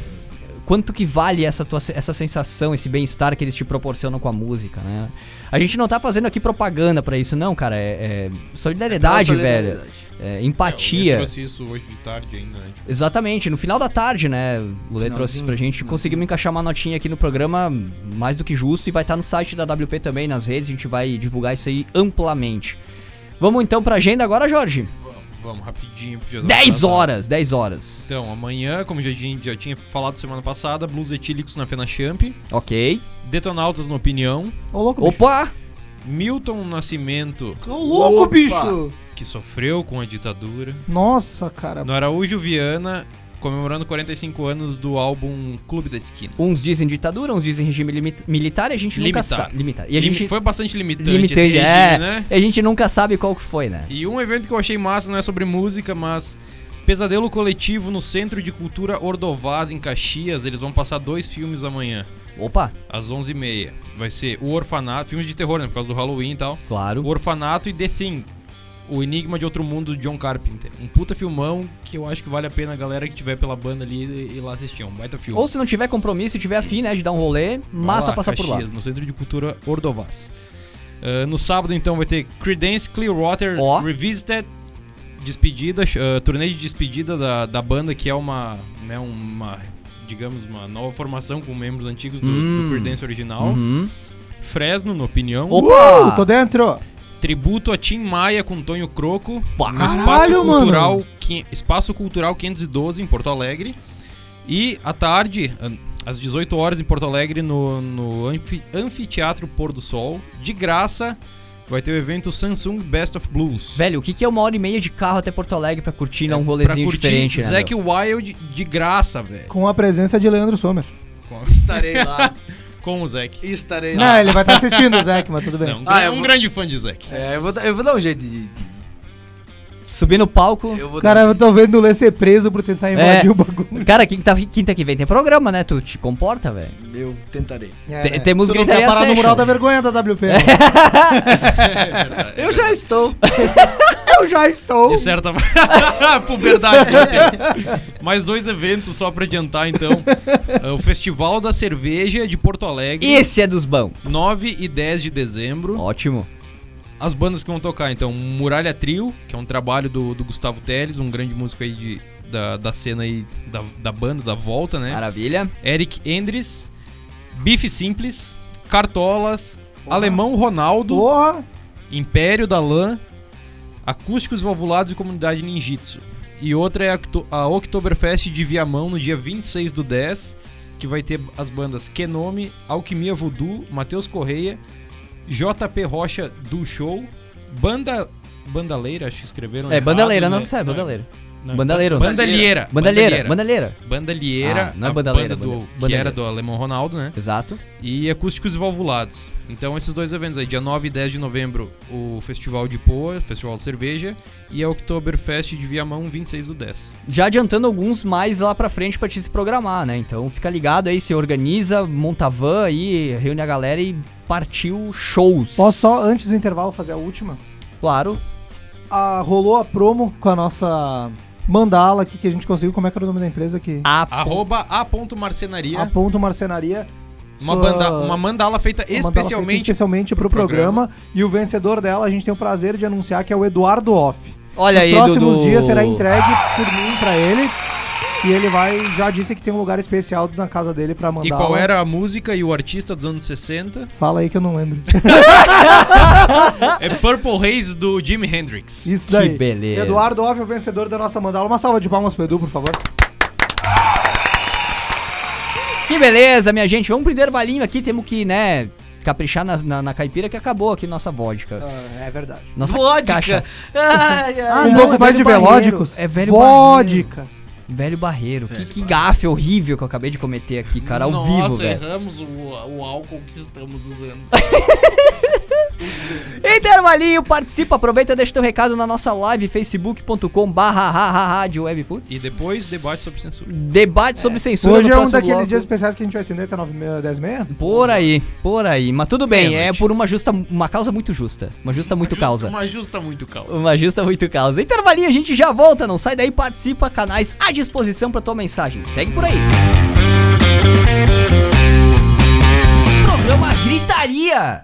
[SPEAKER 1] quanto que vale essa tua essa sensação, esse bem-estar que eles te proporcionam com a música, né? A gente não tá fazendo aqui propaganda pra isso, não, cara, é, é solidariedade,
[SPEAKER 4] Pela
[SPEAKER 1] velho,
[SPEAKER 4] solidariedade.
[SPEAKER 1] é
[SPEAKER 3] É, eu
[SPEAKER 1] empatia.
[SPEAKER 3] trouxe isso hoje de tarde ainda, né? Tipo,
[SPEAKER 1] Exatamente, no final da tarde, né? O Lê trouxe isso
[SPEAKER 4] Finalzinho,
[SPEAKER 1] pra gente.
[SPEAKER 4] finalzinho.
[SPEAKER 1] Conseguimos encaixar uma notinha aqui no programa, mais do que justo, e vai estar no site da WP também, nas redes, a gente vai divulgar isso aí amplamente. Vamos então pra agenda agora, Jorge?
[SPEAKER 3] Tipo, vamos, rapidinho. porque já tá
[SPEAKER 1] 10
[SPEAKER 3] atrasado.
[SPEAKER 1] horas, 10 horas.
[SPEAKER 3] Então, amanhã, como já, tinha- já tinha falado semana passada, Blues Etílicos na Fenachamp,
[SPEAKER 1] Ok.
[SPEAKER 3] Detonautas na Opinião,
[SPEAKER 2] Ô, louco, bicho.
[SPEAKER 1] Opa!
[SPEAKER 3] Milton Nascimento,
[SPEAKER 2] Ô, louco,
[SPEAKER 4] Opa!
[SPEAKER 2] bicho!
[SPEAKER 3] que sofreu com a ditadura,
[SPEAKER 2] Nossa, cara.
[SPEAKER 3] no Araújo Viana, comemorando 45 anos do álbum Clube da Esquina.
[SPEAKER 1] Uns dizem ditadura, uns dizem regime limi- militar e a gente nunca
[SPEAKER 3] Limitar.
[SPEAKER 1] sabe. Limitar. E a gente,
[SPEAKER 3] Limi- Foi bastante limitante,
[SPEAKER 1] Limitante,
[SPEAKER 3] esse regime,
[SPEAKER 1] é.
[SPEAKER 3] né?
[SPEAKER 1] e a gente nunca sabe qual que foi, né?
[SPEAKER 3] E um evento que eu achei massa, não é sobre música, mas Pesadelo Coletivo no Centro de Cultura Ordovaz, em Caxias. Eles vão passar dois filmes amanhã,
[SPEAKER 1] Opa,
[SPEAKER 3] às 11h30. Vai ser O Orfanato, filmes de terror, né? Por causa do Halloween e tal. O
[SPEAKER 1] claro.
[SPEAKER 3] Orfanato e The Thing. O Enigma de Outro Mundo de John Carpenter. Um puta filmão que eu acho que vale a pena a galera que tiver pela banda ali ir lá assistir. É um baita filme.
[SPEAKER 1] Ou se não tiver compromisso e tiver afim, né, de dar um rolê,
[SPEAKER 3] Vai
[SPEAKER 1] massa
[SPEAKER 3] lá,
[SPEAKER 1] passar por lá.
[SPEAKER 3] Caxias, No Centro de Cultura Ordovaz. Ah, no sábado, então, vai ter Creedence Clearwater
[SPEAKER 1] Ó.
[SPEAKER 3] Revisited. Despedida, sh- ah, turnê de despedida da, da banda, que é uma, né, uma, digamos, uma nova formação com membros antigos do,
[SPEAKER 1] Hum.
[SPEAKER 3] do Creedence original.
[SPEAKER 1] Uhum.
[SPEAKER 3] Fresno, na opinião.
[SPEAKER 4] Uh,
[SPEAKER 1] Opa!
[SPEAKER 2] Tô dentro!
[SPEAKER 3] Tributo a Tim Maia com Tonho Croco.
[SPEAKER 1] Pá.
[SPEAKER 3] No Um Espaço
[SPEAKER 2] Caralho, mano.
[SPEAKER 3] Cultural, qui- Espaço Cultural 512 em Porto Alegre. E à tarde, an- às 18 horas em Porto Alegre, no, no anfi- Anfiteatro Pôr do Sol. De graça, vai ter o evento Samsung Best of Blues.
[SPEAKER 1] Velho, o que, que é uma hora e meia de carro até Porto Alegre pra curtir né, um
[SPEAKER 3] pra
[SPEAKER 1] rolezinho
[SPEAKER 3] curtir
[SPEAKER 1] diferente, né?
[SPEAKER 3] Zac
[SPEAKER 1] meu?
[SPEAKER 3] Wild de graça, velho.
[SPEAKER 2] Com a presença de Leandro Sommer.
[SPEAKER 3] Com,
[SPEAKER 4] Estarei lá,
[SPEAKER 3] com o Zac.
[SPEAKER 4] estarei
[SPEAKER 2] Não,
[SPEAKER 4] lá.
[SPEAKER 2] ele vai estar assistindo o Zac, mas tudo bem.
[SPEAKER 3] Não, um,
[SPEAKER 4] Ah,
[SPEAKER 3] gran-
[SPEAKER 4] eu
[SPEAKER 3] um
[SPEAKER 4] vou-
[SPEAKER 3] grande fã de Zac.
[SPEAKER 4] É, eu vou, dar- eu vou dar um jeito de... de-
[SPEAKER 1] Subir no palco.
[SPEAKER 4] eu vou
[SPEAKER 2] Cara,
[SPEAKER 4] dar um
[SPEAKER 2] eu tô vendo o Lê ser preso por tentar invadir
[SPEAKER 1] É.
[SPEAKER 2] o bagulho.
[SPEAKER 1] Cara, quinta, quinta que tá, vem tem programa, né? Tu te comporta, velho.
[SPEAKER 4] jeito. Eu tentarei.
[SPEAKER 2] É,
[SPEAKER 1] Te-
[SPEAKER 2] né?
[SPEAKER 1] Temos
[SPEAKER 2] Tu não quer
[SPEAKER 1] gritaria
[SPEAKER 2] parar no mural da
[SPEAKER 1] sessions.
[SPEAKER 2] vergonha tá, da WP.
[SPEAKER 4] Eu já estou.
[SPEAKER 2] Eu já estou.
[SPEAKER 3] De certa puberdade. Mais dois eventos só pra adiantar, então. É O Festival da Cerveja de Porto Alegre,
[SPEAKER 1] Esse é dos bons.
[SPEAKER 3] 9 e 10 de dezembro.
[SPEAKER 1] Ótimo.
[SPEAKER 3] As bandas que vão tocar, então, Muralha Trio, que é um trabalho do, do Gustavo Teles, um grande músico aí de, da, da cena aí, da, da banda, da volta, né?
[SPEAKER 1] Maravilha.
[SPEAKER 3] Eric Endres, Bife Simples, Cartolas, Alemão Ronaldo,
[SPEAKER 2] Porra!
[SPEAKER 3] Império da Lã, Acústicos Valvulados e Comunidade Ninjitsu. E outra é a, Octo- a Oktoberfest de Viamão no dia 26 do 10, que vai ter as bandas Kenome, Alquimia Voodoo, Matheus Correia, JP Rocha do Show, Banda. Bandaleira, acho que escreveram.
[SPEAKER 1] É,
[SPEAKER 3] errado,
[SPEAKER 1] bandaleira,
[SPEAKER 3] né?
[SPEAKER 1] não sei,
[SPEAKER 3] Não,
[SPEAKER 1] bandaleira.
[SPEAKER 3] não,
[SPEAKER 1] Bandaleiro, né?
[SPEAKER 3] Bandalheira.
[SPEAKER 1] Bandalheira, bandalheira. Ah,
[SPEAKER 3] Bandalheira,
[SPEAKER 1] não é
[SPEAKER 3] a
[SPEAKER 1] bandaleira,
[SPEAKER 3] banda do,
[SPEAKER 1] banda-
[SPEAKER 3] que
[SPEAKER 1] bandalheira.
[SPEAKER 3] era do Alemão Ronaldo, né?
[SPEAKER 1] Exato.
[SPEAKER 3] e acústicos e valvulados. Então esses dois eventos aí, dia 9 e 10 de novembro, o Festival de Poa, Festival de Cerveja, e a Oktoberfest de Viamão, 26 do 10.
[SPEAKER 1] Já adiantando alguns mais lá pra frente pra te se programar, né? Então fica ligado aí, se organiza, monta van aí, reúne a galera e partiu shows.
[SPEAKER 2] Posso só, antes do intervalo, fazer a última?
[SPEAKER 1] Claro.
[SPEAKER 2] Ah, rolou a promo com a nossa mandala aqui que a gente conseguiu. Como é que era o nome da empresa aqui?
[SPEAKER 1] A
[SPEAKER 3] Arroba a.marcenaria,
[SPEAKER 2] A Ponto Marcenaria.
[SPEAKER 3] uma,
[SPEAKER 2] Sua-
[SPEAKER 3] banda, uma mandala feita
[SPEAKER 2] uma mandala feita
[SPEAKER 3] especialmente
[SPEAKER 2] especialmente pro
[SPEAKER 3] pro
[SPEAKER 2] programa. E o vencedor dela, a gente tem o prazer de anunciar que é o Eduardo Off.
[SPEAKER 1] Olha aí,
[SPEAKER 2] Nos próximos
[SPEAKER 1] Dudu.
[SPEAKER 2] dias será entregue por mim pra ele. E ele vai, já disse que tem um lugar especial na casa dele pra mandar.
[SPEAKER 3] E qual
[SPEAKER 2] lá.
[SPEAKER 3] era a música e o artista dos anos 60?
[SPEAKER 2] Fala aí que eu não lembro.
[SPEAKER 1] Ah!
[SPEAKER 3] É Purple Haze do Jimi Hendrix.
[SPEAKER 2] Isso daí.
[SPEAKER 1] Que beleza.
[SPEAKER 2] Eduardo Off, o vencedor da nossa mandala. Uma salva de palmas pro Edu, por favor.
[SPEAKER 1] Que beleza, minha gente. Vamos pro intervalinho aqui. Temos que, né, caprichar nas- na, na caipira que acabou aqui nossa vodka.
[SPEAKER 2] é verdade.
[SPEAKER 1] Nossa
[SPEAKER 4] Vodka!
[SPEAKER 1] cachaça.
[SPEAKER 4] Ai, ai.
[SPEAKER 1] Ah,
[SPEAKER 2] um
[SPEAKER 1] não,
[SPEAKER 2] pouco
[SPEAKER 1] é
[SPEAKER 2] mais de
[SPEAKER 1] velho barreiro.
[SPEAKER 2] velódicos.
[SPEAKER 1] É velho
[SPEAKER 2] Vodka.
[SPEAKER 1] Velho Barreiro. que que gafe horrível que eu acabei de cometer aqui, cara. Ao vivo, velho.
[SPEAKER 3] erramos o, o álcool que estamos usando.
[SPEAKER 1] é Intervalinho, participa, aproveita e deixa teu recado na nossa live, facebook.com barra webputs.
[SPEAKER 3] E depois, debate sobre censura.
[SPEAKER 1] Debate sobre censura
[SPEAKER 2] Hoje
[SPEAKER 1] no
[SPEAKER 2] é um
[SPEAKER 1] próximo
[SPEAKER 2] daqueles
[SPEAKER 1] bloco.
[SPEAKER 2] dias especiais que a gente vai estender até 9h30, 10h30.
[SPEAKER 1] Por aí, por aí. Mas tudo bem, é,
[SPEAKER 3] Meia-noite.
[SPEAKER 1] por uma justa, uma causa muito justa. Uma justa muito causa.
[SPEAKER 3] Uma justa muito calma.
[SPEAKER 1] Uma justa tá muito causa. Intervalinho, a gente já volta, não sai daí, participa, canais à disposição pra tua mensagem. Segue por aí. um Programa Gritaria.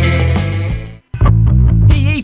[SPEAKER 1] Ei, ei,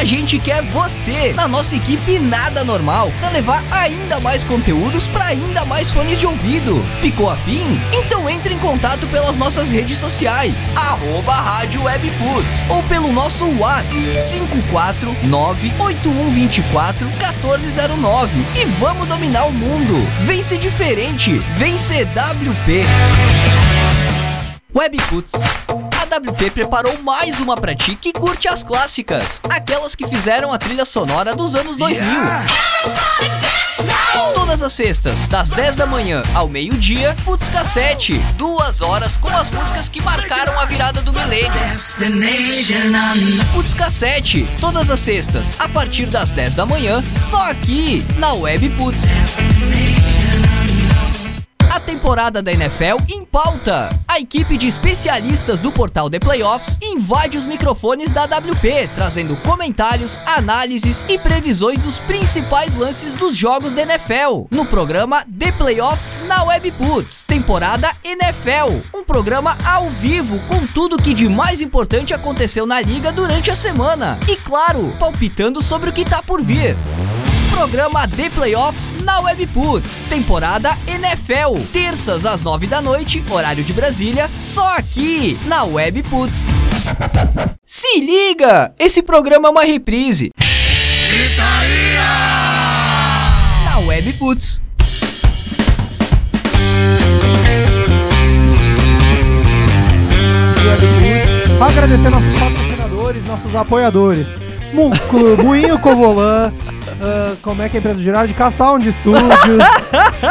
[SPEAKER 1] A gente quer você na nossa equipe Nada Normal pra levar ainda mais conteúdos pra ainda mais fones de ouvido. Ficou afim? Então entre em contato pelas nossas redes sociais, arroba Rádio Webputs, ou pelo nosso WhatsApp 549-8124-1409 e vamos dominar o mundo. Vem ser diferente, vem ser WP. Webputs. A WP preparou mais uma pra ti que curte as clássicas, aquelas que fizeram a trilha sonora dos anos 2000. Todas as sextas, das 10 da manhã ao meio-dia, Putz Cassete, duas horas com as músicas que marcaram a virada do milênio. Putz Cassete, todas as sextas, a partir das 10 da manhã, só aqui na Web Putz. A temporada da NFL em pauta. A equipe de especialistas do portal The Playoffs invade os microfones da WP, trazendo comentários, análises e previsões dos principais lances dos jogos da NFL. No programa The Playoffs na Webputs, temporada NFL. Um programa ao vivo com tudo que de mais importante aconteceu na liga durante a semana. E claro, palpitando sobre o que tá por vir. Programa The Playoffs na Webputs, temporada NFL, terças às nove da noite, horário de Brasília, só aqui na Webputs. Se liga, esse programa é uma reprise. Na Webputs.
[SPEAKER 2] Pra agradecer nossos patrocinadores, nossos apoiadores. Mu- Cu- Moinho Covolan, ah, como é que é a empresa do Gerard? K-Sound Studios.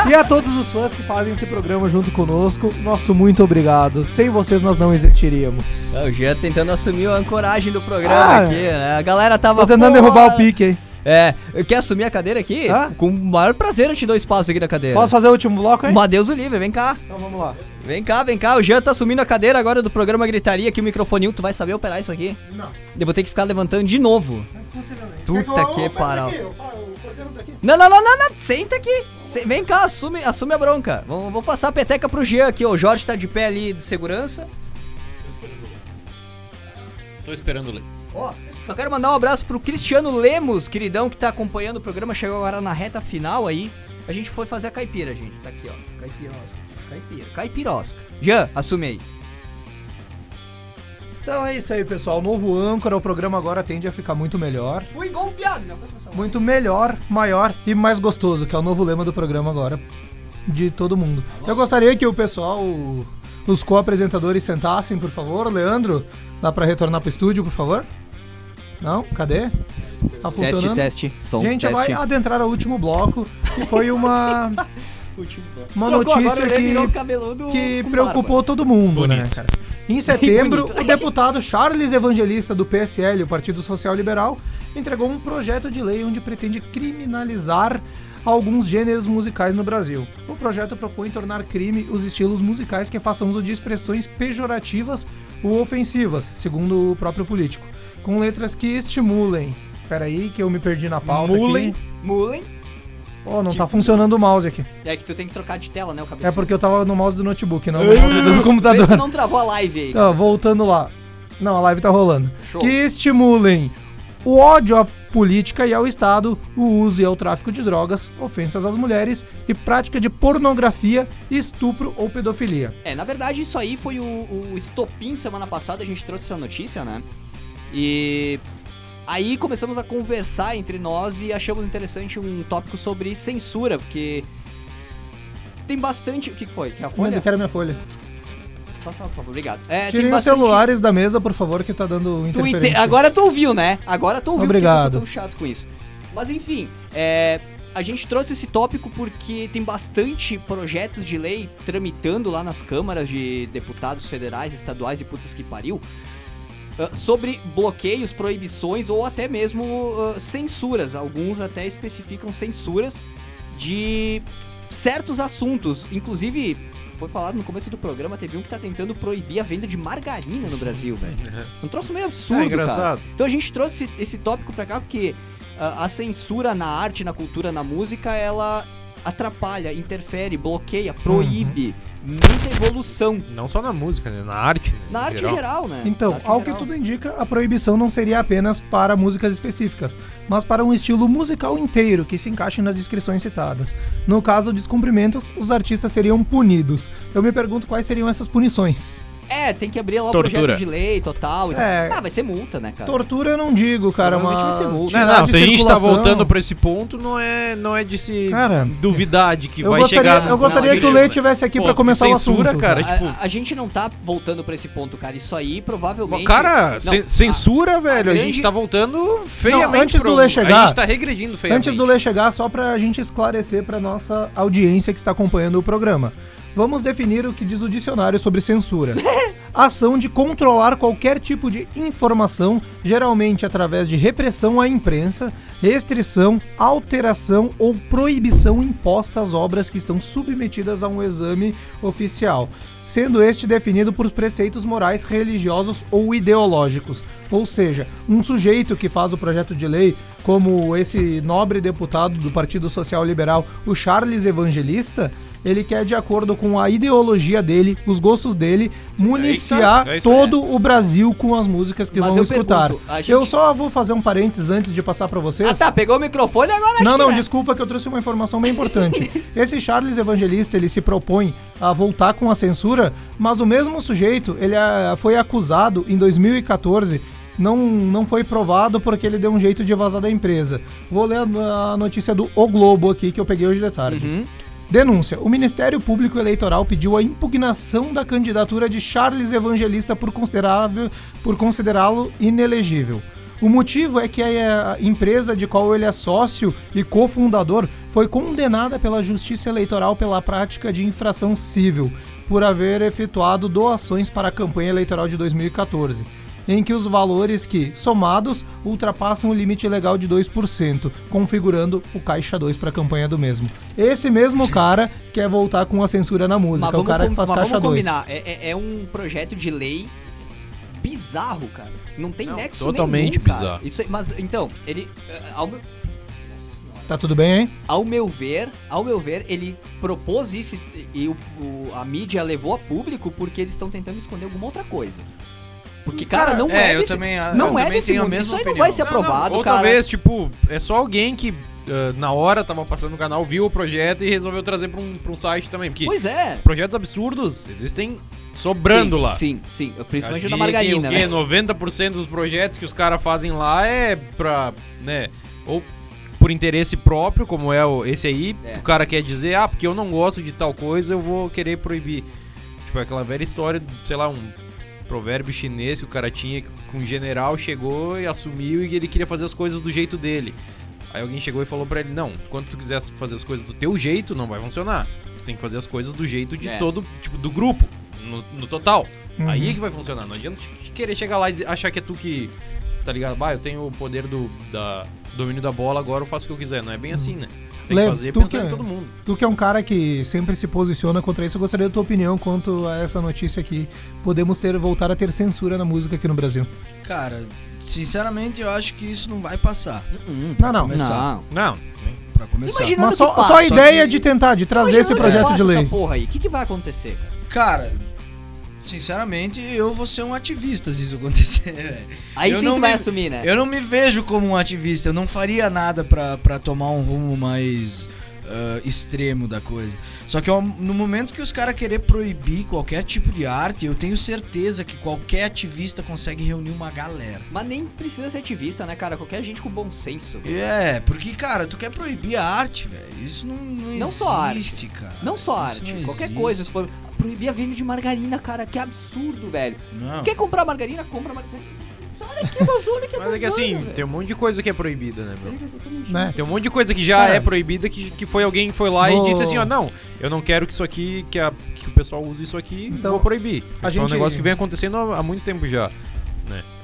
[SPEAKER 2] e a todos os fãs que fazem esse programa junto conosco, nosso muito obrigado. Sem vocês nós não existiríamos.
[SPEAKER 1] É, O Jean tentando assumir a ancoragem do
[SPEAKER 2] programa aqui,
[SPEAKER 1] né? A galera tava...
[SPEAKER 2] Ah, é. Tô tentando derrubar o pique aí.
[SPEAKER 1] É, quer assumir a cadeira aqui? Com
[SPEAKER 2] Com
[SPEAKER 1] o maior prazer eu te dou espaço aqui da cadeira.
[SPEAKER 2] Posso fazer o último bloco aí?
[SPEAKER 1] Mas Deus o livre, vem cá.
[SPEAKER 2] Então vamos lá.
[SPEAKER 1] Vem cá, vem cá, o Jean tá assumindo a cadeira agora do programa Gritaria, que o microfoninho, tu vai saber operar isso aqui? Não. Eu vou ter que ficar levantando de novo. Puta que pariu.
[SPEAKER 2] tá
[SPEAKER 1] Não, não, não, não, não, senta aqui. Se- Vem cá, assume, assume a bronca. Vou, vou passar a peteca pro Jean aqui, ó. O Jorge tá de pé ali de segurança.
[SPEAKER 3] Tô esperando ler.
[SPEAKER 1] Ó, só quero mandar um abraço pro Cristiano Lemos, queridão, que tá acompanhando o programa, chegou agora na reta final aí. A gente foi fazer a caipira, gente. Tá aqui, ó. Caipirosca. Caipira. Caipirosca. Jean, assume aí.
[SPEAKER 2] Então é isso aí, pessoal. Novo âncora, o programa agora tende a ficar muito melhor.
[SPEAKER 1] Fui golpeado, não posso passar.
[SPEAKER 2] Muito melhor, maior e mais gostoso, que é o novo lema do programa agora. De todo mundo. Eu gostaria que o pessoal, os co-apresentadores sentassem, por favor. Leandro, dá pra retornar pro estúdio, por favor? Não? Cadê? Tá funcionando?
[SPEAKER 1] Teste, teste, som,
[SPEAKER 2] Gente,
[SPEAKER 1] teste.
[SPEAKER 2] vai adentrar ao último bloco, que foi uma Uma
[SPEAKER 1] Trocou,
[SPEAKER 2] notícia
[SPEAKER 1] agora ele virou um
[SPEAKER 2] que,
[SPEAKER 1] cabeludo
[SPEAKER 2] que
[SPEAKER 1] com
[SPEAKER 2] preocupou todo mundo, né,
[SPEAKER 3] Bonito.
[SPEAKER 2] cara? Em setembro,
[SPEAKER 1] Bonito.
[SPEAKER 2] o deputado Charles Evangelista do PSL, o Partido Social Liberal, entregou um projeto de lei onde pretende criminalizar alguns gêneros musicais no Brasil. O projeto propõe tornar crime os estilos musicais que façam uso de expressões pejorativas ou ofensivas, segundo o próprio político, com letras que estimulem. Peraí, que eu me perdi na pauta.
[SPEAKER 3] Mulem.
[SPEAKER 2] Aqui.
[SPEAKER 1] barba. Mullen.
[SPEAKER 2] Oh, não tá funcionando o mouse aqui.
[SPEAKER 1] É que tu tem que trocar de tela, né, o cabeça?
[SPEAKER 2] É porque eu tava no mouse do notebook, não no mouse do
[SPEAKER 1] Vê se
[SPEAKER 2] computador.
[SPEAKER 1] não travou a live aí.
[SPEAKER 2] Tá, voltando lá. Não, a live tá rolando.
[SPEAKER 1] Show.
[SPEAKER 2] Que estimulem o ódio à política e ao Estado, o uso e ao tráfico de drogas, ofensas às mulheres e prática de pornografia, estupro ou pedofilia.
[SPEAKER 1] É, na verdade, isso aí foi o, o estopim semana passada, a gente trouxe essa notícia, né? E aí começamos a conversar entre nós e achamos interessante um tópico sobre censura, porque tem bastante. O que que foi? Que a
[SPEAKER 2] Olha,
[SPEAKER 1] folha?
[SPEAKER 2] eu quero minha folha.
[SPEAKER 1] Passa, por favor, obrigado. É, tem
[SPEAKER 2] Tirem os
[SPEAKER 1] bastante-
[SPEAKER 2] celulares da mesa, por favor, que tá dando
[SPEAKER 1] Tu
[SPEAKER 2] interferência.
[SPEAKER 1] ente... Agora tu ouviu, né? Agora tu ouviu
[SPEAKER 2] Obrigado.
[SPEAKER 1] porque eu sou tão chato com isso. Mas enfim, é, a gente trouxe esse tópico porque tem bastante projetos de lei tramitando lá nas câmaras de deputados federais, estaduais e putas que pariu. ah, Sobre bloqueios, proibições ou até mesmo ah, censuras. Alguns até especificam censuras de certos assuntos. Inclusive, foi falado no começo do programa, teve um que tá tentando proibir a venda de margarina no Brasil, velho. Um troço meio absurdo,
[SPEAKER 3] É
[SPEAKER 1] cara.
[SPEAKER 3] engraçado.
[SPEAKER 1] Então a gente trouxe esse tópico pra cá porque ah, a censura na arte, na cultura, na música, ela atrapalha, interfere, bloqueia, proíbe
[SPEAKER 3] Uhum.
[SPEAKER 1] muita evolução.
[SPEAKER 3] Não só na música, né? Na arte. né,
[SPEAKER 1] Na
[SPEAKER 3] em
[SPEAKER 1] arte
[SPEAKER 3] geral.
[SPEAKER 1] geral, né? Na
[SPEAKER 2] Então,
[SPEAKER 1] arte
[SPEAKER 2] ao que
[SPEAKER 1] geral.
[SPEAKER 2] tudo indica, a proibição não seria apenas para músicas específicas, mas para um estilo musical inteiro que se encaixe nas descrições citadas. No caso de descumprimentos, os artistas seriam punidos. Eu me pergunto quais seriam essas punições.
[SPEAKER 1] É, tem que abrir lá o
[SPEAKER 3] Tortura.
[SPEAKER 1] projeto de lei total e
[SPEAKER 2] É.
[SPEAKER 1] tal. Ah, vai ser multa, né, cara?
[SPEAKER 2] Tortura eu não digo, cara, mas...
[SPEAKER 1] Provavelmente vai ser multa.
[SPEAKER 3] Não,
[SPEAKER 2] tirar
[SPEAKER 3] não,
[SPEAKER 2] de
[SPEAKER 3] se a gente tá
[SPEAKER 2] circulação-
[SPEAKER 3] voltando pra esse ponto, não é, não é de se
[SPEAKER 2] Cara,
[SPEAKER 3] duvidar de que
[SPEAKER 2] Eu
[SPEAKER 3] vai
[SPEAKER 2] gostaria,
[SPEAKER 3] chegar.
[SPEAKER 2] eu gostaria
[SPEAKER 1] na-
[SPEAKER 2] que o Leite tivesse aqui
[SPEAKER 3] Pô,
[SPEAKER 2] pra começar o assunto.
[SPEAKER 3] censura, cara,
[SPEAKER 1] A-
[SPEAKER 3] tipo-
[SPEAKER 1] a, a gente não tá voltando pra esse ponto, cara. Isso aí provavelmente.
[SPEAKER 3] Cara,
[SPEAKER 1] Não,
[SPEAKER 3] cen-
[SPEAKER 1] a-
[SPEAKER 3] censura, velho. A,
[SPEAKER 1] grande-
[SPEAKER 3] gente tá voltando feiamente.
[SPEAKER 2] antes do
[SPEAKER 3] pro-
[SPEAKER 2] Lê chegar-
[SPEAKER 3] A gente tá regredindo feiamente.
[SPEAKER 2] Antes do Lê chegar, só pra gente esclarecer pra nossa audiência que está acompanhando o programa. Vamos definir o que diz o dicionário sobre censura. Ação de controlar qualquer tipo de informação, geralmente através de repressão à imprensa, restrição, alteração ou proibição imposta às obras que estão submetidas a um exame oficial, sendo este definido por preceitos morais, religiosos ou ideológicos. Ou seja, um sujeito que faz o projeto de lei, como esse nobre deputado do Partido Social Liberal, o Charles Evangelista, ele quer, de acordo com a ideologia dele, os gostos dele, municiar
[SPEAKER 3] é isso aí.
[SPEAKER 2] todo o Brasil com as músicas que
[SPEAKER 1] Mas
[SPEAKER 2] vão
[SPEAKER 1] eu
[SPEAKER 2] escutar.
[SPEAKER 1] pergunto, a gente-
[SPEAKER 2] Eu só vou fazer um parênteses antes de passar pra vocês.
[SPEAKER 1] Ah, tá. Pegou o microfone agora acho
[SPEAKER 2] Não,
[SPEAKER 1] que
[SPEAKER 2] não,
[SPEAKER 1] é.
[SPEAKER 2] desculpa que eu trouxe uma informação bem importante. Esse Charles Evangelista, ele se propõe a voltar com a censura, mas o mesmo sujeito, ele ah, foi acusado em 2014, não, não foi provado porque ele deu um jeito de vazar da empresa. Vou ler a a notícia do O Globo aqui, que eu peguei hoje de tarde.
[SPEAKER 1] Uhum.
[SPEAKER 2] Denúncia. O Ministério Público Eleitoral pediu a impugnação da candidatura de Charles Evangelista por considerável por considerá-lo inelegível. O motivo é que a empresa de qual ele é sócio e cofundador foi condenada pela Justiça Eleitoral pela prática de infração civil por haver efetuado doações para a campanha eleitoral de 2014 em que os valores que, somados, ultrapassam o limite legal de 2%, configurando o caixa 2 para a campanha do mesmo. Esse mesmo cara quer voltar com a censura na
[SPEAKER 1] Mas
[SPEAKER 2] música, é o
[SPEAKER 1] vamos,
[SPEAKER 2] cara que
[SPEAKER 1] com-
[SPEAKER 2] faz
[SPEAKER 1] mas
[SPEAKER 2] caixa
[SPEAKER 1] vamos
[SPEAKER 2] 2.
[SPEAKER 1] combinar. É, é- é um projeto de lei bizarro, cara. Não tem
[SPEAKER 3] Não,
[SPEAKER 1] nexo
[SPEAKER 3] totalmente
[SPEAKER 1] nenhum, cara.
[SPEAKER 3] bizarro.
[SPEAKER 1] Isso, aí- mas então, ele eh, ao meu, Nossa Senhora.
[SPEAKER 2] Tá tudo bem, hein?
[SPEAKER 1] ao meu ver, ao meu ver, ele propôs isso e- e o- o- a mídia levou a público porque eles estão tentando esconder alguma outra coisa. Porque cara, não é,
[SPEAKER 4] eu
[SPEAKER 1] desse-
[SPEAKER 4] também, eu
[SPEAKER 1] não é
[SPEAKER 4] também
[SPEAKER 1] desse
[SPEAKER 4] tenho a
[SPEAKER 1] mundo.
[SPEAKER 4] mesma
[SPEAKER 1] Isso aí
[SPEAKER 4] opinião.
[SPEAKER 1] não vai ser aprovado,
[SPEAKER 3] Ou
[SPEAKER 1] Ah, cara.
[SPEAKER 3] talvez, tipo, é só alguém que ah, na hora tava passando no canal, viu o projeto e resolveu trazer pra um, pra um site também. Porque
[SPEAKER 1] Pois é.
[SPEAKER 3] projetos absurdos existem sobrando
[SPEAKER 1] sim,
[SPEAKER 3] lá.
[SPEAKER 1] Sim, sim, principalmente
[SPEAKER 3] Acho
[SPEAKER 1] na
[SPEAKER 3] que
[SPEAKER 1] margarina,
[SPEAKER 3] o quê?
[SPEAKER 1] né?
[SPEAKER 3] 90% dos projetos que os caras fazem lá é pra, né, ou por interesse próprio, como é o, esse aí,
[SPEAKER 1] É.
[SPEAKER 3] o cara quer dizer, ah, porque eu não gosto de tal coisa, eu vou querer proibir. Tipo, aquela velha história, sei lá, um provérbio chinês que o cara tinha, que um general chegou e assumiu e ele queria fazer as coisas do jeito dele. Aí alguém chegou e falou pra ele: Não, quando tu quiser fazer as coisas do teu jeito, não vai funcionar. Tu tem que fazer as coisas do jeito de
[SPEAKER 1] É.
[SPEAKER 3] todo, tipo, do grupo, no, no total.
[SPEAKER 6] Uhum.
[SPEAKER 3] Aí é que vai funcionar. Não adianta che- querer chegar lá e dizer- achar que é tu que. Tá ligado? Bah, eu tenho o poder do da, domínio da bola, agora eu faço o que eu quiser. Não é bem assim, né? Tem que
[SPEAKER 2] Uhum. Lembra,
[SPEAKER 3] fazer
[SPEAKER 2] tu
[SPEAKER 3] pensando
[SPEAKER 2] que-
[SPEAKER 3] em todo mundo.
[SPEAKER 2] Tu que é um cara que sempre se posiciona contra isso, eu gostaria da tua opinião quanto a essa notícia aqui. Podemos ter voltar a ter censura na música aqui no Brasil.
[SPEAKER 4] Cara, sinceramente eu acho que isso não vai passar.
[SPEAKER 2] Não, não.
[SPEAKER 4] começar.
[SPEAKER 1] Não.
[SPEAKER 3] Não.
[SPEAKER 4] Pra começar.
[SPEAKER 1] Imagina-
[SPEAKER 2] Mas
[SPEAKER 1] Tirando
[SPEAKER 2] só,
[SPEAKER 1] que passa,
[SPEAKER 2] só a
[SPEAKER 4] só
[SPEAKER 2] ideia
[SPEAKER 4] que-
[SPEAKER 2] de tentar, de trazer esse
[SPEAKER 1] Imagina
[SPEAKER 2] projeto
[SPEAKER 1] passa
[SPEAKER 2] de lei.
[SPEAKER 1] Essa porra aí, o que, que vai acontecer? cara?
[SPEAKER 4] Cara, sinceramente eu vou ser um ativista se isso acontecer. velho.
[SPEAKER 1] Aí
[SPEAKER 4] Eu
[SPEAKER 1] sim
[SPEAKER 4] não
[SPEAKER 1] tu vai
[SPEAKER 4] me-
[SPEAKER 1] assumir, né?
[SPEAKER 4] Eu não me vejo como um ativista, eu não faria nada pra, pra tomar um rumo mais ah, extremo da coisa. Só que ao- no momento que os caras querer proibir qualquer tipo de arte, eu tenho certeza que qualquer ativista consegue reunir uma galera.
[SPEAKER 1] Mas nem precisa ser ativista, né, cara? Qualquer gente com bom senso.
[SPEAKER 4] É, porque, cara, tu quer proibir a arte, velho. Isso não, não,
[SPEAKER 1] Não só a
[SPEAKER 4] existe, cara.
[SPEAKER 1] Não só
[SPEAKER 4] Isso
[SPEAKER 1] arte,
[SPEAKER 4] não
[SPEAKER 1] qualquer
[SPEAKER 4] existe.
[SPEAKER 1] coisa. Se for proibir a venda de margarina, cara, que absurdo, velho.
[SPEAKER 3] Ah.
[SPEAKER 4] Não.
[SPEAKER 1] Quer comprar margarina? Compra margarina. Olha que absurdo,
[SPEAKER 2] Tá
[SPEAKER 1] olha que
[SPEAKER 3] Mas é que
[SPEAKER 1] absurdo,
[SPEAKER 3] assim,
[SPEAKER 1] velho.
[SPEAKER 3] tem um monte de coisa que é proibida, né, meu?
[SPEAKER 1] Olha que absurdo, todo mundo
[SPEAKER 2] Né?
[SPEAKER 3] Tem um monte de coisa que já
[SPEAKER 2] Cara,
[SPEAKER 3] é proibida que, que foi alguém que foi lá
[SPEAKER 2] vou-
[SPEAKER 3] e disse assim, ó, não, eu não quero que isso aqui, que, a- que o pessoal use isso aqui,
[SPEAKER 2] Então,
[SPEAKER 3] vou proibir.
[SPEAKER 2] a
[SPEAKER 3] Isso É um
[SPEAKER 2] gente-
[SPEAKER 3] negócio que vem acontecendo há, há muito tempo já.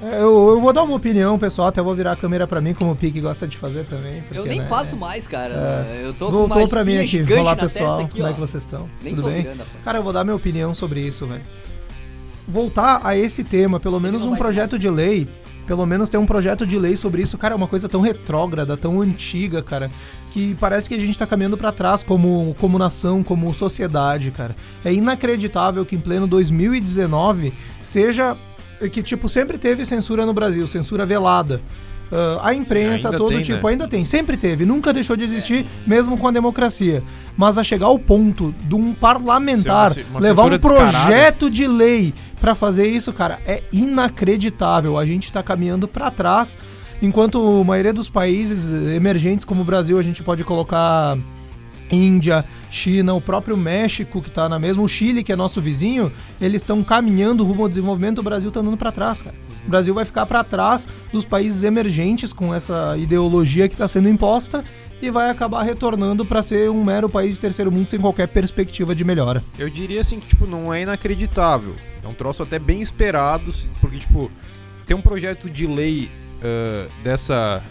[SPEAKER 2] É, Eu, eu vou dar uma opinião, pessoal, até vou virar a câmera pra mim, como o Pique gosta de fazer também.
[SPEAKER 1] Eu
[SPEAKER 2] porque,
[SPEAKER 1] nem
[SPEAKER 2] né, É.
[SPEAKER 1] faço mais, cara. Eu tô com uma
[SPEAKER 2] Voltou pra mim
[SPEAKER 1] espinha
[SPEAKER 2] aqui.
[SPEAKER 1] gigante
[SPEAKER 2] Olá,
[SPEAKER 1] na
[SPEAKER 2] pessoal.
[SPEAKER 1] testa aqui,
[SPEAKER 2] como
[SPEAKER 1] ó.
[SPEAKER 2] é que vocês estão?
[SPEAKER 1] Nem
[SPEAKER 2] Tudo
[SPEAKER 1] tô
[SPEAKER 2] bem?
[SPEAKER 1] virando, rapaz.
[SPEAKER 2] Cara, eu vou dar minha opinião sobre isso, velho. Voltar a esse tema, pelo menos
[SPEAKER 1] não
[SPEAKER 2] um
[SPEAKER 1] vai
[SPEAKER 2] projeto de lei, pelo menos ter um projeto de lei sobre isso, cara, é uma coisa tão retrógrada, tão antiga, cara, que parece que a gente tá caminhando pra trás como, como nação, como sociedade, cara. É inacreditável que em pleno 2019 seja que tipo sempre teve censura no Brasil, censura velada. Ah, a imprensa,
[SPEAKER 3] Ainda
[SPEAKER 2] todo
[SPEAKER 3] tem,
[SPEAKER 2] tipo,
[SPEAKER 3] né?
[SPEAKER 2] ainda tem, sempre teve, nunca deixou de existir, mesmo com a democracia. Mas a chegar ao ponto de um parlamentar
[SPEAKER 3] Ser uma- uma
[SPEAKER 2] levar um
[SPEAKER 3] censura descarada.
[SPEAKER 2] projeto de lei pra fazer isso, cara, é inacreditável. A gente tá caminhando pra trás, enquanto a maioria dos países eh, emergentes como o Brasil, a gente pode colocar Índia, China, o próprio México que tá na mesma, o Chile que é nosso vizinho, eles estão caminhando rumo ao desenvolvimento, o Brasil tá andando pra trás, cara. O Brasil vai ficar pra trás dos países emergentes com essa ideologia que tá sendo imposta e vai acabar retornando pra ser um mero país de terceiro mundo sem qualquer perspectiva de melhora.
[SPEAKER 3] Eu diria assim que, tipo, não é inacreditável. É um troço até bem esperado, se- porque, tipo, ter um projeto de lei ah, dessa.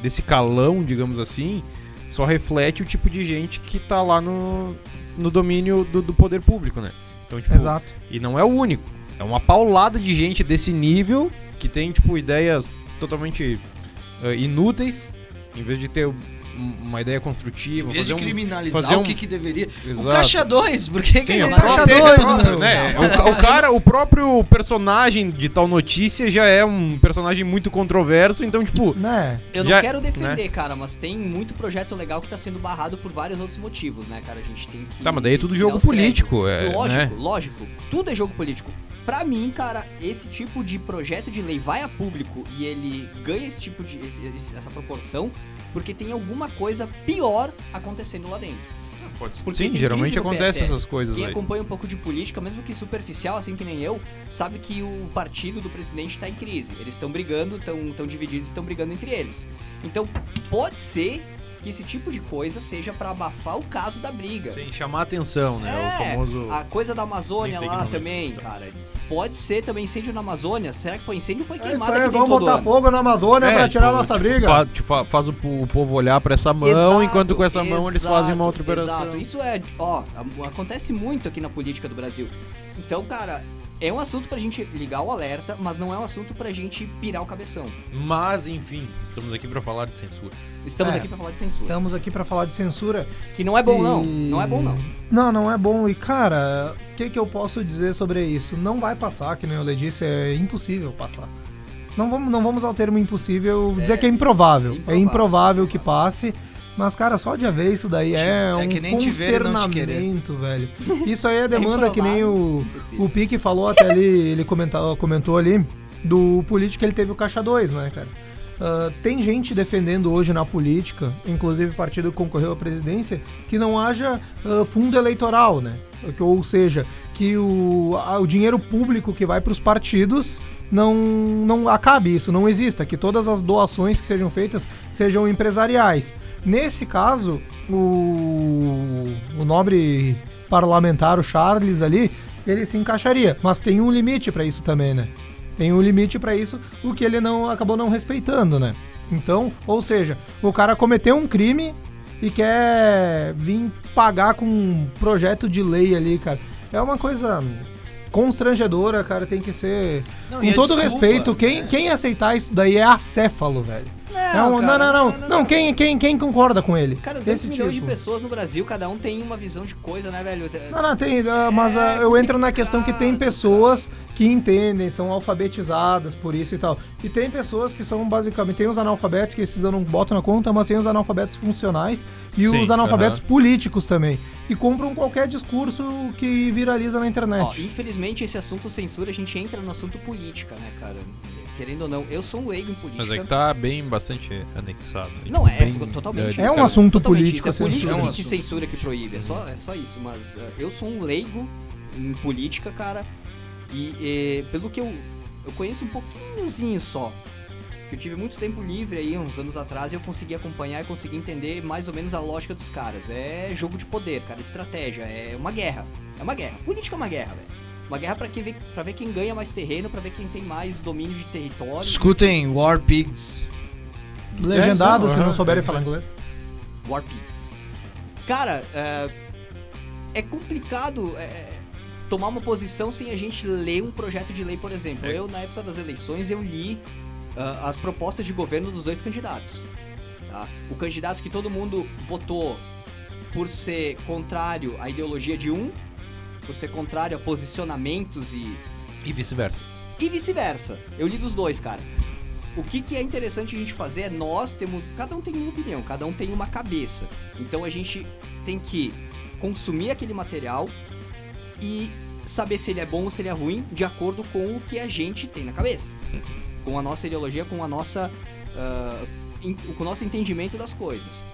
[SPEAKER 3] desse calão, digamos assim, só reflete o tipo de gente que tá lá no, no domínio do, do poder público, né? Então, tipo, E não é o único. É uma paulada de gente desse nível que tem, tipo, ideias totalmente eh, inúteis, em vez de ter um- uma ideia
[SPEAKER 4] Em
[SPEAKER 3] construtiva.
[SPEAKER 4] vez de
[SPEAKER 3] fazer um-
[SPEAKER 4] criminalizar
[SPEAKER 3] fazer
[SPEAKER 4] o
[SPEAKER 3] um-
[SPEAKER 4] que, que deveria.
[SPEAKER 3] Exato.
[SPEAKER 4] O caixa 2, por que, que a
[SPEAKER 3] Sim, é
[SPEAKER 4] gente tá
[SPEAKER 3] o
[SPEAKER 2] tá
[SPEAKER 1] tá
[SPEAKER 4] não
[SPEAKER 3] caixa
[SPEAKER 4] tem?
[SPEAKER 2] dois,
[SPEAKER 4] Não,
[SPEAKER 2] meu.
[SPEAKER 3] Né? O, ca- o cara, o próprio personagem de tal notícia já é um personagem muito controverso, então, tipo,
[SPEAKER 2] Né?
[SPEAKER 1] Eu
[SPEAKER 3] Já- né?
[SPEAKER 1] não quero defender, cara, mas tem muito projeto legal que tá sendo barrado por vários outros motivos, né, cara? A gente tem que.
[SPEAKER 3] tá, mas daí é tudo
[SPEAKER 1] dar
[SPEAKER 3] jogo
[SPEAKER 1] os créditos.
[SPEAKER 3] político. É,
[SPEAKER 1] lógico,
[SPEAKER 3] né?
[SPEAKER 1] lógico. Tudo é jogo político. Pra mim, cara, esse tipo de projeto de lei vai a público e ele ganha esse tipo de. esse- esse- essa proporção, porque tem alguma coisa pior acontecendo lá dentro.
[SPEAKER 3] Pode ser.
[SPEAKER 1] Porque
[SPEAKER 3] Sim,
[SPEAKER 1] tem
[SPEAKER 3] geralmente
[SPEAKER 1] crise no
[SPEAKER 3] acontece
[SPEAKER 1] PSL.
[SPEAKER 3] essas coisas
[SPEAKER 1] é Quem
[SPEAKER 3] aí.
[SPEAKER 1] acompanha um pouco de política, mesmo que superficial, assim que nem eu, sabe que o partido do presidente tá em crise. Eles estão brigando, estão tão divididos, estão brigando entre eles. Então, pode ser que esse tipo de coisa seja pra abafar o caso da briga.
[SPEAKER 3] Sem chamar atenção, né?
[SPEAKER 1] É,
[SPEAKER 3] o famoso.
[SPEAKER 1] A coisa da Amazônia
[SPEAKER 3] Nem sei que
[SPEAKER 1] lá
[SPEAKER 3] nome é.
[SPEAKER 1] também, cara. Pode ser também incêndio na Amazônia. Será que foi incêndio ou foi queimada
[SPEAKER 2] Então,
[SPEAKER 1] que tem
[SPEAKER 2] vamos
[SPEAKER 1] todo
[SPEAKER 2] botar
[SPEAKER 1] ano?
[SPEAKER 2] fogo na Amazônia é
[SPEAKER 4] É,
[SPEAKER 2] pra tirar
[SPEAKER 3] tipo,
[SPEAKER 2] a nossa
[SPEAKER 3] tipo,
[SPEAKER 2] briga.
[SPEAKER 3] fa- tipo, fa- faz o, po- o povo olhar pra essa mão,
[SPEAKER 1] Exato,
[SPEAKER 3] enquanto com essa mão eles
[SPEAKER 1] exato,
[SPEAKER 3] fazem uma outra operação.
[SPEAKER 1] Exato, isso é, ó, a- acontece muito aqui na política do Brasil. Então, cara, é um assunto pra gente ligar o alerta, mas não é um assunto pra gente pirar o cabeção.
[SPEAKER 3] Mas, enfim, estamos aqui pra falar de censura.
[SPEAKER 1] Estamos
[SPEAKER 2] É.
[SPEAKER 1] aqui pra falar de censura.
[SPEAKER 3] Então,
[SPEAKER 2] Estamos aqui pra falar de censura.
[SPEAKER 1] que não é bom, não.
[SPEAKER 2] E-
[SPEAKER 1] Não é bom, não.
[SPEAKER 2] Não, não é bom. E, cara, o que, que eu posso dizer sobre isso? Não vai passar, que nem eu lhe disse, é impossível passar. Não vamos, não vamos ao termo impossível, dizer que é improvável. É
[SPEAKER 1] improvável.
[SPEAKER 2] improvável que passe. Mas, cara, só de haver isso daí é,
[SPEAKER 4] É
[SPEAKER 2] um
[SPEAKER 4] que nem te ver e não te querer.
[SPEAKER 2] consternamento, velho. Isso aí é demanda que nem o,
[SPEAKER 1] impossível.
[SPEAKER 2] o Pique falou até ali, ele comentou, comentou ali, do político que ele teve o Caixa 2, né, cara? ah, tem gente defendendo hoje na política, inclusive o partido que concorreu à presidência, que não haja ah, fundo eleitoral, né? Que- Ou seja, que o, a- o dinheiro público que vai para os partidos não, não acabe isso, não exista, que todas as doações que sejam feitas sejam empresariais. Nesse caso, o, o nobre parlamentar, o Charles ali, ele se encaixaria, mas tem um limite para isso também, né? Tem um limite para isso, o que ele não acabou não respeitando, né? Então, ou seja, o cara cometeu um crime e quer vir pagar com um projeto de lei ali, cara. É uma coisa constrangedora, cara, tem que ser
[SPEAKER 4] Não, e
[SPEAKER 2] com
[SPEAKER 4] a
[SPEAKER 2] todo
[SPEAKER 4] desculpa,
[SPEAKER 2] respeito, quem,
[SPEAKER 4] né?
[SPEAKER 2] quem aceitar isso daí é acéfalo, velho. É um- Não,
[SPEAKER 1] cara,
[SPEAKER 2] não, não, não, quem, quem, quem concorda com ele?
[SPEAKER 1] Cara, 200
[SPEAKER 2] Desse
[SPEAKER 1] milhões
[SPEAKER 2] tipo.
[SPEAKER 1] de pessoas no Brasil, cada um tem uma visão de coisa, né, velho?
[SPEAKER 2] Não, não, tem, ah, mas ah, eu entro na questão que tem pessoas que entendem, são alfabetizadas por isso e tal. E tem pessoas que são basicamente, tem os analfabetos, que esses eu não boto na conta, mas tem os analfabetos funcionais e
[SPEAKER 7] Sim,
[SPEAKER 2] os analfabetos
[SPEAKER 7] aham.
[SPEAKER 2] políticos também, que compram qualquer discurso que viraliza na
[SPEAKER 1] Ó,
[SPEAKER 2] internet.
[SPEAKER 1] infelizmente, esse assunto censura, a gente entra no assunto política, né, cara? Querendo ou não, eu sou um leigo em política.
[SPEAKER 3] Mas é que tá bem bastante anexado. né?
[SPEAKER 1] Não, é,
[SPEAKER 3] Bem,
[SPEAKER 1] totalmente.
[SPEAKER 2] é um
[SPEAKER 3] isso
[SPEAKER 2] assunto
[SPEAKER 1] totalmente
[SPEAKER 2] político,
[SPEAKER 1] isso, é política
[SPEAKER 4] censura.
[SPEAKER 1] que censura que proíbe, é só, é só isso. Mas eh, eu sou um leigo em política, cara, e eh, pelo que eu, eu conheço um pouquinhozinho só, que eu tive muito tempo livre aí, uns anos atrás, e eu consegui acompanhar e consegui entender mais ou menos a lógica dos caras. É jogo de poder, cara, estratégia, é uma guerra. É uma guerra. Política é uma guerra, velho. Uma guerra pra, quem vê, pra ver quem ganha mais terreno, pra ver quem tem mais domínio de território.
[SPEAKER 4] Escutem War Pigs. É,
[SPEAKER 2] Legendado,
[SPEAKER 7] Essa,
[SPEAKER 2] se não
[SPEAKER 7] aham,
[SPEAKER 2] souberem
[SPEAKER 7] isso
[SPEAKER 2] falar
[SPEAKER 7] aí.
[SPEAKER 2] inglês.
[SPEAKER 1] War Pigs. Cara, é, é complicado é, tomar uma posição sem a gente ler um projeto de lei, por exemplo.
[SPEAKER 3] É.
[SPEAKER 1] Eu, na época das eleições, eu li ah, as propostas de governo dos dois candidatos. tá? O candidato que todo mundo votou por ser contrário à ideologia de um, por ser contrário a posicionamentos e
[SPEAKER 3] E vice-versa.
[SPEAKER 1] e vice-versa. Eu li dos dois, cara. O que, que é interessante a gente fazer é nós temos. Cada um tem uma opinião, cada um tem uma cabeça. Então a gente tem que consumir aquele material e saber se ele é bom ou se ele é ruim de acordo com o que a gente tem na cabeça. Com a nossa ideologia, com a nossa. ah, in- com o nosso entendimento das coisas.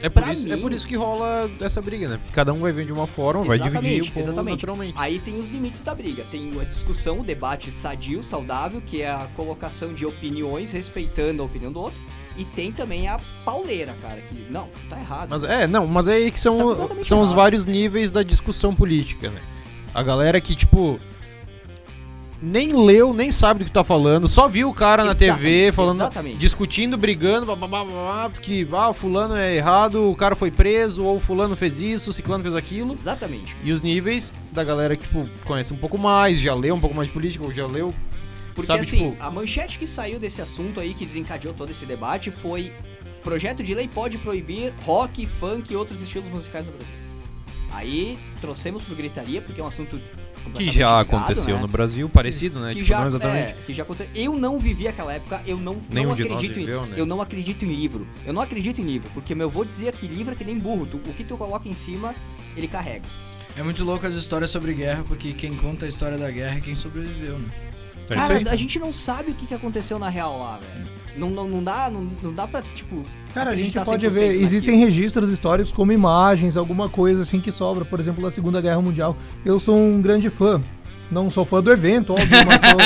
[SPEAKER 3] É por,
[SPEAKER 1] Pra
[SPEAKER 3] isso,
[SPEAKER 1] mim-
[SPEAKER 3] é por isso que rola essa briga, né? Porque cada um vai ver de uma forma, vai dividir
[SPEAKER 1] Exatamente,
[SPEAKER 3] o povo
[SPEAKER 1] exatamente.
[SPEAKER 3] naturalmente.
[SPEAKER 1] Aí tem os limites da briga. Tem a discussão, o debate sadio, saudável, que é a colocação de opiniões respeitando a opinião do outro. E tem também a pauleira, cara, que não, tá errado.
[SPEAKER 3] Mas é, não, mas é aí que
[SPEAKER 1] Tá
[SPEAKER 3] são,
[SPEAKER 1] completamente
[SPEAKER 3] são os
[SPEAKER 1] errado.
[SPEAKER 3] vários níveis da discussão política, né? A galera que, tipo, nem leu, nem sabe do que tá falando, só viu o cara na
[SPEAKER 1] Exatamente,
[SPEAKER 3] TV falando,
[SPEAKER 1] exatamente.
[SPEAKER 3] discutindo, brigando, blá, blá, blá, blá, blá, porque, ah, o fulano é errado, o cara foi preso, ou o fulano fez isso, o ciclano fez aquilo.
[SPEAKER 1] Exatamente.
[SPEAKER 3] E os níveis da galera que, tipo, conhece um pouco mais, já leu um pouco mais de política, ou já leu.
[SPEAKER 1] Porque
[SPEAKER 3] Sabe,
[SPEAKER 1] assim,
[SPEAKER 3] tipo-
[SPEAKER 1] a manchete que saiu desse assunto aí, que desencadeou todo esse debate, foi projeto de lei pode proibir rock, funk e outros estilos musicais no Brasil. Aí trouxemos pro gritaria, porque é um assunto
[SPEAKER 3] Que
[SPEAKER 1] completamente
[SPEAKER 3] já
[SPEAKER 1] ligado,
[SPEAKER 3] aconteceu
[SPEAKER 1] né?
[SPEAKER 3] no Brasil, parecido, né?
[SPEAKER 1] que
[SPEAKER 3] tipo,
[SPEAKER 1] já,
[SPEAKER 3] não exatamente.
[SPEAKER 1] é, que já aconteceu. Eu não vivi aquela época, eu não,
[SPEAKER 3] Nenhum
[SPEAKER 1] não
[SPEAKER 3] de nós
[SPEAKER 1] acredito
[SPEAKER 3] viveu,
[SPEAKER 1] em,
[SPEAKER 3] né?
[SPEAKER 1] Eu não acredito em livro. Eu não acredito em livro, porque meu avô dizia que livro é que nem burro. tu- o que tu coloca em cima, ele carrega.
[SPEAKER 4] É muito louco as histórias sobre guerra, porque quem conta a história da guerra é quem sobreviveu, né?
[SPEAKER 3] É isso aí.
[SPEAKER 1] Cara, a gente não sabe o que, que aconteceu na real lá, velho. Não, não, não dá, não, não dá pra, tipo.
[SPEAKER 2] Cara, a gente
[SPEAKER 1] acreditar
[SPEAKER 2] pode
[SPEAKER 1] 100%
[SPEAKER 2] ver,
[SPEAKER 1] naquilo.
[SPEAKER 2] existem registros históricos como imagens, alguma coisa assim que sobra, por exemplo, da Segunda Guerra Mundial. Eu sou um grande fã. Não sou fã do evento, óbvio, mas sou...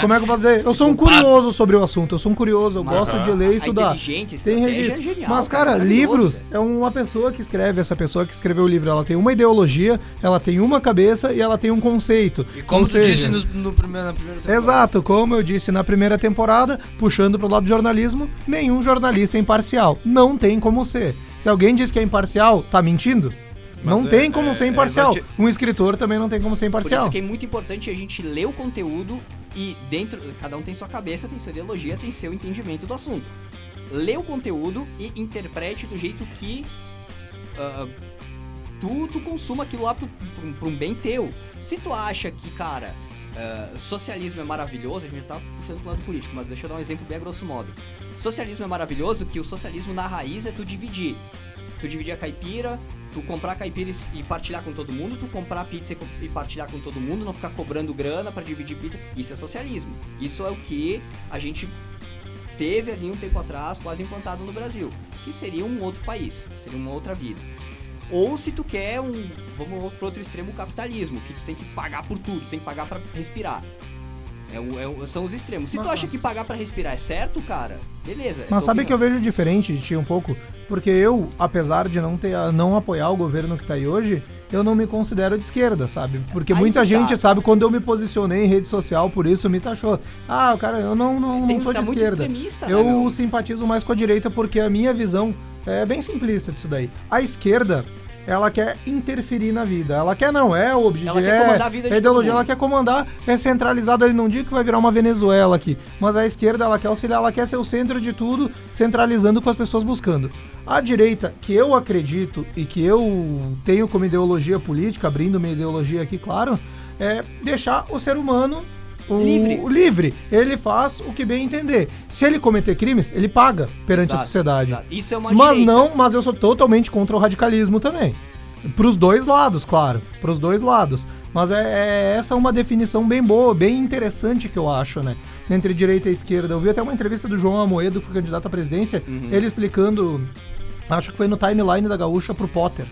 [SPEAKER 2] Como é que eu vou dizer? Eu sou um
[SPEAKER 4] Psicopata.
[SPEAKER 2] curioso sobre o assunto, eu sou um curioso, eu gosto de ler e
[SPEAKER 1] A
[SPEAKER 2] estudar.
[SPEAKER 1] inteligente, a
[SPEAKER 2] Tem
[SPEAKER 1] estratégia
[SPEAKER 2] registro.
[SPEAKER 1] é genial.
[SPEAKER 2] Mas, cara,
[SPEAKER 1] maravilhoso,
[SPEAKER 2] livros
[SPEAKER 1] velho.
[SPEAKER 2] é uma pessoa que escreve. Essa pessoa que escreveu o livro, ela tem uma ideologia, ela tem uma cabeça e ela tem um conceito.
[SPEAKER 4] E como
[SPEAKER 2] Ou
[SPEAKER 4] tu
[SPEAKER 2] seja,
[SPEAKER 4] disse no, no primeiro, na primeira temporada.
[SPEAKER 2] Exato, como eu disse na primeira temporada, puxando pro lado do jornalismo, nenhum jornalista é imparcial. Não tem como ser. Se alguém diz que é imparcial, tá mentindo. não
[SPEAKER 7] é-
[SPEAKER 2] tem como ser
[SPEAKER 7] é
[SPEAKER 2] imparcial.
[SPEAKER 7] exati-
[SPEAKER 2] Um escritor também não tem como ser
[SPEAKER 1] Por isso
[SPEAKER 2] imparcial.
[SPEAKER 1] que é muito importante a gente ler o conteúdo e dentro. Cada um tem sua cabeça, tem sua ideologia, tem seu entendimento do assunto. Lê o conteúdo e interprete do jeito que ah, tu, tu consuma aquilo lá pro- pro- pra um bem teu. Se tu acha que, cara, ah, socialismo é maravilhoso, a gente tá puxando pro lado político, mas deixa eu dar um exemplo bem a grosso modo. Socialismo é maravilhoso, que o socialismo na raiz é tu dividir. Tu dividir a caipira, tu comprar caipira e- e partilhar com todo mundo, tu comprar pizza e co- e partilhar com todo mundo, não ficar cobrando grana pra dividir pizza. Isso é socialismo. Isso é o que a gente teve ali um tempo atrás, quase implantado no Brasil, que seria um outro país, seria uma outra vida. Ou se tu quer um, vamos pro outro extremo, o capitalismo, que tu tem que pagar por tudo, tem que pagar pra respirar. É o- é o- são os extremos. Se tu
[SPEAKER 2] Mas-
[SPEAKER 1] acha que pagar pra respirar é certo, cara, beleza. é tua
[SPEAKER 2] Mas sabe que eu
[SPEAKER 1] opinião.
[SPEAKER 2] vejo diferente de ti um pouco? Porque eu, apesar de não, ter, não apoiar o governo que tá aí hoje, eu não me considero de esquerda, sabe? Porque
[SPEAKER 1] Aí
[SPEAKER 2] muita
[SPEAKER 1] que tá.
[SPEAKER 2] gente, sabe, quando eu me posicionei em rede social, por isso me taxou. Ah, cara, eu não, não,
[SPEAKER 1] Tem
[SPEAKER 2] não sou
[SPEAKER 1] tá
[SPEAKER 2] de
[SPEAKER 1] muito
[SPEAKER 2] esquerda.
[SPEAKER 1] extremista, né,
[SPEAKER 2] Eu
[SPEAKER 1] meu?
[SPEAKER 2] simpatizo mais com a direita porque a minha visão é bem simplista disso daí. A esquerda, ela quer interferir na vida. Ela quer não, é o objetivo.
[SPEAKER 1] Ela quer
[SPEAKER 2] é
[SPEAKER 1] comandar a vida de
[SPEAKER 2] é ideologia,
[SPEAKER 1] todo mundo.
[SPEAKER 2] ela quer comandar, é centralizado ali num dia que vai virar uma Venezuela aqui. Mas a esquerda, ela quer auxiliar, ela quer ser o centro de tudo, centralizando com as pessoas buscando. A direita, que eu acredito e que eu tenho como ideologia política, abrindo minha ideologia aqui, claro, é deixar o ser humano o-
[SPEAKER 1] Livre.
[SPEAKER 2] o livre. Ele faz o que bem entender. Se ele cometer crimes, ele paga perante a
[SPEAKER 1] Exato,
[SPEAKER 2] sociedade.
[SPEAKER 1] exato. Isso é uma
[SPEAKER 2] Mas
[SPEAKER 1] direita.
[SPEAKER 2] não, mas eu sou totalmente contra o radicalismo também. Pros dois lados, claro. Pros dois lados. Mas é, é- essa é uma definição bem boa, bem interessante que eu acho, né? Entre direita e esquerda. Eu vi até uma entrevista do João Amoedo, que foi candidato à presidência, ele explicando, acho que foi no timeline da Gaúcha pro Potter.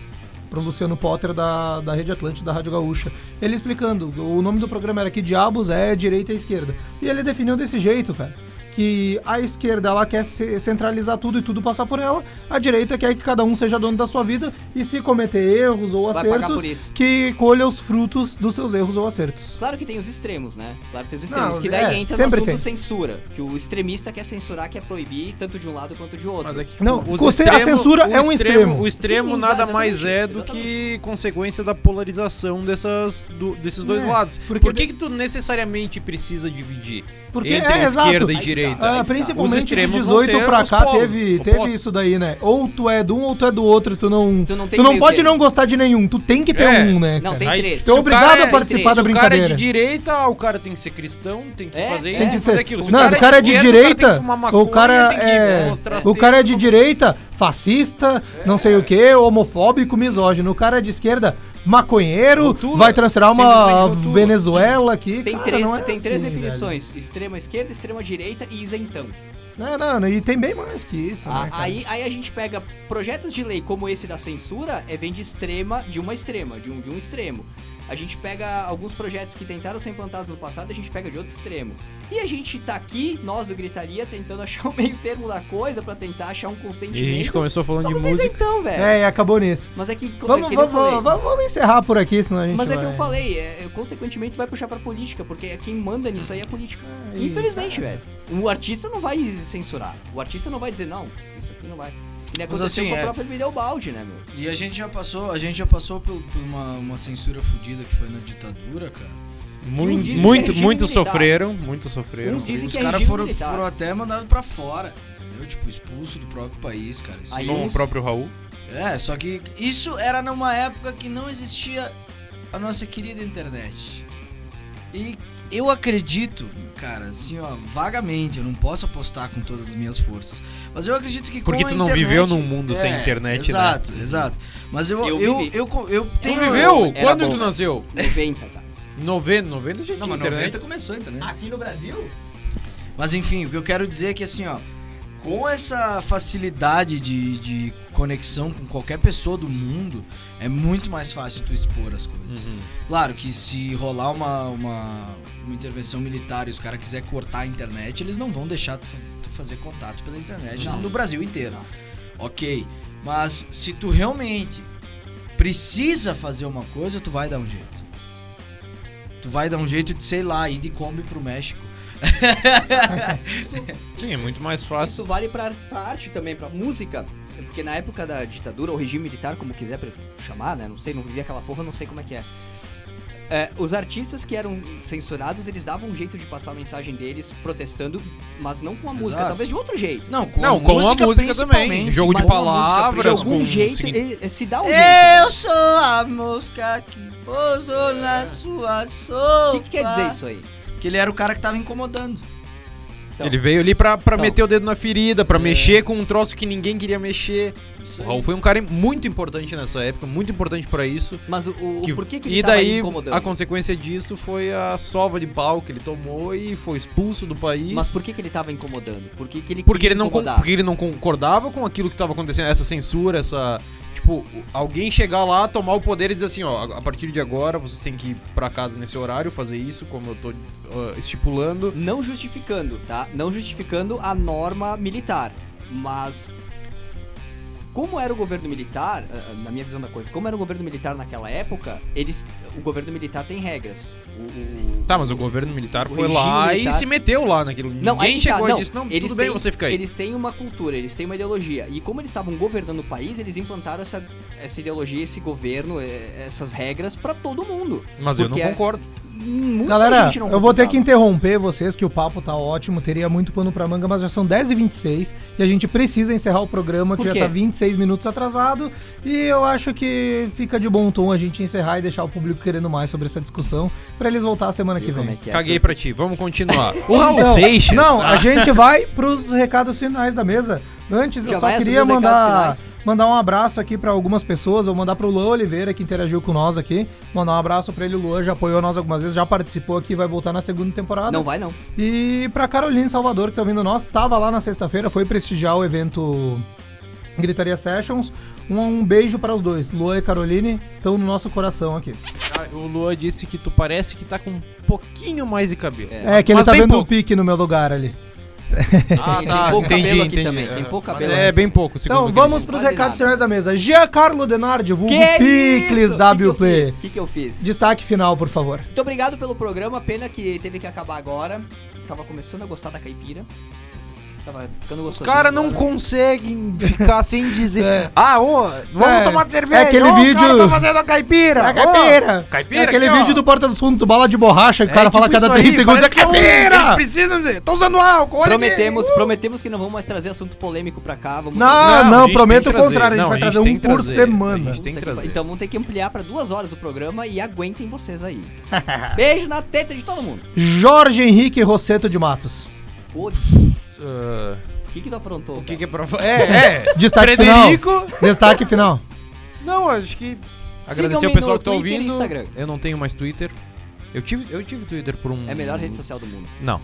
[SPEAKER 2] Pro Luciano Potter da, da Rede Atlântica da Rádio Gaúcha. Ele explicando, o nome do programa era Que Diabos é Direita e Esquerda. E ele definiu desse jeito, cara que a esquerda ela quer se- centralizar tudo e tudo passar por ela, a direita quer que cada um seja dono da sua vida e se cometer erros ou
[SPEAKER 1] Vai pagar
[SPEAKER 2] acertos,
[SPEAKER 1] por isso.
[SPEAKER 2] que colha os frutos dos seus erros ou acertos.
[SPEAKER 1] Claro que tem os extremos, né? Claro que tem os extremos.
[SPEAKER 2] Não,
[SPEAKER 1] que daí
[SPEAKER 2] é,
[SPEAKER 1] entra no
[SPEAKER 2] sempre
[SPEAKER 1] assunto
[SPEAKER 2] tem.
[SPEAKER 1] censura. Que o extremista quer censurar, quer proibir, tanto de um lado quanto de outro.
[SPEAKER 3] Mas é que,
[SPEAKER 2] Não,
[SPEAKER 3] os
[SPEAKER 2] você- a censura
[SPEAKER 3] o
[SPEAKER 2] é um extremo.
[SPEAKER 3] O extremo
[SPEAKER 1] Sim,
[SPEAKER 3] nada
[SPEAKER 1] exatamente,
[SPEAKER 3] mais é do
[SPEAKER 1] exatamente.
[SPEAKER 3] que consequência da polarização dessas, do- desses dois
[SPEAKER 2] É,
[SPEAKER 3] lados.
[SPEAKER 2] porque-
[SPEAKER 3] Por que, que tu necessariamente precisa dividir
[SPEAKER 2] Porque
[SPEAKER 3] entre
[SPEAKER 2] é
[SPEAKER 3] esquerda
[SPEAKER 2] exato.
[SPEAKER 3] e
[SPEAKER 1] Aí
[SPEAKER 3] direita?
[SPEAKER 1] tá.
[SPEAKER 2] Ah,
[SPEAKER 1] Os
[SPEAKER 2] principalmente de
[SPEAKER 3] extremos vão
[SPEAKER 2] 18
[SPEAKER 3] ser
[SPEAKER 2] pra
[SPEAKER 3] os
[SPEAKER 2] cá
[SPEAKER 3] polos,
[SPEAKER 2] teve,
[SPEAKER 3] opostos.
[SPEAKER 2] teve isso daí, né? Ou tu é de um ou tu é do outro, tu não.
[SPEAKER 1] Tu não tem meio
[SPEAKER 2] pode
[SPEAKER 1] termo.
[SPEAKER 2] não gostar de nenhum, tu tem que ter
[SPEAKER 3] É.
[SPEAKER 2] um, né?
[SPEAKER 1] Não,
[SPEAKER 2] cara?
[SPEAKER 1] tem
[SPEAKER 3] Aí,
[SPEAKER 1] três.
[SPEAKER 3] se
[SPEAKER 2] Então,
[SPEAKER 3] o
[SPEAKER 2] obrigado
[SPEAKER 3] cara
[SPEAKER 2] a participar da
[SPEAKER 1] tem
[SPEAKER 3] Se o cara é de
[SPEAKER 2] brincadeira.
[SPEAKER 3] direita, ah, o cara tem que ser cristão, tem que
[SPEAKER 1] É,
[SPEAKER 3] fazer
[SPEAKER 1] é.
[SPEAKER 3] isso,
[SPEAKER 2] Tem que ser.
[SPEAKER 3] fazer aquilo. Se
[SPEAKER 2] Não, o cara é de
[SPEAKER 3] esquerda,
[SPEAKER 2] direita.
[SPEAKER 3] tem que fumar
[SPEAKER 2] O cara
[SPEAKER 3] maconha, tem que
[SPEAKER 2] é.
[SPEAKER 3] mostrar as
[SPEAKER 2] O cara é de
[SPEAKER 3] tetas.
[SPEAKER 2] direita, fascista, não sei o que, homofóbico, misógino. O cara é de esquerda, maconheiro,
[SPEAKER 3] Rotula.
[SPEAKER 2] vai transferir uma
[SPEAKER 3] Simplesmente rotula.
[SPEAKER 2] Venezuela aqui.
[SPEAKER 1] Tem
[SPEAKER 2] Cara,
[SPEAKER 1] três,
[SPEAKER 2] não é
[SPEAKER 1] tem três
[SPEAKER 2] assim,
[SPEAKER 1] definições: extrema esquerda, extrema direita e isentão.
[SPEAKER 2] velho. Não, não, e tem bem mais que isso.
[SPEAKER 1] Ah,
[SPEAKER 2] né, cara?
[SPEAKER 1] aí, aí a gente pega projetos de lei como esse da censura, é vem de extrema, de uma extrema, de um, de um extremo. A gente pega alguns projetos que tentaram ser implantados no passado, a gente pega de outro extremo. E a gente tá aqui, nós do Gritaria, tentando achar o meio termo da coisa pra tentar achar um
[SPEAKER 8] E
[SPEAKER 1] consentimento.
[SPEAKER 8] a gente começou falando de
[SPEAKER 1] Somos
[SPEAKER 8] música.
[SPEAKER 1] isentão, então, velho.
[SPEAKER 2] É, e acabou nisso.
[SPEAKER 1] Mas é que, co-
[SPEAKER 2] Vamos,
[SPEAKER 1] que nem eu
[SPEAKER 2] vamos,
[SPEAKER 1] falei.
[SPEAKER 2] vamos, vamos encerrar por aqui, senão a gente.
[SPEAKER 1] Mas é que
[SPEAKER 2] vai...
[SPEAKER 1] eu falei, é, é, consequentemente vai puxar pra política, porque quem manda nisso aí é a política.
[SPEAKER 2] e-
[SPEAKER 1] Infelizmente, velho. O artista não vai censurar. O artista não vai dizer, não, isso aqui não vai. Ele aconteceu
[SPEAKER 4] assim,
[SPEAKER 1] com o
[SPEAKER 4] é-
[SPEAKER 1] próprio Emílio Balde, né, meu?
[SPEAKER 4] E a gente já passou, a gente já passou por, por uma, uma censura fodida que foi na ditadura, cara.
[SPEAKER 1] Uns
[SPEAKER 8] Muito,
[SPEAKER 1] dizem que é
[SPEAKER 8] muito,
[SPEAKER 1] regime
[SPEAKER 8] muitos
[SPEAKER 1] militar.
[SPEAKER 8] sofreram, muitos sofreram.
[SPEAKER 1] Uns dizem
[SPEAKER 4] Os
[SPEAKER 1] que é
[SPEAKER 4] caras
[SPEAKER 1] regime
[SPEAKER 4] foram,
[SPEAKER 1] militar.
[SPEAKER 4] foram até mandados pra fora, entendeu? Tipo, expulso do próprio país, cara. Isso
[SPEAKER 1] Aí
[SPEAKER 8] Bom, o
[SPEAKER 1] uns-
[SPEAKER 8] próprio Raul.
[SPEAKER 4] É, só que isso era numa época que não existia a nossa querida internet. E eu acredito, cara, assim, ó, vagamente, eu não posso apostar com todas as minhas forças. Mas eu acredito que
[SPEAKER 8] Porque
[SPEAKER 4] com a
[SPEAKER 8] tu não
[SPEAKER 4] internet-
[SPEAKER 8] viveu num mundo sem
[SPEAKER 4] É,
[SPEAKER 8] internet,
[SPEAKER 4] exato, né? Exato, exato. Mas eu
[SPEAKER 1] Eu
[SPEAKER 4] eu eu,
[SPEAKER 1] vivi.
[SPEAKER 4] eu,
[SPEAKER 8] né?
[SPEAKER 4] tenho
[SPEAKER 8] Tu viveu?
[SPEAKER 1] um Era
[SPEAKER 8] Quando
[SPEAKER 1] bom,
[SPEAKER 8] tu
[SPEAKER 1] né?
[SPEAKER 8] nasceu?
[SPEAKER 1] 90, cara.
[SPEAKER 8] 90, 90 já tinha
[SPEAKER 4] Não, mas
[SPEAKER 8] internet.
[SPEAKER 4] 90 começou a internet.
[SPEAKER 1] Aqui no Brasil?
[SPEAKER 4] Mas enfim, o que eu quero dizer é que assim, ó, com essa facilidade de, de conexão com qualquer pessoa do mundo, é muito mais fácil tu expor as coisas.
[SPEAKER 8] Uhum.
[SPEAKER 4] Claro que se rolar uma, uma, uma intervenção militar e os caras quiserem cortar a internet, eles não vão deixar tu, fa- tu fazer contato pela internet
[SPEAKER 1] Não.
[SPEAKER 4] no Brasil inteiro.
[SPEAKER 1] Não.
[SPEAKER 4] Ok. Mas se tu realmente precisa fazer uma coisa, tu vai dar um jeito. Tu vai dar um jeito de, sei lá, ir de Kombi pro México.
[SPEAKER 8] Sim, é muito mais fácil.
[SPEAKER 1] Isso vale pra, pra arte também, pra música. Porque na época da ditadura, ou regime militar, como quiser pre- chamar, né? Não sei, não vivi aquela porra, não sei como é que é. É, os artistas que eram censurados, eles davam um jeito de passar a mensagem deles protestando, mas não com a música,
[SPEAKER 4] Exato.
[SPEAKER 1] talvez de outro jeito.
[SPEAKER 4] Não, com
[SPEAKER 8] Não,
[SPEAKER 4] a
[SPEAKER 8] com a
[SPEAKER 4] música,
[SPEAKER 8] música também.
[SPEAKER 4] principalmente,
[SPEAKER 3] Um
[SPEAKER 8] Jogo de
[SPEAKER 4] mas com a música
[SPEAKER 8] palavras,
[SPEAKER 1] De
[SPEAKER 8] Obras
[SPEAKER 1] algum
[SPEAKER 8] com
[SPEAKER 1] jeito,
[SPEAKER 8] signi-
[SPEAKER 1] ele- se dá um jeito.
[SPEAKER 4] Eu sou a mosca que pousou na sua sopa.
[SPEAKER 1] O que, que quer dizer isso aí?
[SPEAKER 4] Que ele era o cara que tava incomodando.
[SPEAKER 1] Então,
[SPEAKER 3] Ele veio ali pra, pra
[SPEAKER 1] Então.
[SPEAKER 3] meter o dedo na ferida, pra
[SPEAKER 1] É.
[SPEAKER 3] mexer com um troço que ninguém queria mexer.
[SPEAKER 1] isso
[SPEAKER 3] O
[SPEAKER 1] aí.
[SPEAKER 3] Raul foi um cara muito importante nessa época, muito importante pra isso.
[SPEAKER 1] Mas o, o
[SPEAKER 3] Que-
[SPEAKER 1] por que, que ele
[SPEAKER 3] e
[SPEAKER 1] tava
[SPEAKER 3] daí,
[SPEAKER 1] incomodando?
[SPEAKER 3] a consequência disso foi a sova de pau que ele tomou e foi expulso do país.
[SPEAKER 1] Mas por que, que ele tava incomodando? Por que, que ele
[SPEAKER 3] porque
[SPEAKER 1] queria
[SPEAKER 3] ele não con-
[SPEAKER 1] incomodar?
[SPEAKER 3] porque ele não concordava com aquilo que estava acontecendo, essa censura, essa tipo alguém chegar lá, tomar o poder e dizer assim, ó, a- a partir de agora vocês têm que ir pra casa nesse horário, fazer isso, como eu tô ah, estipulando.
[SPEAKER 1] Não justificando, tá? Não justificando a norma militar. Mas. Como era o governo militar, ah, ah, na minha visão da coisa, como era o governo militar naquela época, eles. O governo militar tem regras. O- o-
[SPEAKER 3] Tá, mas o governo militar
[SPEAKER 1] O
[SPEAKER 3] foi
[SPEAKER 1] regime
[SPEAKER 3] lá
[SPEAKER 1] militar-
[SPEAKER 3] e se meteu lá naquilo.
[SPEAKER 1] Não, aí
[SPEAKER 3] Ninguém
[SPEAKER 1] que tá,
[SPEAKER 3] chegou
[SPEAKER 1] não,
[SPEAKER 3] e disse, não,
[SPEAKER 1] eles
[SPEAKER 3] tudo bem,
[SPEAKER 1] têm-
[SPEAKER 3] você fica aí.
[SPEAKER 1] Eles têm uma cultura, eles têm uma ideologia. E como eles estavam governando o país, eles implantaram essa, essa ideologia, esse governo, eh, essas regras pra todo mundo.
[SPEAKER 3] Mas eu não
[SPEAKER 1] porque é-
[SPEAKER 3] concordo.
[SPEAKER 1] Muita
[SPEAKER 2] Galera,
[SPEAKER 1] gente não
[SPEAKER 2] eu vou ter que
[SPEAKER 1] concordava.
[SPEAKER 2] interromper vocês, que o papo tá ótimo, teria muito pano pra manga, mas já são 10h26 e a gente precisa encerrar o programa, que
[SPEAKER 1] Por
[SPEAKER 2] já
[SPEAKER 1] quê?
[SPEAKER 2] tá 26 minutos atrasado. E eu acho que fica de bom tom a gente encerrar e deixar o público querendo mais sobre essa discussão, pra eles voltar semana que
[SPEAKER 1] Viu como é
[SPEAKER 2] vem.
[SPEAKER 1] que é?
[SPEAKER 3] Caguei pra ti, vamos continuar. o Raul
[SPEAKER 2] Então,
[SPEAKER 3] Seixas.
[SPEAKER 2] Não, a
[SPEAKER 3] Ah,
[SPEAKER 2] gente vai pros recados finais da mesa. Antes,
[SPEAKER 1] Já
[SPEAKER 2] eu só
[SPEAKER 1] vai assumir
[SPEAKER 2] queria
[SPEAKER 1] os recados
[SPEAKER 2] mandar,
[SPEAKER 1] finais?
[SPEAKER 2] mandar um abraço aqui pra algumas pessoas. Vou mandar pro Luan Oliveira, que interagiu com nós aqui. Mandar um abraço pra ele. O Luan já apoiou nós algumas vezes, já participou aqui, vai voltar na segunda temporada.
[SPEAKER 1] Não vai não.
[SPEAKER 2] E pra Carolina Salvador, que tá ouvindo nós, tava lá na sexta-feira, foi prestigiar o evento Gritaria Sessions. Um, um beijo para os dois. Luan e Caroline estão no nosso coração aqui.
[SPEAKER 3] O Luan disse que tu parece que tá com um pouquinho mais de cabelo.
[SPEAKER 1] É.
[SPEAKER 2] É, que ele
[SPEAKER 3] Mas
[SPEAKER 2] tá
[SPEAKER 3] bem
[SPEAKER 2] vendo um
[SPEAKER 3] pouco.
[SPEAKER 2] pique no meu lugar ali.
[SPEAKER 3] Ah,
[SPEAKER 1] Tem- tem pouco cabelo aqui também, tem
[SPEAKER 3] Aham.
[SPEAKER 1] pouco
[SPEAKER 3] Mas
[SPEAKER 1] cabelo
[SPEAKER 3] É,
[SPEAKER 1] aqui.
[SPEAKER 3] bem pouco. segundo
[SPEAKER 2] Então
[SPEAKER 3] o que
[SPEAKER 2] vamos
[SPEAKER 1] não
[SPEAKER 2] pros
[SPEAKER 1] faz
[SPEAKER 2] recados
[SPEAKER 1] nada.
[SPEAKER 2] finais da mesa. Giancarlo Denardi, vulgo Picles
[SPEAKER 1] isso? Que que eu
[SPEAKER 2] WP.
[SPEAKER 1] fiz? Que que eu fiz?
[SPEAKER 2] Destaque final, por favor.
[SPEAKER 1] Muito obrigado pelo programa, pena que teve que acabar agora. Tava começando a gostar da caipira. Tava ficando
[SPEAKER 3] Os
[SPEAKER 1] gostoso.
[SPEAKER 3] caras não conseguem ficar sem dizer. Ah, ô, vamos
[SPEAKER 2] É.
[SPEAKER 3] tomar cerveja.
[SPEAKER 2] É aquele
[SPEAKER 3] ô, O
[SPEAKER 2] vídeo- É
[SPEAKER 3] cara tá fazendo a caipira.
[SPEAKER 2] A
[SPEAKER 3] ô.
[SPEAKER 2] caipira.
[SPEAKER 3] Caipira
[SPEAKER 2] É aquele
[SPEAKER 3] aqui, ó.
[SPEAKER 2] vídeo do Porta dos Fundos, do Bala de Borracha, que o
[SPEAKER 3] É,
[SPEAKER 2] cara
[SPEAKER 3] tipo
[SPEAKER 2] fala a cada
[SPEAKER 3] isso
[SPEAKER 2] 3
[SPEAKER 3] aí,
[SPEAKER 2] segundos. É
[SPEAKER 3] parece que é um- Eles
[SPEAKER 2] caipira!
[SPEAKER 3] precisam dizer. Tô usando álcool, olha aqui.
[SPEAKER 1] Prometemos, prometemos que não vamos mais trazer assunto polêmico pra cá. Vamos
[SPEAKER 2] Não,
[SPEAKER 3] Não, a
[SPEAKER 2] não,
[SPEAKER 3] gente
[SPEAKER 2] prometo o
[SPEAKER 3] tem que trazer.
[SPEAKER 2] contrário. A gente
[SPEAKER 3] Não,
[SPEAKER 2] vai
[SPEAKER 3] a gente
[SPEAKER 2] trazer
[SPEAKER 3] tem
[SPEAKER 2] um
[SPEAKER 3] que
[SPEAKER 2] por
[SPEAKER 3] trazer.
[SPEAKER 2] semana.
[SPEAKER 3] A gente tem que
[SPEAKER 1] Puta
[SPEAKER 3] trazer.
[SPEAKER 1] pa- Então vamos ter que ampliar pra duas horas o programa e aguentem vocês aí. Beijo na teta de todo mundo.
[SPEAKER 2] Jorge Henrique Rosseto de Matos.
[SPEAKER 1] Ô, O
[SPEAKER 3] Ah,
[SPEAKER 1] que que tu aprontou?
[SPEAKER 3] o que, que
[SPEAKER 1] cara?
[SPEAKER 3] é pra falar? É, é.
[SPEAKER 2] Destaque final.
[SPEAKER 3] Frederico.
[SPEAKER 2] Destaque final. Tá,
[SPEAKER 3] Não, acho que. Agradecer
[SPEAKER 1] Sigam-me
[SPEAKER 3] ao pessoal
[SPEAKER 1] no
[SPEAKER 3] que tá
[SPEAKER 1] Twitter e
[SPEAKER 3] ouvindo.
[SPEAKER 1] Instagram.
[SPEAKER 3] Eu não tenho mais Twitter. Eu tive, eu tive Twitter por um.
[SPEAKER 1] É a melhor rede social do mundo.
[SPEAKER 3] Não.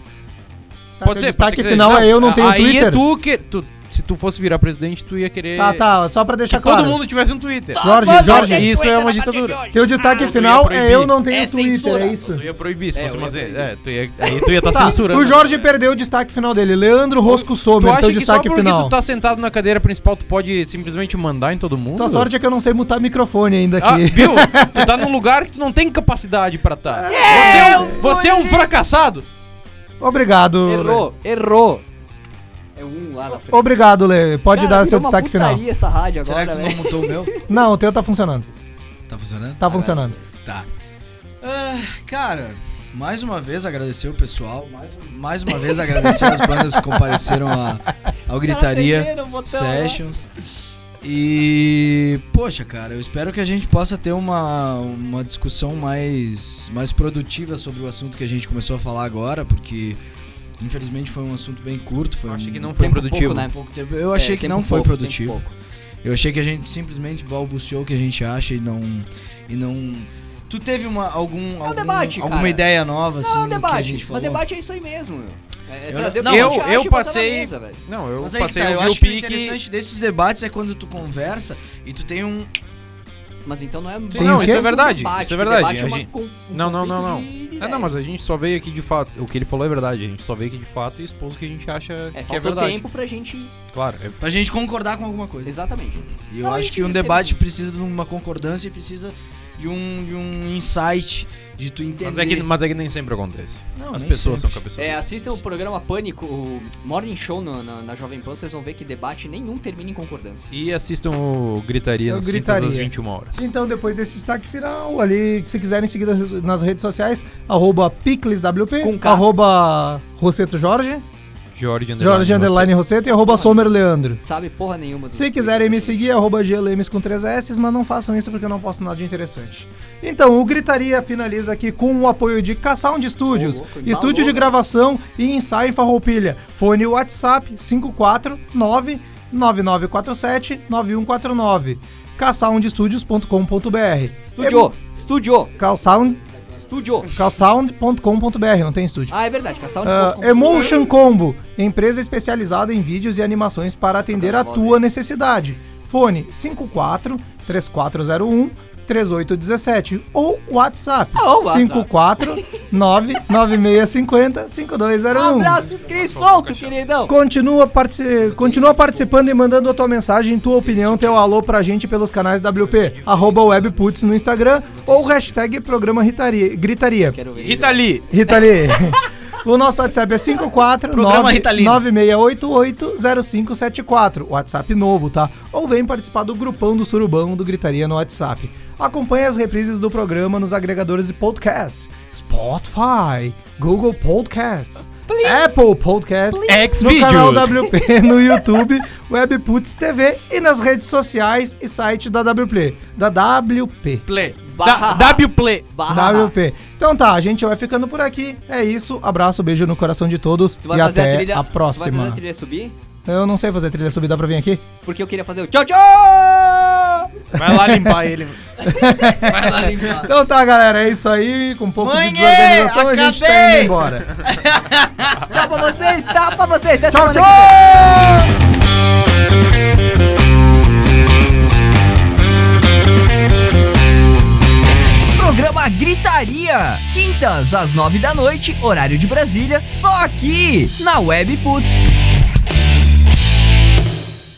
[SPEAKER 2] Tá, teu destaque final é eu não tenho
[SPEAKER 3] aí
[SPEAKER 2] Twitter.
[SPEAKER 3] É tu que, tu, se tu fosse virar presidente, tu ia querer.
[SPEAKER 2] Tá, tá, só pra deixar
[SPEAKER 3] Que
[SPEAKER 2] claro.
[SPEAKER 3] É todo mundo tivesse um Twitter.
[SPEAKER 2] Jorge,
[SPEAKER 4] Ah,
[SPEAKER 2] Jorge.
[SPEAKER 3] Isso é uma ditadura.
[SPEAKER 2] Teu destaque
[SPEAKER 3] tu ia
[SPEAKER 2] final é
[SPEAKER 3] proibir.
[SPEAKER 2] eu não tenho
[SPEAKER 1] É
[SPEAKER 2] Twitter,
[SPEAKER 1] censura.
[SPEAKER 2] é isso.
[SPEAKER 3] Tu ia proibir, se
[SPEAKER 1] É,
[SPEAKER 3] fosse
[SPEAKER 1] eu
[SPEAKER 3] uma.
[SPEAKER 1] ia proibir.
[SPEAKER 3] É, tu ia, aí tu ia estar
[SPEAKER 2] Tá,
[SPEAKER 3] censurando.
[SPEAKER 2] o Jorge perdeu o destaque final dele. Leandro Rosco
[SPEAKER 3] Tu
[SPEAKER 2] Sommer,
[SPEAKER 3] acha
[SPEAKER 2] seu
[SPEAKER 3] que só
[SPEAKER 2] destaque
[SPEAKER 3] porque
[SPEAKER 2] final.
[SPEAKER 3] tu tá sentado na cadeira principal, tu pode simplesmente mandar em todo mundo?
[SPEAKER 2] Tua sorte é que eu não sei mutar microfone ainda
[SPEAKER 3] Ah,
[SPEAKER 2] aqui.
[SPEAKER 3] viu? tu tá num lugar que tu não tem capacidade pra tá. Você é um, você é um fracassado.
[SPEAKER 2] Obrigado. Lê.
[SPEAKER 1] Errou, errou. É um lá na frente.
[SPEAKER 2] Obrigado, Lê. Pode
[SPEAKER 1] Cara,
[SPEAKER 2] dar
[SPEAKER 1] virou
[SPEAKER 2] seu
[SPEAKER 1] uma
[SPEAKER 2] destaque final.
[SPEAKER 1] putaria essa rádio
[SPEAKER 4] Será que
[SPEAKER 1] agora,
[SPEAKER 4] tu não
[SPEAKER 1] velho.
[SPEAKER 4] mutou o meu?
[SPEAKER 2] Não, o teu tá funcionando.
[SPEAKER 4] Tá funcionando?
[SPEAKER 2] Tá funcionando.
[SPEAKER 4] Tá. Ah, cara, mais uma vez agradecer o pessoal. Mais, mais uma vez agradecer as bandas que compareceram a- ao Gritaria
[SPEAKER 1] né?
[SPEAKER 4] Sessions. E, poxa, cara, eu espero que a gente possa ter uma, uma discussão mais, mais produtiva sobre o assunto que a gente começou a falar agora, porque infelizmente foi um assunto bem curto. Foi
[SPEAKER 3] Acho que não
[SPEAKER 4] um
[SPEAKER 3] foi
[SPEAKER 1] Tempo
[SPEAKER 3] produtivo.
[SPEAKER 1] pouco, né?
[SPEAKER 4] pouco tempo. Eu achei
[SPEAKER 1] É,
[SPEAKER 4] que
[SPEAKER 1] tempo
[SPEAKER 4] não foi
[SPEAKER 1] pouco,
[SPEAKER 4] produtivo.
[SPEAKER 1] tempo pouco.
[SPEAKER 4] Eu achei que a gente simplesmente balbuciou o que a gente acha e não. E não. Tu teve uma, algum, algum-
[SPEAKER 1] É um debate,
[SPEAKER 4] alguma
[SPEAKER 1] cara.
[SPEAKER 4] ideia nova, assim,
[SPEAKER 1] Não,
[SPEAKER 4] no que a gente
[SPEAKER 1] é um debate.
[SPEAKER 4] falou?
[SPEAKER 1] Mas debate é isso aí mesmo, meu. É, é
[SPEAKER 4] Eu-
[SPEAKER 1] trazer o
[SPEAKER 4] não,
[SPEAKER 1] que
[SPEAKER 4] eu-
[SPEAKER 1] você acha
[SPEAKER 3] eu
[SPEAKER 1] e botar na
[SPEAKER 3] passei-
[SPEAKER 1] mesa, velho.
[SPEAKER 3] Não, eu
[SPEAKER 4] Mas aí que
[SPEAKER 3] passei
[SPEAKER 4] tá, eu
[SPEAKER 3] a ouvir
[SPEAKER 4] acho
[SPEAKER 3] o
[SPEAKER 4] que o
[SPEAKER 3] pique.
[SPEAKER 4] interessante desses debates é quando tu conversa e tu tem um.
[SPEAKER 1] Mas então não é.
[SPEAKER 3] Sim, não,
[SPEAKER 1] é
[SPEAKER 3] isso é
[SPEAKER 1] um
[SPEAKER 3] verdade, isso é verdade,
[SPEAKER 1] debate
[SPEAKER 3] a
[SPEAKER 1] uma
[SPEAKER 3] gente-
[SPEAKER 1] con- um
[SPEAKER 3] Não, não, não, não.
[SPEAKER 1] conflito de
[SPEAKER 3] É, não,
[SPEAKER 1] ideias.
[SPEAKER 3] mas a gente só veio aqui de fato. O que ele falou é verdade. A gente só veio aqui de fato e expôs o que a gente acha
[SPEAKER 1] É,
[SPEAKER 3] que é
[SPEAKER 1] faltou
[SPEAKER 3] verdade.
[SPEAKER 1] tempo pra gente.
[SPEAKER 3] Claro. é-
[SPEAKER 4] pra gente concordar com alguma coisa.
[SPEAKER 1] Exatamente.
[SPEAKER 4] E eu
[SPEAKER 1] Não,
[SPEAKER 4] acho
[SPEAKER 1] isso
[SPEAKER 4] que um
[SPEAKER 1] que eu
[SPEAKER 4] debate
[SPEAKER 1] quero.
[SPEAKER 4] precisa de uma concordância e precisa de um, de um insight, de tu entender.
[SPEAKER 3] Mas, é que, mas é que nem sempre acontece.
[SPEAKER 4] Não,
[SPEAKER 3] As
[SPEAKER 4] nem
[SPEAKER 3] pessoas
[SPEAKER 4] sempre.
[SPEAKER 3] são cabeçudas.
[SPEAKER 1] É, assistam o programa Pânico, o Morning Show na, na, na Jovem Pan, vocês vão ver que debate nenhum termina em concordância.
[SPEAKER 3] E assistam o Gritaria
[SPEAKER 2] Eu
[SPEAKER 3] nas
[SPEAKER 2] gritaria.
[SPEAKER 3] quintas às 21 horas.
[SPEAKER 2] Então, depois desse destaque final, ali, se quiserem seguir nas- nas redes sociais, arroba PiclesWP,
[SPEAKER 1] Com K.
[SPEAKER 2] arroba RossetoJorge,
[SPEAKER 9] George Underline.
[SPEAKER 2] Jorge Underline Rosseto e arroba Sommer Leandro.
[SPEAKER 1] Sabe porra nenhuma do
[SPEAKER 2] Se quiserem me seguir, arroba GLMs com 3 S, mas não façam isso porque eu não posto nada de interessante. Então, o Gritaria finaliza aqui com o apoio de K-Sound Studios,
[SPEAKER 1] Ô, louco, embalou,
[SPEAKER 2] estúdio de
[SPEAKER 1] velho.
[SPEAKER 2] gravação e ensaio farroupilha. Fone WhatsApp 549 9947 9149 ksoundstudios.com.br
[SPEAKER 1] Estúdio, estúdio,
[SPEAKER 2] Calsound,
[SPEAKER 1] estúdio.
[SPEAKER 2] calsound.com.br, não tem estúdio.
[SPEAKER 1] Ah, é verdade, Caçal
[SPEAKER 2] Ah, Emotion Combo, empresa especializada em vídeos e animações para atender a tua necessidade. Fone 54 3401 3817 ou WhatsApp
[SPEAKER 1] Ou WhatsApp.
[SPEAKER 2] 54 99650 5201.
[SPEAKER 1] Abraço, Cris Solto, queridão.
[SPEAKER 2] Continua, partici- continua participando e mandando a tua mensagem, tua opinião, teu alô pra gente pelos canais WP, arroba webputs no Instagram ou hashtag programa Ritaria- Gritaria.
[SPEAKER 1] Quero ver.
[SPEAKER 3] Rita Lee.
[SPEAKER 2] Rita Lee. O nosso WhatsApp é 54
[SPEAKER 4] Programa Rita Lee.
[SPEAKER 2] 96880574. WhatsApp novo, tá? Ou vem participar do grupão do Surubão do Gritaria no WhatsApp. Acompanhe as reprises do programa nos agregadores de podcast: Spotify, Google Podcasts, Apple Podcasts, no
[SPEAKER 3] Xvideos.
[SPEAKER 2] canal WP no YouTube, Webputs TV e nas redes sociais e site da WP. Da WP.
[SPEAKER 4] Play.
[SPEAKER 1] Barra,
[SPEAKER 3] W Play.
[SPEAKER 1] barra.
[SPEAKER 2] WP. Então tá, a gente vai ficando por aqui. É isso. Abraço, beijo no coração de todos.
[SPEAKER 1] Tu vai
[SPEAKER 2] E
[SPEAKER 1] fazer
[SPEAKER 2] até
[SPEAKER 1] a trilha. Tu vai
[SPEAKER 2] a
[SPEAKER 1] fazer
[SPEAKER 2] próxima.
[SPEAKER 1] a trilha subir?
[SPEAKER 2] Eu não sei fazer trilha subir, dá pra vir aqui?
[SPEAKER 1] Porque eu queria fazer o tchau, tchau!
[SPEAKER 3] Vai lá limpar ele.
[SPEAKER 4] Vai lá limpar.
[SPEAKER 2] Então tá, galera, é isso aí. Com um pouco
[SPEAKER 4] Mãe,
[SPEAKER 2] de desorganização, a gente tá
[SPEAKER 4] acabei!
[SPEAKER 2] indo embora.
[SPEAKER 1] Tchau pra vocês, tá pra vocês. Até semana
[SPEAKER 2] tchau,
[SPEAKER 1] que vem.
[SPEAKER 2] tchau!
[SPEAKER 1] Programa Gritaria. Quintas às nove da noite, horário de Brasília, só aqui na Web Putz.